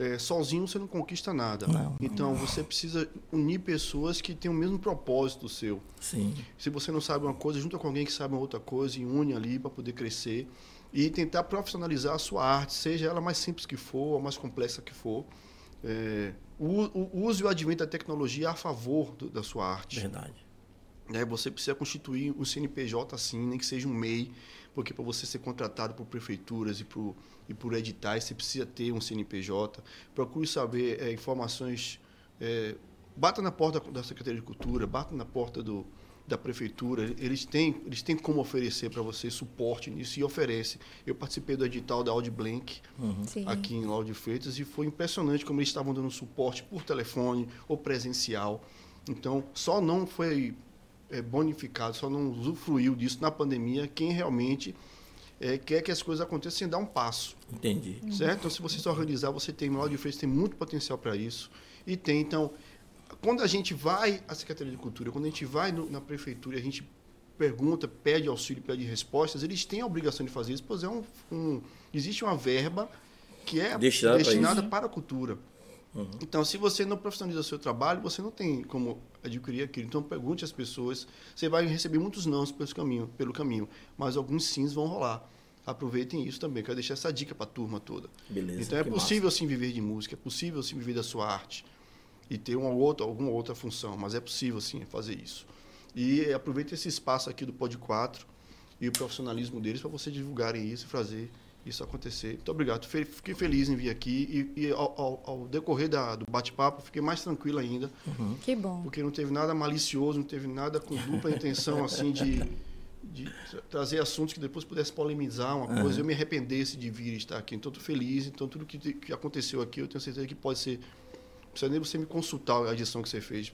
É, sozinho você não conquista nada. então, você precisa unir pessoas que têm o mesmo propósito seu. Sim. Se você não sabe uma coisa, junta com alguém que sabe uma outra coisa e une ali para poder crescer e tentar profissionalizar a sua arte, seja ela mais simples que for, a mais complexa que for. É, o, o use o advento da tecnologia a favor do- da sua arte Verdade. né, você precisa constituir o CNPJ assim, nem que seja um MEI, porque para você ser contratado por prefeituras e por, e por editais, você precisa ter um CNPJ. Procure saber eh, informações. eh, bata na porta da Secretaria de Cultura, bata na porta do, da Prefeitura. Eles têm, eles têm como oferecer para você suporte nisso e oferece. Eu participei do edital da Audi Blank, Sim. aqui em Lauro de Freitas e foi impressionante como eles estavam dando suporte por telefone ou presencial. Então, só não foi eh, bonificado, só não usufruiu disso na pandemia quem realmente eh, quer que as coisas aconteçam sem dar um passo, Entendi. certo? Então, se você se organizar, você tem, Lauro de Freitas tem muito potencial para isso e tem, então, quando a gente vai à Secretaria de Cultura, quando a gente vai no- na prefeitura, e a gente pergunta, pede auxílio, pede respostas, eles têm a obrigação de fazer isso, pois é um, um- existe uma verba que é Destinada para destinada para a cultura. Então, se você não profissionaliza o seu trabalho, você não tem como adquirir aquilo. Então, pergunte às pessoas. Você vai receber muitos nãos pelo caminho, pelo caminho, mas alguns sims vão rolar. Aproveitem isso também. Quero deixar essa dica para a turma toda. Beleza, Então, é que possível sim viver de música, é possível sim viver da sua arte e ter uma outra, alguma outra função, mas é possível sim fazer isso. E aproveita esse espaço aqui do Pod 4 e o profissionalismo deles para vocês divulgarem isso e fazer isso acontecer. Muito obrigado. Fe- Fiquei feliz em vir aqui e, e ao, ao- ao decorrer da- do bate-papo fiquei mais tranquilo ainda, Que bom. porque não teve nada malicioso, não teve nada com dupla intenção assim de, de tra- trazer assuntos que depois pudesse polemizar uma coisa. Eu me arrependesse de vir e estar aqui. Então estou feliz. Então tudo que, te- que aconteceu aqui eu tenho certeza que pode ser. Não precisa nem você me consultar a edição que você fez.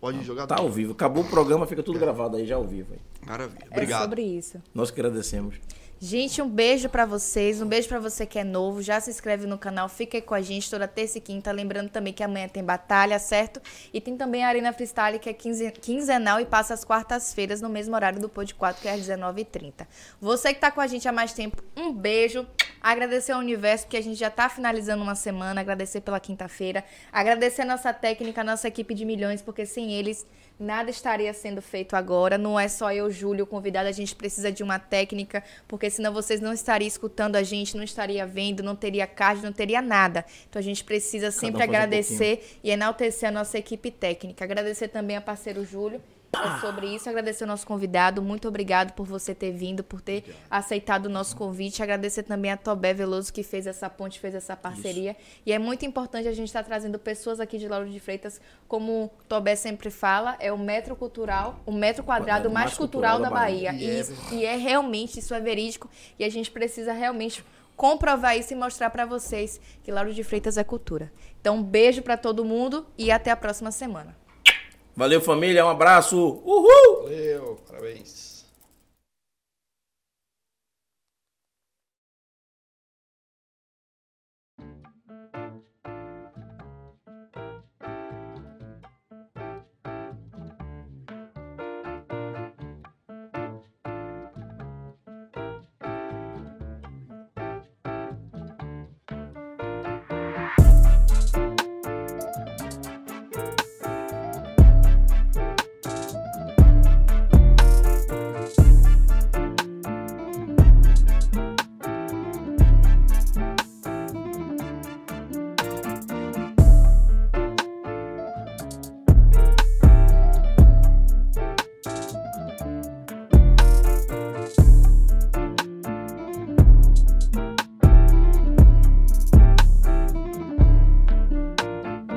Pode jogar Tá ao tudo. vivo. Acabou o programa, fica tudo gravado aí, já ao vivo. Aí. Maravilha. É Obrigado. sobre isso. Nós que agradecemos. Gente, um beijo pra vocês, um beijo pra você que é novo, já se inscreve no canal, fica aí com a gente toda terça e quinta, lembrando também que amanhã tem batalha, certo? E tem também a Arena Freestyle, que é quinze- quinzenal e passa às quartas-feiras no mesmo horário do Pod 4, que é às 19h30. Você que tá com a gente há mais tempo, um beijo. Agradecer ao universo, porque a gente já tá finalizando uma semana, agradecer pela quinta-feira, agradecer a nossa técnica, a nossa equipe de milhões, porque sem eles nada estaria sendo feito agora. Não é só eu, Júlio, o convidado, a gente precisa de uma técnica, porque senão vocês não estariam escutando a gente, não estaria vendo, não teria card, não teria nada. Então a gente precisa sempre faz um agradecer e enaltecer a nossa equipe técnica. Agradecer também ao parceiro Júlio. É sobre isso, agradecer o nosso convidado. Muito obrigado por você ter vindo, por ter aceitado o nosso convite. Agradecer também a Tobé Veloso, que fez essa ponte, fez essa parceria. E é muito importante a gente estar trazendo pessoas aqui de Lauro de Freitas, como o Tobé sempre fala, é o metro cultural, o metro quadrado mais, cultural, da, Bahia. E, isso- e é realmente, isso é verídico. E a gente precisa realmente comprovar isso e mostrar pra vocês que Lauro de Freitas é cultura. Então, um beijo pra todo mundo e até a próxima semana. Valeu, família. Um abraço. Uhul! Valeu, parabéns.